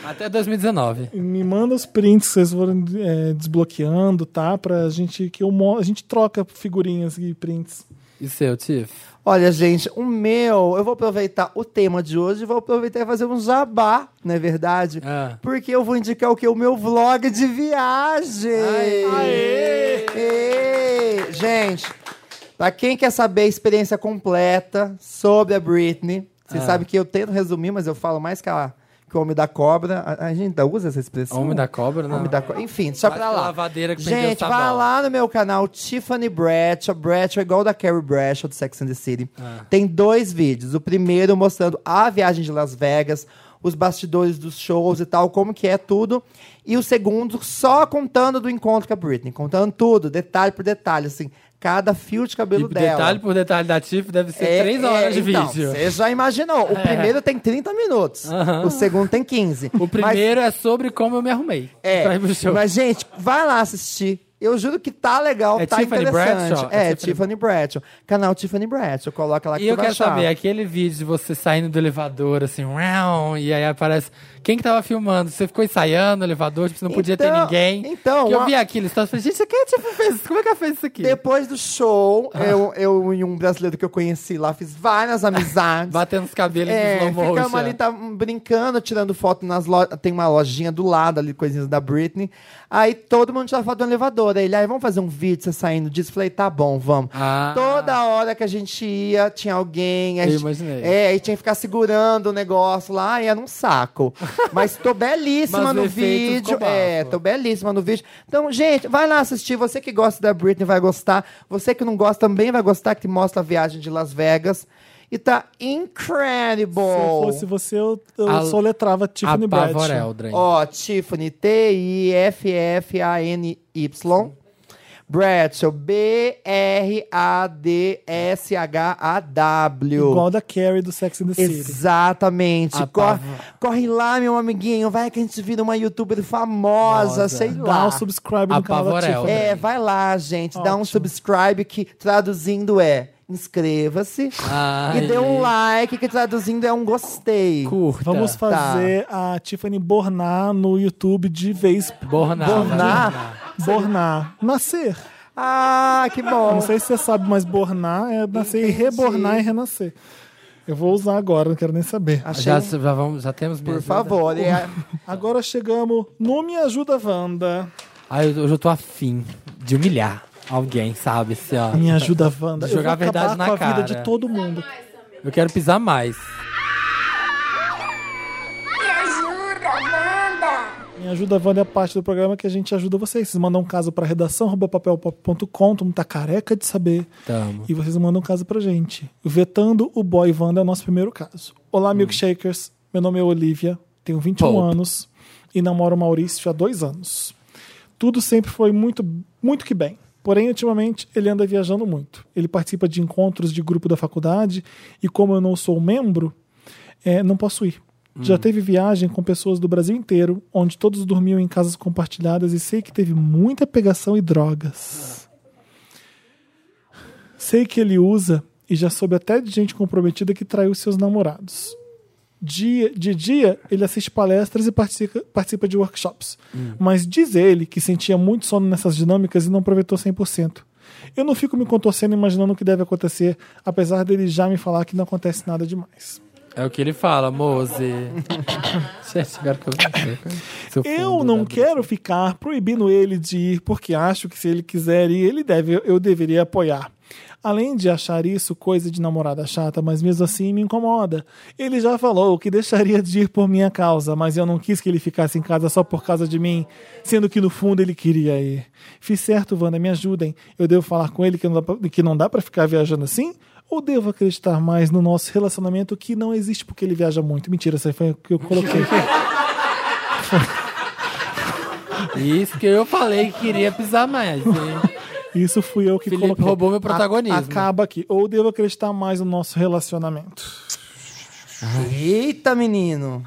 B: até 2019.
A: Me manda os prints que vocês foram é, desbloqueando, tá? Pra gente que eu mo- a gente troca figurinhas e prints.
B: E seu, Tiff?
D: Olha, gente, o meu, eu vou aproveitar o tema de hoje e vou aproveitar e fazer um jabá, não é verdade?
B: Ah.
D: Porque eu vou indicar o que? O meu vlog de viagem!
B: Aê!
D: Aê! Gente, pra quem quer saber a experiência completa sobre a Britney,
B: Ah.
D: você sabe que eu tento resumir, mas eu falo mais que, a, que o Homem da Cobra. A, a gente ainda usa essa expressão?
B: Homem da Cobra, né?
D: Homem da Cobra. Enfim, deixa
B: Quase
D: pra
B: que a
D: lá.
B: lavadeira que prendeu
D: Gente,
B: o
D: vai
B: sabão.
D: lá no meu canal Tiffany Bradshaw. Bradshaw é igual da Carrie Bradshaw do Sex and the City.
B: Ah.
D: Tem dois vídeos. O primeiro mostrando a viagem de Las Vegas, os bastidores dos shows e tal, como que é tudo. E o segundo só contando do encontro com a Britney. Contando tudo, detalhe por detalhe, assim. Cada fio de
B: E
D: cabelo dela.
B: detalhe por detalhe da Tiff deve ser
D: É,
B: 3
D: é,
B: horas de
D: então,
B: vídeo. É.
D: Você já imaginou. O primeiro tem 30 minutos.
B: Aham.
D: O segundo tem 15.
B: O
D: Mas-
B: primeiro é sobre como eu me arrumei.
D: é,
B: Pra ir pro show.
D: mas gente, vai lá assistir. Eu juro que tá legal,
B: É
D: tá
B: Tiffany
D: interessante.
B: Bradshaw?
D: É,
B: É
D: Tiffany... Bradshaw. Canal Tiffany Bradshaw, coloca lá que
B: E eu
D: você vai
B: quero
D: achar.
B: saber, é aquele vídeo de você saindo do elevador, assim, uau, e aí aparece. Quem que tava filmando? Você ficou ensaiando no elevador, tipo, você não podia ter
D: Então-
B: ninguém.
D: então,
B: Que eu
D: a-
B: vi aquilo, então, eu falei, gente, isso aqui é tipo, fez, como é que ela fez isso aqui?
D: Depois do show,
B: Ah.
D: eu, eu e um brasileiro que eu conheci lá, fiz várias amizades.
B: Batendo os cabelos
D: É,
B: em slow
D: ficamos
B: motion.
D: ali tá, hum, brincando, tirando foto nas lojas. Tem uma lojinha do lado ali, coisinhas da Britney. Aí todo mundo tirava foto do elevador. Aí ele, aí vamos fazer um vídeo, você saindo disso. Falei, tá bom, vamos.
B: Ah.
D: Toda hora que a gente ia, tinha alguém. a
B: Eu
D: gente-
B: imaginei.
D: É, aí tinha que ficar segurando o negócio lá, e era um saco. Mas tô belíssima
B: Mas o
D: no
B: efeito
D: vídeo.
B: ficou
D: É,
B: bafo.
D: tô belíssima no vídeo. Então, gente, vai lá assistir. Você que gosta da Britney vai gostar. Você que não gosta também vai gostar, que mostra a viagem de Las Vegas. E tá incredible.
A: Se eu fosse você, eu, eu
B: A-
A: soletrava
D: tipo,
A: Tiffany
B: A é,
A: Bradshaw.
B: Pavoreldra. hein?
D: Ó, Tiffany, T-I-F-F-A-N-Y. Bradshaw, B-R-A-D-S-H-A-W.
A: Igual da Carrie do Sex and the City.
D: Exatamente.
B: A
D: Corre,
B: pava-
D: corre lá, meu amiguinho. Vai que a gente vira uma youtuber famosa,
B: Nossa.
D: sei
A: Dá um
D: lá.
A: o subscribe no canal da
B: Apavorel.
A: Tiffany.
D: É, vai lá, gente. Dá um
A: Ótimo.
D: subscribe que traduzindo é inscreva-se.
B: Ai.
D: E dê um like que traduzindo é um gostei.
B: Curta.
A: Vamos fazer a Tiffany bornar no YouTube de vez.
D: Tá.
B: Bornar.
D: Bornar.
A: Bornar. Nascer.
D: Ah, que bom.
A: Não sei se você sabe, mas bornar é nascer e rebornar e renascer. Eu vou usar agora, não quero nem saber.
D: Achei.
B: Já, já, vamos, já temos
D: Por favor. é a-
A: Agora chegamos no Me Ajuda Wanda.
B: Ai, eu- hoje eu tô afim de humilhar alguém, sabe? Assim, ó.
A: Me Ajuda Wanda.
B: Jogar
A: eu vou
B: a verdade
A: acabar
B: na
A: com a
B: cara.
A: vida de todo mundo.
B: Eu quero pisar mais.
F: Me ajuda, Wanda!
A: Me Ajuda Wanda é a parte do programa que a gente ajuda vocês. Vocês mandam um caso pra redação, arroba papelpop.com, todo mundo tá careca de saber.
B: Tamo.
A: E vocês mandam um caso pra gente. Vetando o boy Wanda é o nosso primeiro caso. Olá,
B: Hum.
A: milkshakers. Meu nome é Olivia, tenho 21
B: Pop.
A: anos e namoro o Maurício há dois anos. Tudo sempre foi muito, muito que bem. Porém, ultimamente, ele anda viajando muito. Ele participa de encontros de grupo da faculdade e, como eu não sou membro, é, não posso ir. Já teve viagem com pessoas do Brasil inteiro, onde todos dormiam em casas compartilhadas e sei que teve muita pegação e drogas. Sei que ele usa e já soube até de gente comprometida que traiu seus namorados. Dia, de dia, ele assiste palestras e participa, participa de workshops. Mas diz ele que sentia muito sono nessas dinâmicas e não aproveitou 100%. Eu não fico me contorcendo imaginando o que deve acontecer, apesar dele já me falar que não acontece nada demais.
B: É o que ele fala, Mose. Gente, agora que eu vi. Seu
A: Eu
B: fundo
A: não
B: da-
A: quero ficar proibindo ele de ir, porque acho que se ele quiser ir, ele deve, eu deveria apoiar. Além de achar isso coisa de namorada chata, mas mesmo assim me incomoda. Ele já falou que deixaria de ir por minha causa, mas eu não quis que ele ficasse em casa só por causa de mim, sendo que no fundo ele queria ir. Fiz certo, Wanda, me ajudem. Eu devo falar com ele que não dá pra, que não dá pra ficar viajando assim? Ou devo acreditar mais no nosso relacionamento que não existe porque ele viaja muito? Mentira, essa foi o que eu coloquei.
B: Isso que eu falei que queria pisar mais. hein?
A: Isso fui eu que
B: Felipe
A: coloquei.
B: roubou meu
A: A-
B: protagonismo.
A: acaba aqui. Ou devo acreditar mais no nosso relacionamento?
D: Eita, menino.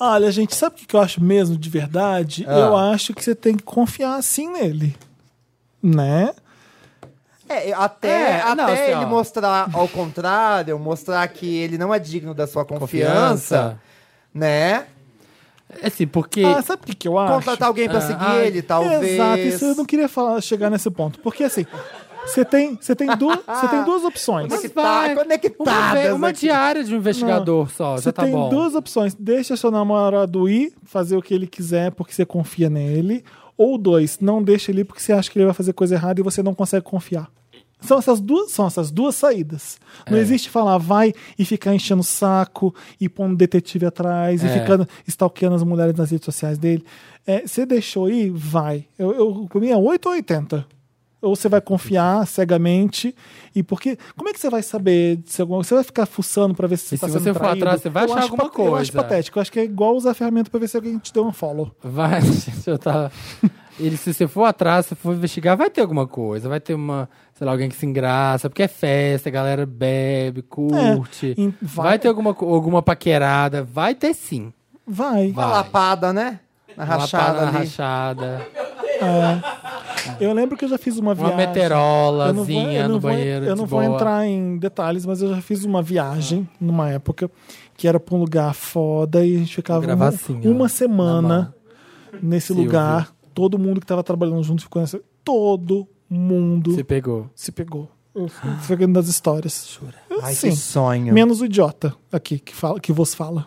A: Olha, gente, sabe o que que eu acho mesmo de verdade?
D: Ah.
A: Eu acho que você tem que confiar assim nele. Né?
D: É, eu- até,
B: É,
D: até
B: não, assim,
D: ele
B: ó.
D: mostrar ao contrário, mostrar que ele não é digno da sua confiança, né?
B: Assim, porque.
A: Ah, sabe o que que eu acho?
D: Contratar alguém pra
B: Ah,
D: seguir
B: ai.
D: ele, talvez.
A: Exato, isso eu não queria falar, chegar nesse ponto. Porque assim, você tem, você tem, du você tem duas opções.
D: Mas tá
B: uma,
D: conectadas
B: ve- uma
D: aqui.
B: diária de um investigador só,
A: Você
B: já tá
A: tem
B: bom.
A: duas opções. Deixa seu namorado ir, fazer o que ele quiser porque você confia nele. Ou dois, não deixa ele ir porque você acha que ele vai fazer coisa errada e você não consegue confiar. São essas duas, são essas duas saídas. Não
B: É.
A: existe falar vai e ficar enchendo o saco e pondo detetive atrás e
B: É.
A: ficando stalkeando as mulheres nas redes sociais dele. É, você deixou ir, vai. Eu, eu, pra mim é 8 ou 80. Ou você vai confiar cegamente e porque como é que você vai saber se alguma você vai ficar fuçando pra ver se
B: E
A: tá
B: se
A: sendo
B: você for
A: traído?
B: atrás, você vai
A: Eu
B: achar
A: acho
B: alguma
A: pat- Eu acho
B: coisa.
A: patético. Eu acho que é igual usar a ferramenta pra ver se alguém te deu um follow.
B: Vai, eu tava. Ele, se você for atrás, se for investigar, vai ter alguma coisa. Vai ter uma, sei lá, alguém que se engraça, porque é festa, a galera bebe, curte.
A: É, em-
B: vai...
A: vai-
B: ter alguma, co- alguma paquerada, vai ter sim.
A: Vai.
D: Uma lapada, né? Na
B: Uma
D: rachada
B: parada
D: ali.
B: rachada,
A: Eu lembro que eu já fiz uma
B: uma
A: viagem. Eu não vou- eu
B: meteorolazinha
A: não
B: no
A: vou-
B: banheiro.
A: Eu
B: de
A: não vou
B: boa.
A: entrar em detalhes, mas eu já fiz uma viagem numa época que era pra um lugar foda e a gente ficava
B: gravar
A: uma,
B: assim, ó,
A: uma
B: na
A: semana nesse
B: Silvio.
A: lugar. Todo mundo que tava trabalhando junto ficou nessa. Todo mundo
B: Você pegou.
A: se pegou. Eu fui pegando das histórias. Eu,
D: Ai,
A: sim.
D: que sonho.
A: Menos o idiota aqui que, fala, que vos fala.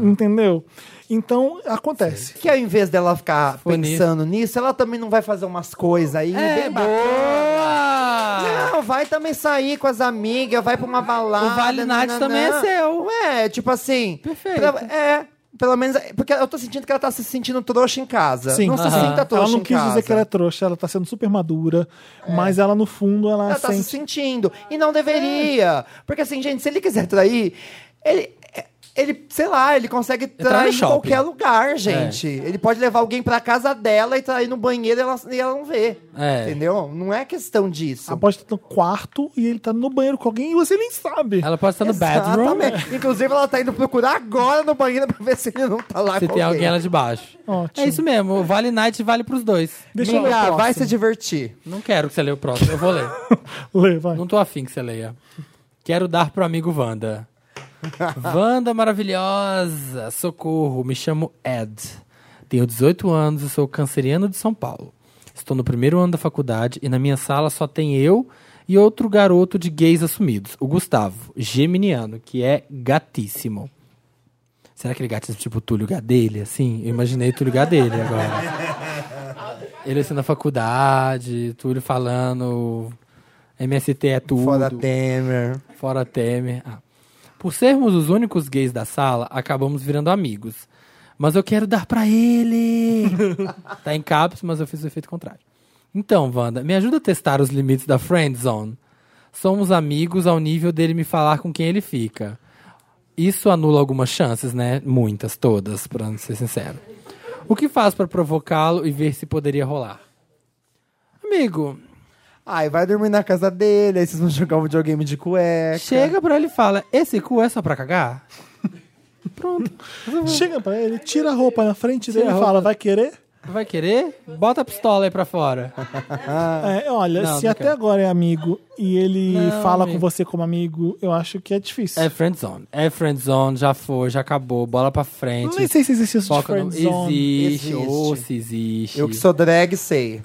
A: Entendeu? Então, acontece.
D: Que ao invés dela ficar
B: Foi É,
D: pensando nisso, ela também não vai fazer umas coisas aí. bem ba-
B: boa!
D: Não, vai também sair com as amigas, vai pra uma balada.
B: O Vale Night também é seu.
D: É, tipo assim.
B: Perfeito.
D: pra- é, pelo menos. Porque eu tô sentindo que ela tá se sentindo trouxa em casa.
A: Sim.
D: Não se
B: Aham.
D: sinta tá trouxa
A: ela não
D: em
A: quis
D: casa.
A: dizer que ela é trouxa, ela tá sendo super madura, mas ela no fundo ela,
D: Ela tá se
A: sente.
D: sentindo. E não
B: É.
D: deveria. Porque assim, gente, se ele quiser trair, ele. Ele, sei lá, ele consegue
B: no
D: trair em
B: shopping. É.
D: qualquer lugar, gente. Ele pode levar alguém pra casa dela e trair no banheiro e ela, e ela não vê.
B: É.
D: Entendeu? Não é questão disso.
A: Ela pode estar tá no quarto e ele tá no banheiro com alguém e você nem sabe.
B: Ela pode estar no bedroom.
D: Exatamente. Inclusive, ela tá indo procurar agora no banheiro pra ver se ele não tá lá
B: Se
D: com
B: tem alguém lá de baixo.
A: Ótimo.
B: É isso mesmo. o Vale Night vale pros dois.
A: Deixa eu ler o
D: Amiga, ah, vai
A: próximo.
D: se divertir.
B: Não quero que você leia o próximo. Eu vou ler.
A: Lê, vai.
B: Não tô afim que você leia. Quero dar pro amigo Wanda. Wanda maravilhosa, socorro, me chamo Ed. Tenho 18 anos e sou canceriano de São Paulo. Estou no primeiro ano da faculdade e na minha sala só tem eu e outro garoto de gays assumidos, o Gustavo, geminiano, que é gatíssimo. Será aquele gatinho tipo Túlio Gadelha, assim? Eu imaginei Túlio Gadelha agora. Ele assim na faculdade, Túlio falando MST é tudo.
D: Foda Temer.
B: Fora Temer. Ah. Por sermos os únicos gays da sala, acabamos virando amigos. Mas eu quero dar pra ele! tá em caps, mas eu fiz o efeito contrário. Então, Wanda, me ajuda a testar os limites da friend zone. Somos amigos ao nível dele me falar com quem ele fica. Isso anula algumas chances, né? Muitas, todas, pra não ser sincero. O que faz pra provocá-lo e ver se poderia rolar? Amigo,
D: Ai, vai dormir na casa dele, aí vocês vão jogar um videogame de cueca.
B: Chega pra ele e fala: Esse cu é só pra cagar?
A: Chega pra ele, tira a roupa na frente dele
B: a
A: e
B: roupa.
A: fala: vai querer?
B: Vai querer? Bota a pistola aí pra fora.
A: É, olha,
B: Não,
A: se
B: não
A: até
B: quero.
A: agora é amigo e ele
B: Não,
A: fala
B: amigo.
A: com você como amigo, eu acho que é difícil.
B: É friendzone. É friendzone, já foi, já acabou. Bola pra frente.
A: Eu nem sei se existe isso de
B: Foca no...
A: friend zone.
B: Existe,
D: Existe.
B: ou se existe.
D: Eu que sou drag, sei.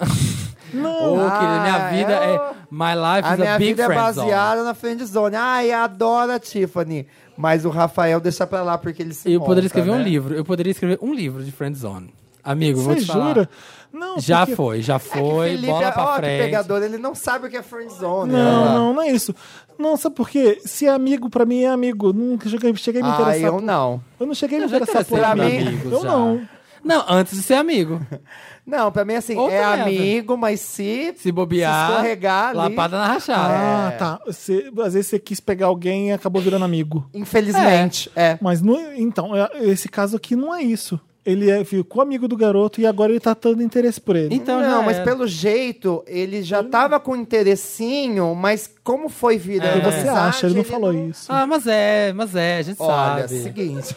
A: Não,
B: Ou, querida, minha
D: Ah,
B: vida
D: eu-
B: é... My life is
D: A
B: a
D: minha
B: big
D: vida é
B: friend
D: baseada na friend zone. Ai, adoro a Tiffany. Mas o Rafael deixa pra lá porque ele se
B: zone. Eu poderia
D: monta,
B: escrever um
D: né?
B: livro. Eu poderia escrever um livro de friendzone. Amigo, vou
A: Você
B: te falar.
A: jura? Não,
B: Já
A: porque-
B: foi, já foi,
D: Felipe
B: bola
D: é
B: pra
D: ó, que
B: frente.
D: pegador, ele não sabe o que é friendzone.
A: Não,
D: né?
A: não, não é isso. Não, sabe por quê? Se é amigo, pra mim é amigo. Nunca cheguei, cheguei a me
D: Ah,
A: interessar.
D: eu
A: por-
D: não.
A: eu não cheguei a me
B: Eu já
A: interessar por
B: interessei
D: tá por
A: amigo.
B: amigos,
A: eu
B: já.
A: não.
B: Não, antes de ser amigo.
D: Não, pra mim assim,
B: Outra
D: é
B: leva.
D: amigo, mas se,
B: Se bobear,
D: se escorregar ali, É.
B: lapada na rachada.
A: Ah, tá. Você- às vezes você quis pegar alguém e acabou virando amigo.
D: infelizmente, é.
A: Mas não, então, é- esse caso aqui não é isso. Ele é- ficou amigo do garoto e agora ele tá tendo interesse por ele.
B: Então já
D: não, mas
B: era. Hum.
D: pelo jeito, ele já tava com interessinho, mas como foi
B: É.
D: virando
A: E você
D: amizade,
A: acha, ele não falou isso.
B: Então, Ah, mas é, mas é, a gente
D: Olha,
B: sabe.
D: seguinte,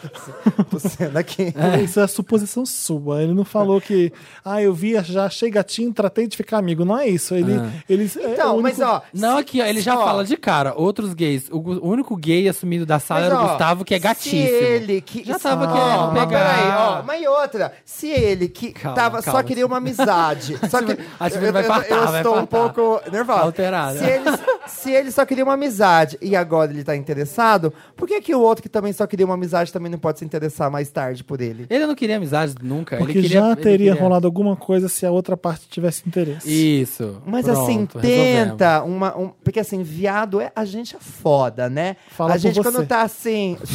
D: tô sendo aqui.
A: Isso é suposição sua. Ele não falou que, ah, eu vi, já achei gatinho, tratei de ficar amigo. Não é isso. Ele,
B: Ah.
A: ele é
D: Então,
A: o
D: mas
A: único-
D: ó.
B: Não,
D: se-
B: aqui, ó, ele já
D: ó,
B: fala de cara. Outros gays. O, gu- o único gay assumido da sala
D: mas,
B: era o
D: ó,
B: Gustavo, que é gatíssimo.
D: Se ele que.
B: Já tava
D: Ah,
B: querendo
D: mas
B: pegar.
D: Peraí, ó, mas e outra. Se ele que
B: Calma,
D: tava, só
B: calma.
D: queria uma amizade. só que.
B: Acho que ele vai
D: eu-
B: fartar,
D: eu
B: vai
D: estou um
B: fartar.
D: pouco nervosa.
B: Alterada.
D: Se ele, se ele só queria uma amizade e agora ele tá interessado, por que, que o outro que também só queria uma amizade também não pode se interessar mais tarde por ele?
B: Ele não queria amizade nunca.
A: Porque
B: ele queria,
A: já
B: ele
A: teria
B: queria-
A: rolado alguma coisa se a outra parte tivesse interesse.
B: Isso.
D: Mas
B: Pronto,
D: assim,
B: resolvemos.
D: tenta uma. um- porque assim, viado é. A gente é foda, né?
A: Fala
D: a gente
A: por você.
D: quando tá assim.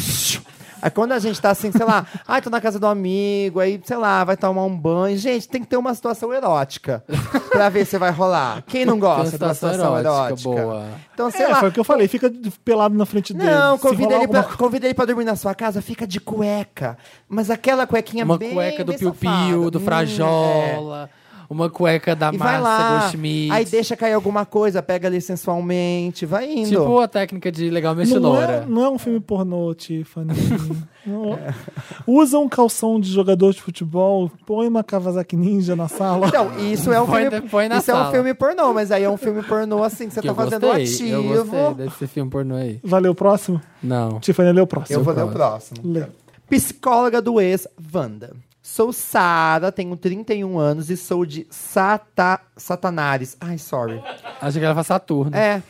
D: Aí quando a gente tá assim, sei lá, ai, tô na casa do amigo, aí, sei lá, vai tomar um banho. Gente, tem que ter uma situação erótica pra ver se vai rolar. Quem não gosta de uma situação erótica?
B: boa.
D: Então, sei
A: É,
D: lá.
A: foi o que eu falei, fica pelado na frente dele.
D: Não,
A: Se
D: convida
A: rolar
D: ele, pra,
A: alguma coisa-
D: convida ele pra dormir na sua casa, fica de cueca. Mas aquela cuequinha
B: Uma
D: bem
B: cueca do
D: bem
B: piu-piu,
D: safada.
B: do
D: Hum, é.
B: frajola, uma cueca da
D: E vai lá,
B: Márcia Goldschmidt.
D: aí deixa cair alguma coisa, pega ali sensualmente, vai indo.
B: Tipo a técnica de legal
A: Não é,
B: mexilora.
A: não é um filme pornô, Tiffany. Não. Usa um calção de jogador de futebol, põe uma Kawasaki Ninja na sala.
D: Então, isso é um
B: Põe-
D: filme,
B: põe na
D: isso é
B: sala.
D: um filme pornô, mas aí é um filme pornô assim que você
B: Que
D: tá
B: eu gostei,
D: fazendo
B: eu gostei
D: ativo.
B: desse filme pornô aí.
A: Valeu o próximo?
B: Não.
A: Tiffany, lê o próximo.
D: Eu vou ler
B: Seu
D: o próximo.
A: Lê.
D: Psicóloga do ex, Wanda. Sou Sara, tenho 31 anos e sou de Sata, Satanares. Ai, sorry.
B: Achei que ela faz Saturno.
D: É,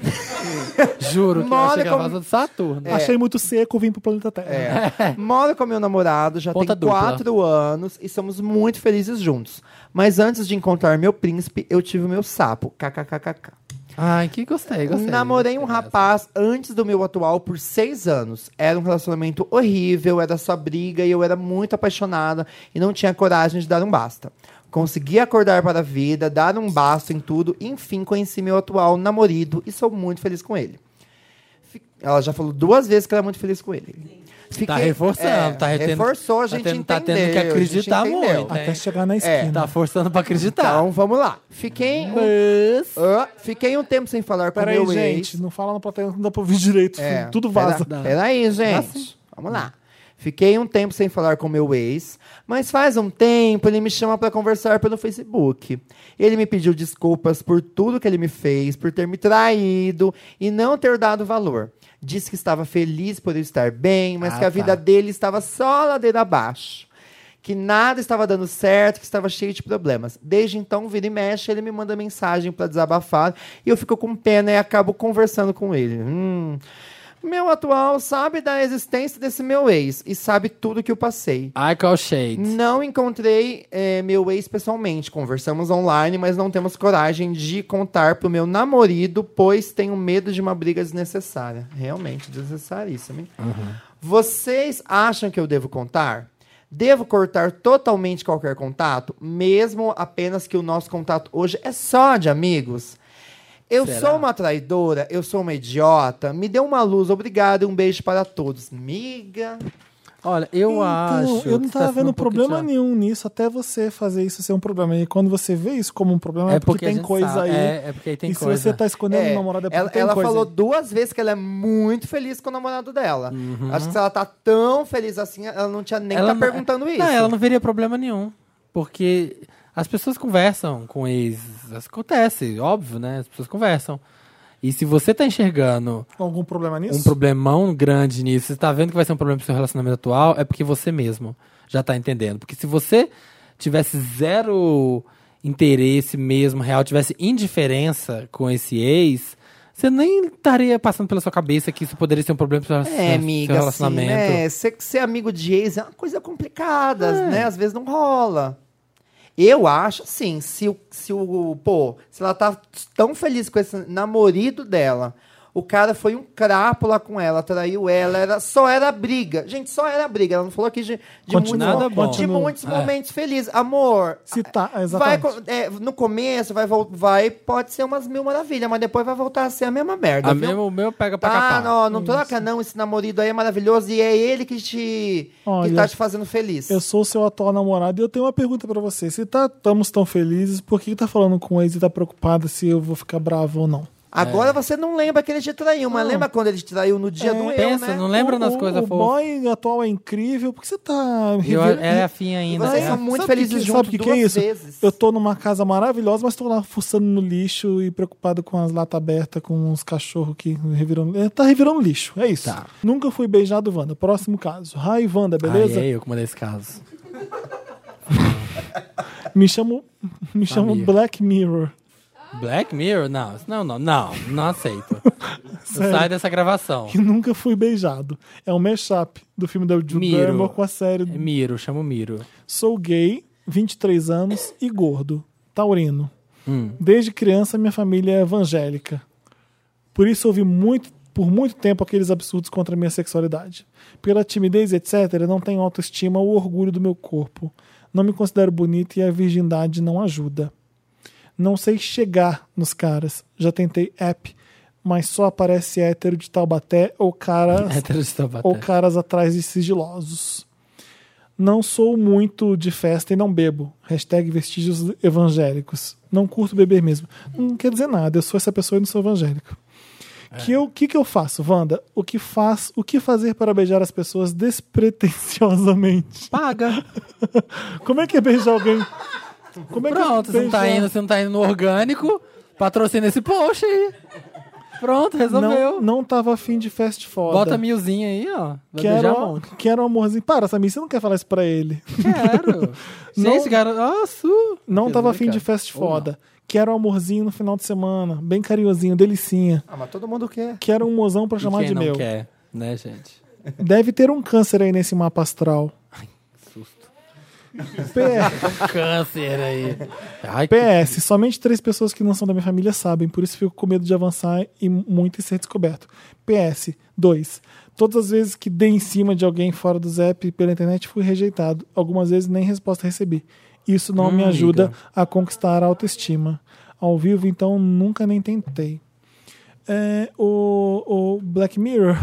B: Juro que eu
D: Mole
B: achei que ela
D: como-
B: fazia de Saturno.
A: Achei muito seco, vim pro planeta Terra.
D: é. Moro com meu namorado, já
B: Ponta
D: tem
B: dupla.
D: 4 anos e somos muito felizes juntos. Mas antes de encontrar meu príncipe, eu tive o meu sapo. KKKKK.
B: Ai, que né? gostei, gostei.
D: Namorei um
B: Gostei dessa.
D: rapaz antes do meu atual por seis anos. Era um relacionamento horrível, era só briga e eu era muito apaixonada e não tinha coragem de dar um basta. Consegui acordar para a vida, dar um basta em tudo, e, enfim, conheci meu atual namorado e sou muito feliz com ele. Fi- Ela já falou duas vezes que ela é muito feliz com ele. Fiquei- é,
B: Tá reforçando, tá retendo-
D: Reforçou, a
B: tá
D: gente
B: tendo- tá tendo
D: entendeu.
B: que
D: a gente
B: acreditar
D: entendeu.
B: muito, né?
A: Até chegar na esquina.
B: Tá forçando pra acreditar.
D: Então, vamos lá. Fiquei um,
B: Mas...
D: Ah, fiquei um tempo sem falar com
A: Peraí,
D: meu ex.
A: gente, não fala na plateia, não dá pra ouvir direito.
B: É,
A: Tudo vaza.
D: É,
A: Tá assim?
D: Pera, peraí, gente. Vamos lá. Fiquei um tempo sem falar com meu ex, mas faz um tempo ele me chama pra conversar pelo Facebook. Ele me pediu desculpas por tudo que ele me fez, por ter me traído e não ter dado valor. Disse que estava feliz por eu estar bem, mas
B: Ah,
D: que a
B: tá.
D: vida dele estava só ladeira abaixo. Que nada estava dando certo, que estava cheio de problemas. Desde então, vira e mexe, ele me manda mensagem pra desabafar e eu fico com pena e acabo conversando com ele. Hum. Meu atual sabe da existência desse meu ex e sabe tudo que eu passei.
A: Então-
B: Ai, qual shade.
D: Não encontrei eh, meu ex pessoalmente. Conversamos online, mas não temos coragem de contar pro meu namorado, pois tenho medo de uma briga desnecessária. Realmente, desnecessaríssima. hein? Vocês acham que eu devo contar? Devo cortar totalmente qualquer contato, mesmo apenas que o nosso contato hoje é só de amigos? Eu
B: Será?
D: sou uma traidora, eu sou uma idiota. Me dê uma luz, obrigado e um beijo para todos. Miga.
B: Olha, eu
A: Então,
B: acho.
A: Eu não
B: que
A: tava
B: tá sendo
A: vendo
B: um pouco
A: problema
B: idiota.
A: nenhum nisso, até você fazer isso ser um problema. E quando você vê isso como um problema, é,
B: É
A: porque,
B: porque a
A: tem
B: gente
A: coisa
B: sabe.
A: aí.
B: É, é porque aí tem
A: e
B: coisa.
A: se você tá escondendo
D: É,
A: o namorado, é porque
D: ela
A: tem
D: ela
A: coisa
D: falou
A: aí.
D: duas vezes que ela é muito feliz com o namorado dela.
A: Uhum.
D: Acho que se ela tá tão feliz assim, ela não tinha nem
B: Ela
D: tá
B: não- é,
D: perguntando isso.
B: Não, ela não veria problema nenhum. Porque as pessoas conversam com ex. Acontece, óbvio, né? As pessoas conversam. E se você tá enxergando
A: algum problema nisso?
B: um problemão grande nisso, você tá vendo que vai ser um problema pro seu relacionamento atual, é porque você mesmo já tá entendendo. Porque se você tivesse zero interesse mesmo real, tivesse indiferença com esse ex, você nem estaria passando pela sua cabeça que isso poderia ser um problema pro seu,
D: É,
B: seu
D: amiga,
B: relacionamento.
D: né, assim, né? Ser, ser amigo de ex é uma coisa complicada, né? Às vezes não rola. Eu acho, assim, se, o- se o. Pô, se ela tá tão feliz com esse namorado dela. O cara foi um crápula com ela, traiu ela, era, só era briga. Gente, só era briga. Ela não falou aqui de, de
A: Continua,
D: muitos,
A: nada bom.
D: de muitos
B: Continua.
D: momentos felizes. Amor,
A: Se tá,
D: vai,
A: exatamente.
D: co- é, no começo vai, vol- vai, pode ser umas mil maravilhas, mas depois vai voltar a ser a mesma merda.
B: A
D: viu?
B: mesmo, o meu pega pra
D: Tá,
B: capar.
D: não, não troca não, esse namorado aí é maravilhoso e é ele que te
A: Olha,
D: que tá te fazendo feliz.
A: Eu sou seu atual namorado e eu tenho uma pergunta pra você. Se tá, estamos tão felizes, por que tá falando com eles e tá preocupada se eu vou ficar bravo ou não?
B: É.
D: Agora você não lembra que ele te traiu, mas lembra quando ele te traiu no
A: É,
D: dia do eu,
B: Pensa,
D: né?
B: não lembra
A: O-
B: das
A: o-
B: coisas
A: O
B: fofas.
A: boy atual é incrível, por que você tá...
B: Eu,
A: revi-
B: ela é afim ainda.
D: Vocês
B: é.
D: são muito felizes
A: que,
D: juntos
A: Sabe o que, que
D: duas
A: é isso?
D: vezes.
A: Eu tô numa casa maravilhosa, mas tô lá fuçando no lixo e preocupado com as latas abertas, com uns cachorros que reviram. é, Tá revirando lixo, é isso.
B: Tá.
A: Nunca fui beijado, Wanda. Próximo caso. Hi, Wanda, beleza?
B: Ai, é eu que mandei esse caso.
A: Me chamo, me chamo
B: Amigo.
A: Black Mirror.
B: Black Mirror? Não, isso- não, não, não, não aceito. Não
A: Sério.
B: sai dessa gravação.
A: E nunca fui beijado. É um mashup do filme da Drew
B: Miro.
A: Barrymore com a série
B: É Miro, chamo Miro.
A: Sou gay, 23 anos e gordo, taurino. Desde criança minha família é evangélica. Por isso ouvi muito, por muito tempo aqueles absurdos contra a minha sexualidade. Pela timidez, etc, não tenho autoestima ou orgulho do meu corpo. Não me considero bonito e a virgindade não ajuda. Não sei chegar nos caras. Já tentei app, mas só aparece hétero de Taubaté ou caras
B: Hétero de Taubaté.
A: ou caras atrás de sigilosos. Não sou muito de festa e não bebo. Hashtag vestígios evangélicos. Não curto beber mesmo. Não quer dizer nada, eu sou essa pessoa e não sou evangélico.
B: É.
A: Que eu, que que eu faço, Wanda? O que faz, o que fazer para beijar as pessoas despretensiosamente?
B: Paga.
A: é Como é que é beijar alguém? Como é que
B: Pronto, você não tá
A: beijar-
B: indo, você não tá indo no orgânico, patrocina esse post aí. Pronto, resolveu.
A: Não, não tava afim de fest foda.
B: Bota milzinho aí, ó. Vai beijar um
A: quero,
B: monte.
A: quero um amorzinho. Para, Samir, você não quer falar isso pra ele.
B: Quero. Gente, garoto. Nossa.
A: Não
B: Quer
A: tava
B: dizer,
A: afim de
B: cara,
A: festa
B: ou não.
A: foda. Quero um amorzinho no final de semana, bem carinhosinho, delicinha.
D: Ah, mas todo mundo quer.
A: Quero um mozão pra
B: E
A: chamar
B: quem
A: de
B: não
A: meu.
B: quer, né, gente?
A: Deve ter um câncer aí nesse mapa astral. P-
B: Câncer aí. Ai, que
A: PS, somente três pessoas que não são da minha família sabem, por isso fico com medo de avançar e muito e ser descoberto. PS, 2. Todas as vezes que dei em cima de alguém fora do Zap pela internet fui rejeitado. Algumas vezes nem resposta recebi. Isso não me ajuda
B: Hum, amiga.
A: a conquistar a autoestima. Ao vivo, então, nunca nem tentei. É, o, o Black Mirror.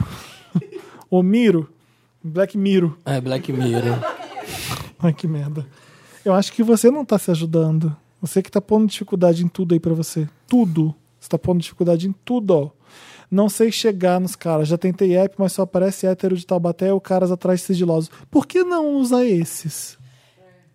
A: o Miro. Black Miro.
B: É Black Mirror.
A: Ai, que merda. Eu acho que você não tá se ajudando. Você que tá pondo dificuldade em tudo aí pra você. Tudo. Você tá pondo dificuldade em tudo, ó. Não sei chegar nos caras. Já tentei app, mas só aparece hétero de Taubaté ou caras atrás sigilosos. Por que não usar esses?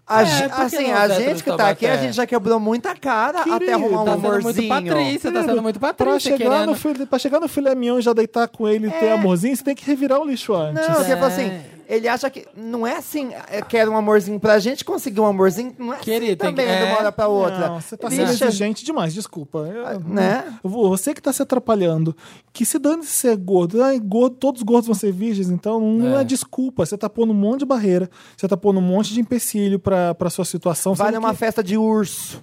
D: A,
B: É,
D: ge-
B: por que
D: assim,
B: não,
D: a
B: Zé
D: gente
B: Três
D: que tá aqui, a
B: Taubaté?
D: gente já quebrou muita cara até
A: Querido,
D: arrumar um
B: Tá sendo muito
D: amorzinho.
B: Patrícia, tá sendo muito
A: Pra
B: Patrícia
A: chegar,
B: querendo.
A: no filé, pra chegar no filé mignon e já deitar com ele e ter amorzinho, você tem que revirar o lixo antes.
D: Não,
B: É.
D: tipo assim, ele acha que. Não é assim, é, quero um amorzinho pra gente conseguir um amorzinho, não é assim
B: Querido, tem que-
D: também,
B: é.
D: de uma hora pra outra. é
A: Não, você tá
D: Bicha,
A: sendo exigente demais, desculpa. Eu-
D: né?
A: Você que tá se atrapalhando. Que se dane se você é gordo. Ai, gordo. Todos os gordos vão ser virgens, então não é,
B: É.
A: desculpa. Você tá pondo um monte de barreira, você tá pondo um monte de empecilho pra, pra sua situação.
D: Vai
A: sendo
D: numa
A: que- É.
D: festa de urso.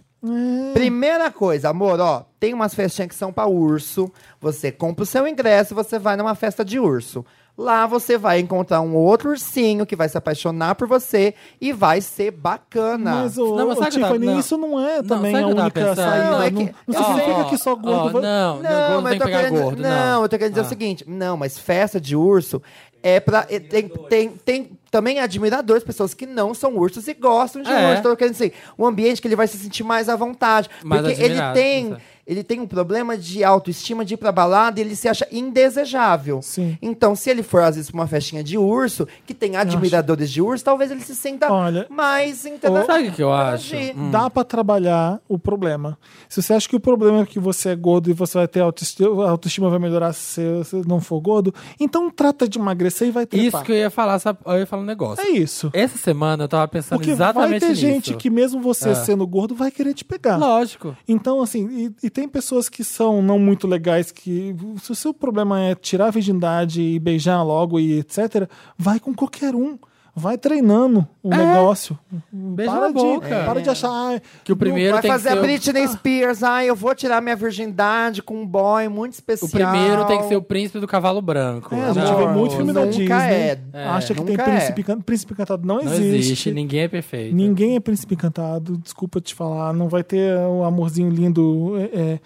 D: Primeira coisa, amor, ó, tem umas festinhas que são pra urso. Você compra o seu ingresso, você vai numa festa de urso. Lá você vai encontrar um outro ursinho que vai se apaixonar por você e vai ser bacana.
A: Mas, ô,
B: Não, mas
A: ô,
B: sabe o que eu tava-
A: Tiffany,
B: não.
A: isso não é
B: Não,
A: também
B: sabe
A: a
B: o que eu tava
A: única
B: pensando?
A: saída.
D: Não,
A: Não,
D: é que-
A: não
D: ó,
A: significa
B: ó,
A: que só gordo
B: ó,
A: vai... tá
B: Não, não, gordo tem
D: mas eu
B: que
D: tô
B: pegar
D: querendo-
B: gordo.
D: Não, eu tô querendo dizer
B: Ah.
D: o seguinte: não, mas festa de urso é pra. é, Tem, tem, tem também admiradores, pessoas que não são ursos e gostam de
B: É.
D: urso. Tô querendo dizer, um ambiente que ele vai se sentir mais à vontade.
B: Mais
D: porque ele
B: admirado,
D: tem.
B: exato.
D: Ele tem um problema de autoestima de ir pra balada e ele se acha indesejável.
A: Sim.
D: Então, se ele for, às vezes, pra uma festinha de urso, que tem admiradores de urso, talvez ele se sinta
A: Olha,
D: mais
A: tá
D: entendeu?
B: Sabe o que eu acho?
D: Interagir.
A: Hum. Dá pra trabalhar o problema. Se você acha que o problema é que você é gordo e você vai ter autoestima, a autoestima vai melhorar se você não for gordo, então trata de emagrecer e vai trepar.
B: Isso que eu ia falar, sabe? Eu ia falar um negócio.
A: É isso.
B: Essa semana eu tava pensando
A: Porque vai
B: exatamente
A: ter
B: nisso. É.
A: gente que tá mesmo você sendo gordo vai querer te pegar.
B: Lógico.
A: Então, assim, e, e tem pessoas que são não muito legais, que se o seu problema é tirar a virgindade e beijar logo e etc., vai com qualquer um. Vai treinando o negócio.
B: Beijo
A: para
B: É. na
A: de,
B: boca. É.
A: Para de achar. ai,
B: Que o primeiro
D: Vai
B: tem que
D: fazer
B: ser
D: a
B: o- Ah.
D: Britney Spears. Ai, eu vou tirar minha virgindade com um boy muito
B: O
D: especial.
B: primeiro tem que ser o príncipe do cavalo branco.
A: É, a gente vê
D: Amor,
A: muito filme da
D: Ah, nunca
A: Disney.
D: é.
A: acha que tem
D: nunca
A: príncipe,
D: é.
A: can- príncipe encantado.
B: Não
A: Não, existe.
B: existe, ninguém é perfeito.
A: Ninguém é príncipe encantado. Desculpa te falar. Não vai ter um amorzinho lindo. é, é,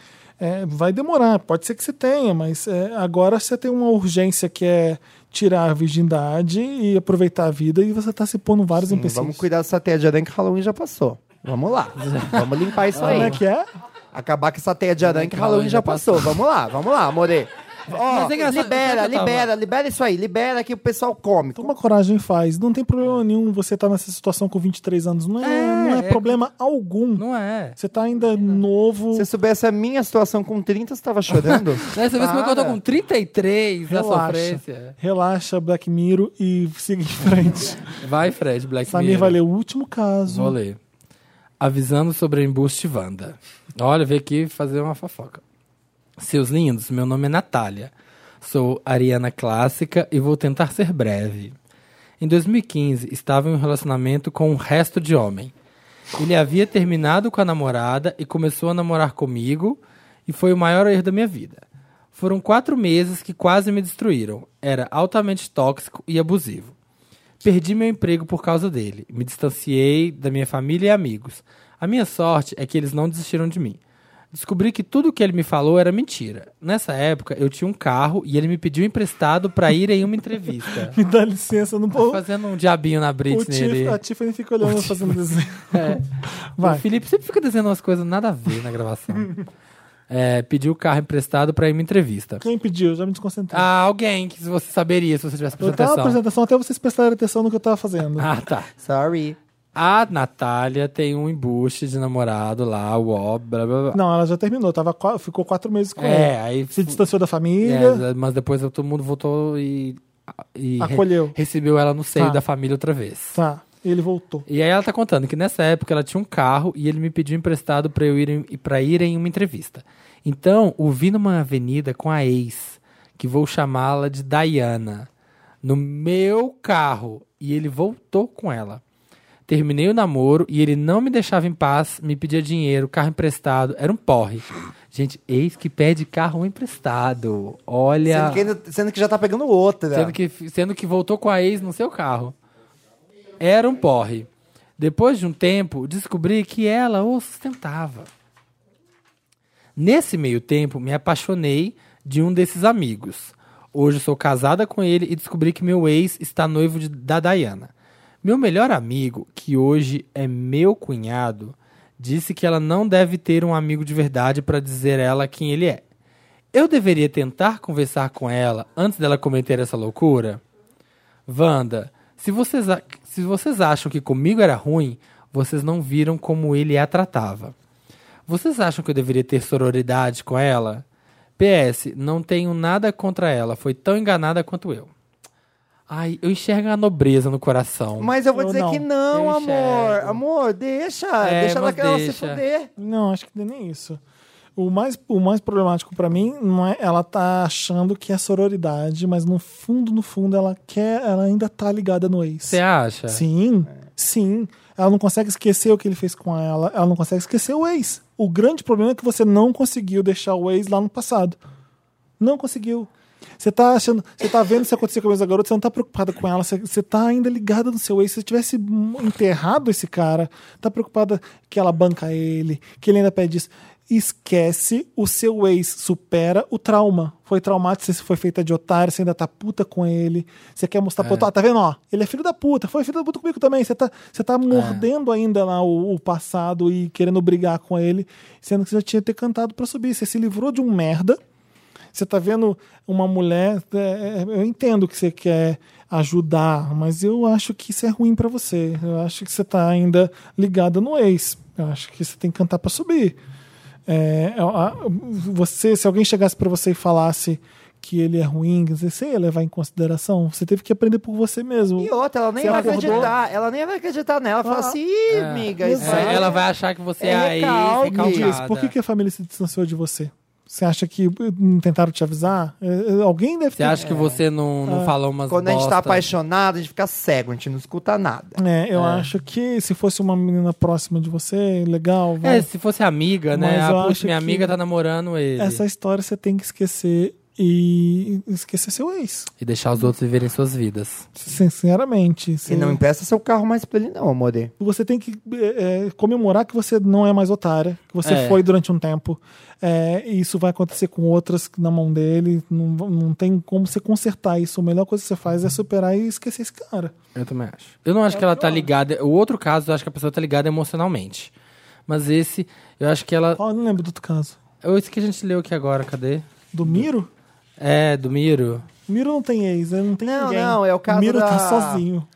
A: é, vai demorar. Pode ser que você tenha, mas é, agora você tem uma urgência que é tirar a virgindade e aproveitar a vida. E você tá se pondo vários
D: Sim,
A: empecilhos.
D: Vamos cuidar dessa teia de aranha que Halloween já passou. Vamos lá. Vamos limpar isso
A: Como é
D: aí.
A: que é?
D: Acabar com essa teia de aranha que Halloween já passou. Vamos lá, vamos lá, amore. Ó,
B: Mas é engraçado,
D: libera,
B: sabe que eu tava-
D: libera, libera isso aí. Libera que o pessoal come.
A: Toma coragem e faz. Não tem
D: É.
A: problema nenhum você estar nessa situação com 23 anos. Não é,
B: É,
A: não é,
B: é-
A: problema algum.
B: Não é.
A: Você tá ainda novo.
D: Se você soubesse a minha situação com 30, você tava chorando?
B: Dessa vez como é que eu tô
D: Para.
B: com 33 na
A: Relaxa.
B: sofrência. é.
A: Relaxa, Black Mirror, e siga em frente.
B: Vai, Fred, Black
A: Samir
B: Mirror.
A: vai ler o último caso.
B: Vou ler. Avisando sobre a embuste Wanda. Olha, veio aqui fazer uma fofoca. Seus lindos, meu nome é Natália. Sou ariana clássica e vou tentar ser breve. Em 2015, estava em um relacionamento com um resto de homem. Ele havia terminado com a namorada e começou a namorar comigo, e foi o maior erro da minha vida. Foram quatro meses que quase me destruíram. Era altamente tóxico e abusivo. Perdi meu emprego por causa dele. Me distanciei da minha família e amigos. A minha sorte é que eles não desistiram de mim. Descobri que tudo o que ele me falou era mentira. Nessa época, eu tinha um carro e ele me pediu emprestado para ir em uma entrevista.
A: Me dá licença, eu não vou.
B: Fazendo um diabinho na
A: O
B: Britney
A: Tiff-
B: ali.
A: a Tiffany fica olhando eu fazendo desenho.
B: É.
A: Vai.
B: O Felipe sempre fica dizendo umas coisas nada a ver na gravação. É, pediu o carro emprestado para ir em uma entrevista.
A: Quem pediu? Eu Já me desconcentrei.
B: Ah, alguém que você saberia se você tivesse
A: eu
B: prestado
A: tava na
B: atenção.
A: apresentação até vocês prestarem atenção no que eu tava fazendo.
B: Ah, tá.
D: Sorry.
B: A Natália tem um embuste de namorado lá, o ó, blá blá blá.
A: Não, ela já terminou. Tava, qua- ficou quatro meses com
B: é,
A: ela.
B: aí.
A: Se distanciou da família.
B: É, mas depois todo mundo voltou e. e
A: Acolheu.
B: recebeu ela no seio
A: Tá.
B: da família outra vez.
A: Tá, ele voltou.
B: E aí ela tá contando que nessa época ela tinha um carro e ele me pediu emprestado pra eu ir em, pra ir em uma entrevista. Então, o vi numa avenida com a ex, que vou chamá-la de Diana, no meu carro, e ele voltou com ela. Terminei o namoro e ele não me deixava em paz, me pedia dinheiro, carro emprestado, era um porre. Gente, ex que pede carro emprestado. Olha,
D: Sendo que, ainda- sendo que já tá pegando outra.
B: É. Sendo que, sendo que voltou com a ex no seu carro. Era um porre. Depois de um tempo, descobri que ela o sustentava. Nesse meio tempo, me apaixonei de um desses amigos. Hoje sou casada com ele e descobri que meu ex está noivo de- da Diana. Meu melhor amigo, que hoje é meu cunhado, disse que ela não deve ter um amigo de verdade para dizer ela quem ele é. Eu deveria tentar conversar com ela antes dela cometer essa loucura? Wanda, se vocês, a- se vocês acham que comigo era ruim, vocês não viram como ele a tratava. Vocês acham que eu deveria ter sororidade com ela? PS, não tenho nada contra ela, foi tão enganada quanto eu. Ai, eu enxergo a nobreza no coração.
D: Mas eu vou
A: Eu
D: dizer
A: não.
D: que não,
B: Eu
D: amor.
B: enxergo.
D: Amor, deixa.
B: É,
D: deixa ela,
B: mas
D: ela se
B: deixa.
D: fuder.
A: Não, acho que não é nem isso. O mais, o mais problemático pra mim não é ela tá achando que é sororidade, mas no fundo, no fundo, ela quer, ela ainda tá ligada no ex.
B: Você acha?
A: Sim, sim. Ela não consegue esquecer o que ele fez com ela, ela não consegue esquecer o ex. O grande problema é que você não conseguiu deixar o ex lá no passado. Não conseguiu. Você tá achando, você tá vendo isso acontecer com a mesma garota, você não tá preocupada com ela, você, você tá ainda ligada no seu ex. Se você tivesse enterrado esse cara, tá preocupada que ela banca ele, que ele ainda pede isso. Esquece o seu ex, supera o trauma. Foi traumático, você foi feita de otário, você ainda tá puta com ele. Você quer mostrar pro outro, ah, tá vendo? Ó, ele é filho da puta, foi filho da puta comigo também. Você tá, você tá mordendo ainda lá o, o passado e querendo brigar com ele, sendo que você já tinha que ter cantado pra subir. Você se livrou de um merda. Você tá vendo uma mulher. é, é, eu entendo que você quer ajudar, mas eu acho que isso é ruim pra você. Eu acho que você tá ainda ligada no ex. Eu acho que você tem que cantar pra subir. É, a- a- você, se alguém chegasse pra você e falasse que ele é ruim, você você ia levar em consideração. Você teve que aprender por você mesmo.
D: E outra, ela nem
A: Se ela
D: vai
A: acordou- Ah.
D: acreditar. Ela nem vai acreditar nela. Ela fala assim, ih, amiga, isso
A: exato.
D: aí.
B: É. Ela vai achar que você é,
D: É
B: a ex
D: recalque.
A: Me
B: recalcada.
A: diz, por que, que a família se distanciou de você? Você acha que eh, não tentaram te avisar? Eh, eh, Alguém deve
B: Você acha que você não, não falou umas
D: É. Quando a gente tá
B: bosta?
D: apaixonado, a gente fica cego, a gente não escuta nada.
A: É, eu acho que se fosse uma menina próxima de você, legal. vai.
B: É, se fosse amiga, né?
A: Mas eu
B: Ah,
A: acho
B: puxa, minha
A: que
B: amiga tá namorando ele.
A: Essa história você tem que esquecer e esquecer seu ex.
B: E deixar os outros viverem suas vidas.
A: Sinceramente. Você,
D: E não empresta seu carro mais pra ele, não, amor.
A: você tem que eh, eh, comemorar que você não é mais otária, que você
B: É.
A: foi durante um tempo. É, e isso vai acontecer com outras na mão dele. Não, não tem como você consertar isso. A melhor coisa que você faz é superar e esquecer esse cara.
B: Eu também acho. Eu não acho
A: É
B: que ela tá ligada. O outro caso, eu acho que a pessoa tá ligada emocionalmente. Mas esse, eu acho que ela.
A: Ó, eu não lembro do outro caso.
B: Eu Esse que a gente leu aqui agora, cadê?
A: Do Miro?
B: É, do Miro.
A: Miro não tem ex, ele não tem
D: Não,
A: ninguém.
D: não, é o caso
A: Miro tá
D: da-
A: sozinho.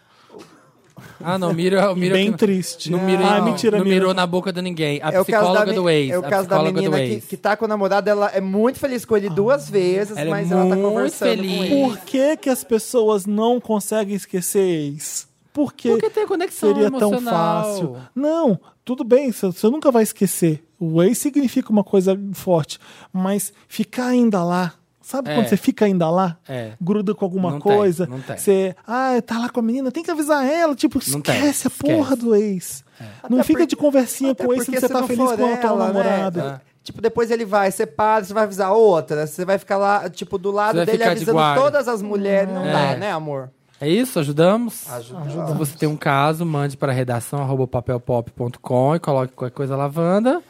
B: Ah, não, o Miro é o Miro.
A: Bem
B: que-
A: triste.
B: Não, mirou,
A: ah, mentira,
B: não
A: Miro.
B: mirou na boca de ninguém. A
D: É o caso da,
B: psicóloga
D: me-
B: do ex.
D: é o
B: a
D: caso da
B: psicóloga do
D: menina que,
B: ex.
D: que tá com o namorado, ela é muito feliz com ele duas vezes,
B: Ela é
D: mas ela tá
B: muito
D: conversando com
B: feliz.
D: ele.
A: Por que, que as pessoas não conseguem esquecer ex? Por que
B: Porque tem conexão
A: seria tão
B: emocional.
A: fácil? Não, tudo bem, você você nunca vai esquecer. O ex significa uma coisa forte, mas ficar ainda lá. Sabe
B: É.
A: quando você fica ainda lá?
B: É.
A: Gruda com alguma
B: Não tem,
A: coisa?
B: não tem.
A: Você, ah, tá lá com a menina, tem que avisar ela. Tipo,
B: Não tem, esquece.
A: esquece a
B: É.
A: porra do ex. Não
D: Até
A: fica
D: porque-
A: de conversinha
D: até
A: com o ex se
D: porque
A: você
D: se
A: tá
D: não
A: feliz
D: for
A: com o atual
D: ela, né?
A: namorado.
B: Ah.
D: É. Tipo, depois ele vai, você para, você vai avisar outra, você vai ficar lá, tipo, do lado
B: vai
D: dele
B: ficar de
D: avisando
B: guarda.
D: todas as mulheres. Não
B: É.
D: dá, né, amor?
B: É isso? Ajudamos?
D: Ajuda.
B: Se você tem um caso, mande para redação arroba papelpop.com e coloque qualquer coisa lavanda.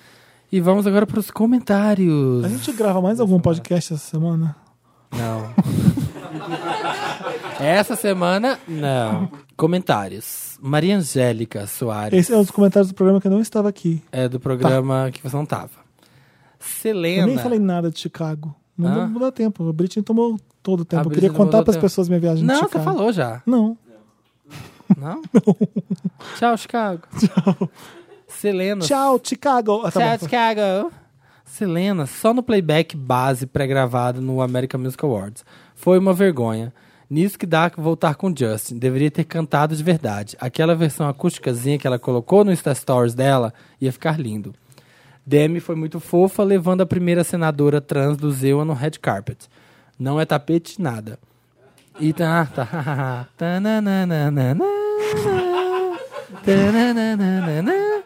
B: E vamos agora para os
A: A
B: comentários.
A: gente grava mais algum podcast essa semana?
B: Não. Essa semana, não. Comentários. Maria Angélica Soares.
A: Esse é um dos comentários do programa que eu não estava aqui.
B: É do programa que você não tava.
A: Eu
B: Selena.
A: nem falei nada de Chicago. Não
B: Hã?
A: deu- não dá tempo. A Britney tomou todo o tempo. Eu
B: Ah? Britney
A: queria
B: tomou
A: contar
B: todo
A: para as
B: o tempo.
A: pessoas minha viagem de
B: Não,
A: Chicago.
B: você falou já.
A: Não.
B: Não? Tchau, Chicago. Selena.
A: Tchau, Chicago. Ah, tá
B: Tchau,
A: bom.
B: Chicago. Selena, só no playback base pré-gravado no American Music Awards. Foi uma vergonha. Nisso que dá voltar com Justin. Deveria ter cantado de verdade. Aquela versão acústicazinha que ela colocou no Insta Stories dela ia ficar lindo. Demi foi muito fofa, levando a primeira senadora trans do Zewa no red carpet. Não é tapete, nada. E tá. tá tananana, tananana,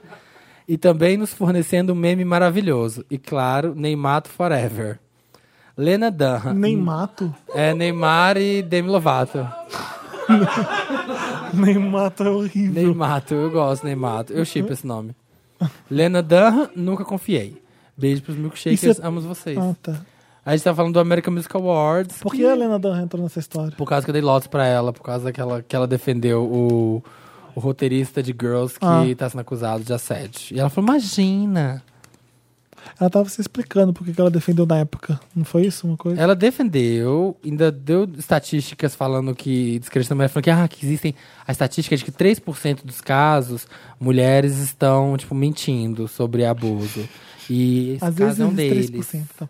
B: e também nos fornecendo um meme maravilhoso. E claro, Neymar Forever. Lena Dunham.
A: Nem mato.
B: É Neymar e Demi Lovato.
A: Nem mato é horrível.
B: Neymato, eu gosto de Neymato. Eu chipo esse nome. Lena Dunham, nunca confiei. Beijo pros milkshakers,
A: Isso
B: amo vocês.
A: Ah, tá.
B: A gente tá falando do American Music Awards.
A: Por que a Helena Dunham entrou nessa história?
B: Por causa que eu dei lotes pra ela, por causa daquela que ela defendeu o, o roteirista de Girls que
A: Ah.
B: tá sendo acusado de assédio. E ela falou, imagina.
A: Ela tava se explicando por que que ela defendeu na época. Não foi isso uma coisa?
B: Ela defendeu, ainda deu estatísticas falando que, descreditou mulher, falando que, ah, que existem a estatística de que 3% dos casos, mulheres estão, tipo, mentindo sobre abuso. E esse caso
A: Às vezes
B: é um
A: existe
B: deles.
A: 3%. Então.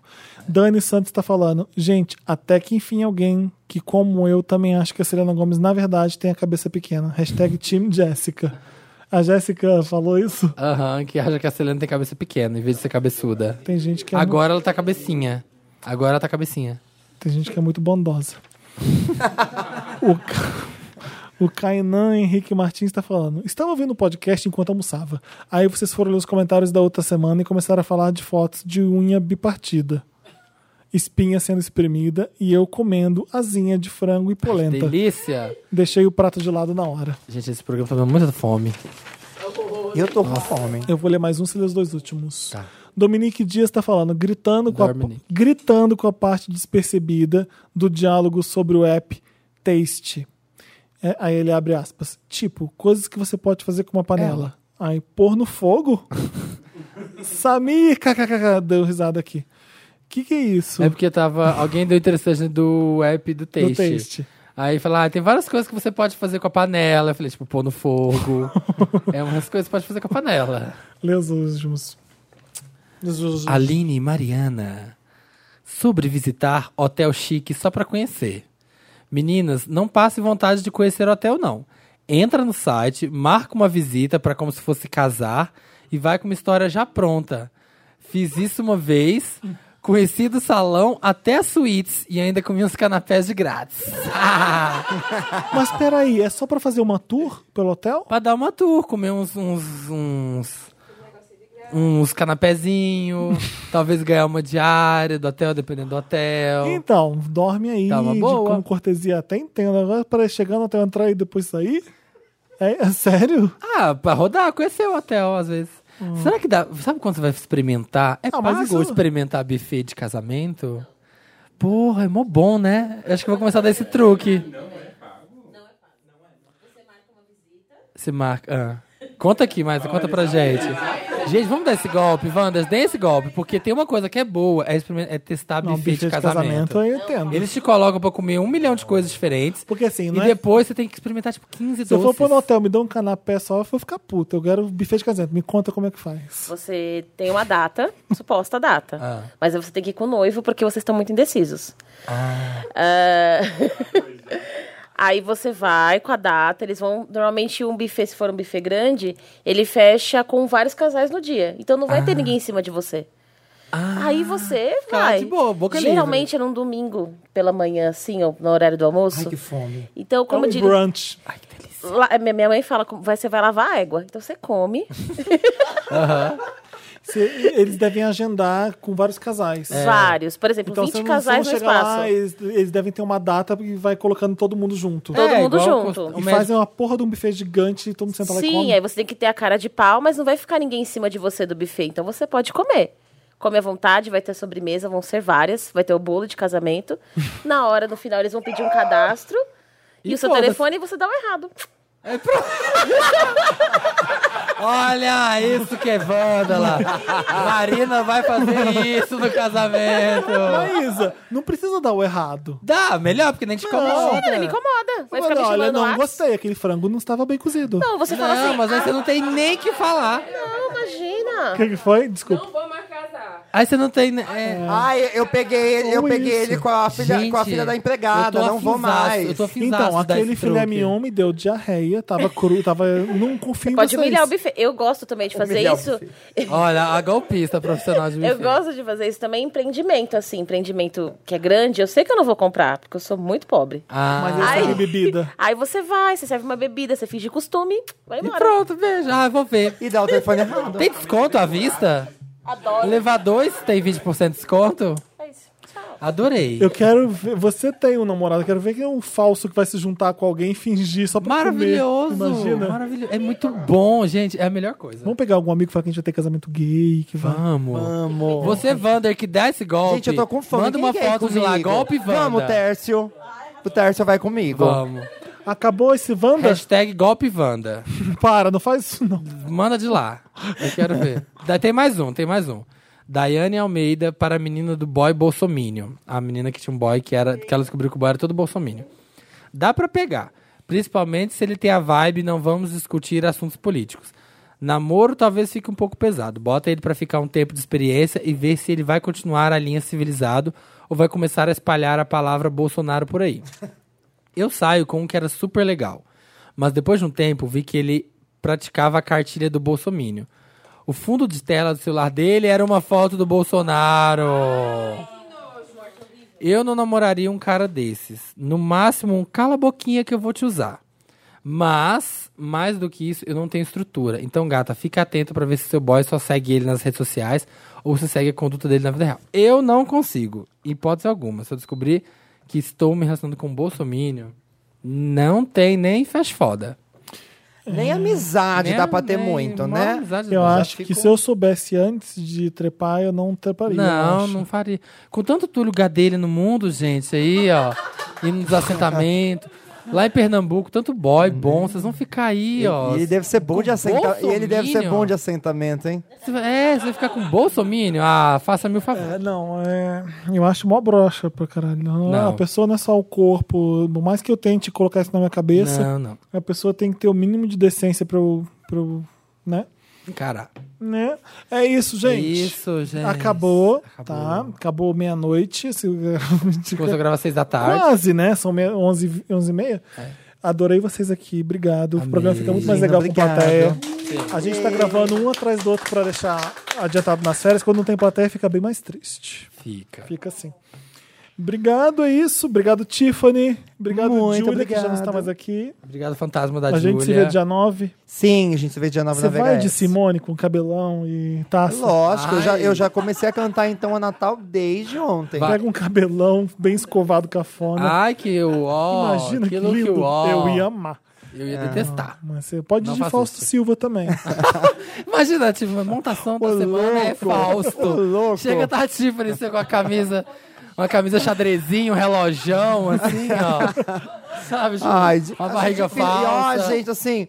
A: Dani Santos tá falando, gente, até que enfim alguém que, como eu, também acha que a Selena Gomes, na verdade, tem a cabeça pequena. Hashtag Team Jéssica. A Jéssica falou isso?
B: Aham, que acha que a Selena tem cabeça pequena, em vez de ser cabeçuda.
A: Tem gente que é, mu-
B: Agora ela tá cabecinha. Agora ela tá cabecinha.
A: tem gente que é muito bondosa. o, Ca- o Kainan Henrique Martins está falando. Estava ouvindo o podcast enquanto almoçava. Aí vocês foram ler os comentários da outra semana e começaram a falar de fotos de unha bipartida. Espinha sendo espremida e eu comendo asinha de frango e polenta.
B: Delícia!
A: Deixei o prato de lado na hora.
B: Gente, esse programa tá dando muita fome.
D: Eu tô com fome.
A: Eu vou ler mais um se ler os dois últimos.
B: Tá.
A: Dominique Dias tá falando, gritando com, a,
B: Dominique.
A: gritando com a parte despercebida do diálogo sobre o app Taste. É, aí ele abre aspas. Tipo, coisas que você pode fazer com uma panela.
B: É.
A: Aí, pôr no fogo? Samir, kkkk, deu risada aqui. Que que é isso?
B: É porque tava. Alguém deu interessante do app do Taste.
A: Do Taste.
B: Aí falar, ah, tem várias coisas que você pode fazer com a panela. Eu falei, tipo, pôr no fogo. é umas coisas que você pode fazer com a panela.
A: Lê os últimos. Os últimos.
B: Aline e Mariana. Sobre visitar hotel chique só pra conhecer. Meninas, não passe vontade de conhecer hotel, não. Entra no site, marca uma visita pra como se fosse casar e vai com uma história já pronta. Fiz isso uma vez Conheci do salão até suítes e ainda comi uns canapés de grátis.
A: Mas peraí, é só pra fazer uma tour pelo hotel?
B: pra dar uma tour, comer uns. uns. uns, uns canapézinhos, talvez ganhar uma diária do hotel, dependendo do hotel.
A: Então, dorme aí,
B: Tá uma
A: de-
B: boa.
A: como cortesia, até entendo. Agora, para chegando até eu entrar e depois sair? É, é sério?
B: Ah, pra rodar, conhecer o hotel às vezes. Será que dá. Sabe quando você vai experimentar? É
A: Ah, Hum. mas
B: pago
A: isso-
B: experimentar buffet de casamento? Porra, é mó bom, né? Eu Acho que eu vou começar a dar esse truque. Não é pago. Não é pago. Você marca. Ah. Conta aqui, mais, conta pra gente. Gente, vamos dar esse golpe, Wanders, dê esse golpe, porque tem uma coisa que é boa, é, experimentar, é testar buffet, de casamento.
A: eu entendo.
G: é.
B: Eles te colocam pra comer um milhão de coisas diferentes.
A: é Porque assim,
B: E
A: não é-
B: depois você tem que experimentar, tipo, 15
A: Se eu for
B: doces.
A: pro hotel, me dá um canapé só, eu vou ficar puto. Eu quero buffet de casamento. Me conta como é que faz.
G: Você tem uma data, suposta data. Mas aí você tem que ir com o noivo porque vocês estão muito indecisos. Ah. aí você vai com a data, eles vão. Normalmente um buffet, se for um buffet grande, ele fecha com vários casais no dia. Então não vai ter ninguém em cima de você. aí você
B: fica lá
G: vai.
B: de boa, boca livre.
G: Geralmente era um domingo pela manhã, assim, ou no horário do almoço.
D: Ai, que fome.
G: Então,
A: É
G: como
A: um
G: eu diria,
A: brunch.
B: Ai, que delícia.
G: lá- minha minha mãe fala, como- vai- você vai lavar a égua. Então você come.
A: Se- eles devem agendar com vários casais.
B: É.
G: Vários. Por
A: É.
G: exemplo,
A: Então, você
G: 20
A: não,
G: casais
A: você não
G: no
A: chega
G: espaço. É.
A: lá, eles, eles devem ter uma data e vai colocando todo mundo junto.
G: Todo mundo
B: É, igual
G: junto.
B: o
A: E
B: médico-
A: fazem uma porra de um buffet gigante e todo mundo senta lá e
G: Sim, é.
A: come.
G: aí você tem que ter a cara de pau, mas não vai ficar ninguém em cima de você do buffet. Então você pode comer. Come à vontade, vai ter sobremesa, vão ser várias, vai ter o bolo de casamento. Na hora, no final, eles vão pedir um cadastro. E,
B: E
G: o seu
B: foda-se.
G: telefone você dá o errado.
B: Olha isso que é vândala. Marina vai fazer isso no casamento.
A: Maísa, não precisa dar o errado.
B: Dá, melhor, porque nem te
A: Não.
B: incomoda.
G: Nada, me incomoda. Vai
A: Olha,
G: ficar me
A: olha,
G: chamando
A: não
G: lá.
A: gostei, aquele frango não estava bem cozido.
G: Não, você fala
B: Não,
G: assim.
B: mas aí você não tem nem que falar.
A: Né?
G: Não,
A: O
G: imagina.
A: que, que foi? Desculpa.
B: Aí você não tem. É,
D: Ai, eu peguei ele, eu
A: Ou
D: peguei
A: isso.
D: ele com a filha,
B: Gente,
D: com a filha da empregada,
B: eu tô
D: não vou
B: afinzaço,
D: mais.
B: Eu tô afinzaço
A: Então,
B: da
A: aquele filé
B: Stroke.
A: mignon me deu diarreia, tava cru, tava. Não confio em
G: Pode
A: vocês.
G: humilhar o buffet. Eu gosto também de fazer
D: Humilhar o
G: isso.
D: buffet.
B: Olha, a golpista profissional de
G: Eu
B: buffet.
G: gosto de fazer isso também em empreendimento, assim. Empreendimento que é grande, eu sei que eu não vou comprar, porque eu sou muito pobre.
B: Ah,
A: Mas eles
G: Ai.
A: servem bebida.
G: Aí você vai, você serve uma bebida, você finge costume, vai
B: e
G: embora.
B: pronto, beijo. Ah, vou ver.
D: E dá o telefone errado.
B: Tem desconto à vista?
G: Adoro.
B: Levar dois tem 20% de desconto?
G: É isso. Tchau.
B: Adorei.
A: Eu quero ver. Você tem um namorado, eu quero ver quem é um falso que vai se juntar com alguém e fingir só pra comer.
B: Maravilhoso.
A: Imagina.
B: Maravilhoso. É muito bom, gente. É a melhor coisa.
A: Vamos pegar algum amigo e falar que a gente vai ter casamento gay, que vai.
B: Vamos.
D: Vamos.
B: Você, Vander, que dá esse golpe.
D: Gente, eu tô com fome.
B: Manda
D: Quem
B: uma
D: quer ir
B: foto de lá,
D: comigo?
B: golpe Vander.
D: Vamos, Tércio. O Tércio vai comigo.
B: Vamos.
A: Acabou esse Wanda?
B: Hashtag golpe Vanda.
A: Para, não faz isso não.
B: Manda de lá. Eu quero ver. Da- tem mais um, tem mais um. Daiane Almeida para a menina do boy Bolsomínio. A menina que tinha um boy que, era, que ela descobriu que o boy era todo Bolsomínio. Dá pra pegar. Principalmente se ele tem a vibe, não vamos discutir assuntos políticos. Namoro talvez fique um pouco pesado. Bota ele pra ficar um tempo de experiência e ver se ele vai continuar a linha civilizado ou vai começar a espalhar a palavra Bolsonaro por aí. Eu saio com um que era super legal. Mas depois de um tempo, vi que ele praticava a cartilha do Bolsomínio. O fundo de tela do celular dele era uma foto do Bolsonaro. Eu não namoraria um cara desses. No máximo, um cala a boquinha que eu vou te usar. Mas, mais do que isso, eu não tenho estrutura. Então, gata, fica atento pra ver se seu boy só segue ele nas redes sociais ou se segue a conduta dele na vida real. Eu não consigo, hipótese alguma. Se eu descobrir que estou me relacionando com um bolsominion, não tem nem faz foda.
D: Nem amizade
B: Nem-
D: dá Ah, pra ter
B: nem
D: muito,
B: maior
D: né?
B: amizade
A: Eu
B: não.
A: acho que é se eu soubesse antes de trepar, eu não treparia. eu
B: Não,
A: acho.
B: não faria. Com tanto Túlio Gadelha no mundo, gente, aí, ó, e nos assentamentos. Lá em Pernambuco, tanto boy bom, vocês vão ficar aí, ó.
D: E ele deve ser bom de
B: Com
D: assentamento. E ele deve ser
B: bolsominion.
D: bom de assentamento, hein?
B: Você vai- É, você vai ficar com bolsomínio? Ah, faça-me o favor.
A: É, não, é. Eu acho mó brocha pra caralho. Não,
B: Não.
A: A pessoa não é só o corpo. Por mais que eu tente colocar É, isso na minha cabeça,
B: Não, não.
A: a pessoa tem que ter o mínimo de decência pra eu. Pra eu né?
B: Cara,
A: Né? É isso, gente.
B: isso, gente.
A: Acabou,
B: Acabou.
A: tá? Acabou meia-noite. Se-
B: Começou a gravar às seis da tarde. É.
A: Quase, né? São meia- 11 e- 11 e meia. Adorei vocês aqui, obrigado. O
B: Amei.
A: programa fica muito mais legal com
D: Obrigado.
A: plateia. A gente tá gravando um atrás do outro pra deixar adiantado nas férias. Quando não tem plateia, fica bem mais triste.
B: Fica.
A: Fica assim. Obrigado, é isso. Obrigado, Tiffany. Obrigado,
D: Muito
A: Júlia, que já não está
D: obrigado.
A: mais aqui.
B: Obrigado, fantasma da
A: A gente se
B: Júlia.
A: vê dia 9.
D: Sim, a gente se vê dia 9
A: Você
D: na
A: vai
D: VHS.
A: de Simone com cabelão e taça?
D: Lógico, eu já,
B: Ai.
D: eu já comecei a cantar então a Natal desde ontem.
B: Vai.
A: Pega um cabelão bem escovado cafona.
B: Ai, que Ah, ó.
A: Imagina que
B: aquilo que,
A: lindo.
B: ó.
A: eu ia amar.
B: Eu ia detestar.
A: Mas você pode ir
B: Não
A: de
B: faça
A: Fausto
B: isso.
A: Silva também.
B: Imagina, tipo, a montação da
A: Ô,
B: semana é
A: louco.
B: Fausto.
A: Ô, louco.
B: Chega tá Tiffany, você com a camisa, uma camisa xadrezinho, um relojão, assim, ó. Sabe, tipo,
D: Ai, de-
B: uma
D: a
B: barriga
D: gente- E ó,
B: falsa.
D: gente, assim,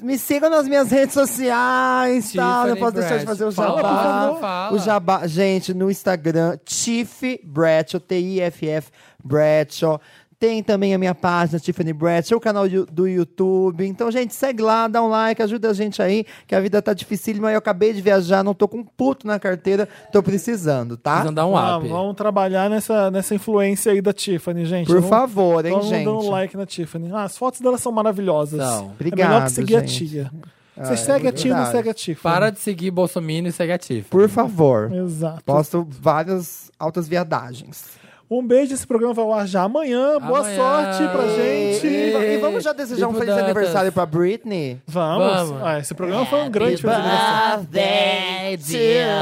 D: me sigam nas minhas redes sociais, tá? Não
B: Tiffany
D: posso deixar de
B: Brett.
D: fazer o
B: Fala,
D: jabá.
B: por favor, fala.
D: O jabá, gente, no Instagram, Tiff Bradshaw, T-I-F-F Bradshaw. Tem também a minha página, Tiffany Bradshaw, o canal you- do YouTube. Então, gente, segue lá, dá um like, ajuda a gente aí, que a vida tá dificílima. Eu acabei de viajar, não tô com um puto na carteira, tô precisando, tá?
B: Precisam dar um
A: Ah,
B: up.
A: vamos trabalhar nessa, nessa influência aí da Tiffany, gente.
D: Por
A: Vamos-
D: favor, hein,
A: Vamos
D: gente?
A: dar um like na Tiffany. Ah, as fotos dela são maravilhosas.
B: São.
A: é melhor
D: Obrigado,
A: que seguir a
D: gente.
A: tia. Você segue a tia ou não
D: verdade.
A: segue a Tiffany?
B: Para de seguir Bolsonaro e segue a Tiffany.
D: Por favor.
A: Exato.
D: Posto várias altas viadagens.
A: Um beijo, esse programa vai ao ar já amanhã. Boa
B: Amanhã.
A: sorte pra
D: E,
A: gente.
B: Ei, ei, Tipo
D: e vamos já desejar um feliz
B: Diputantas.
D: aniversário pra Britney? Tipo,
A: Vamos.
B: Vamos.
A: Ah, esse programa foi um grande feliz aniversário.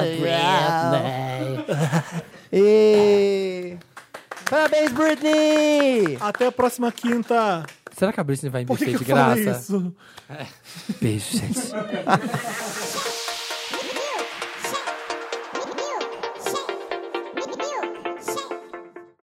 D: Birthday E... Parabéns, Britney!
A: Até a próxima quinta.
B: Será que a Britney vai
A: Por que,
B: envelhecer
A: que
B: de
A: eu falei
B: graça?
A: isso?
B: Beijo, gente.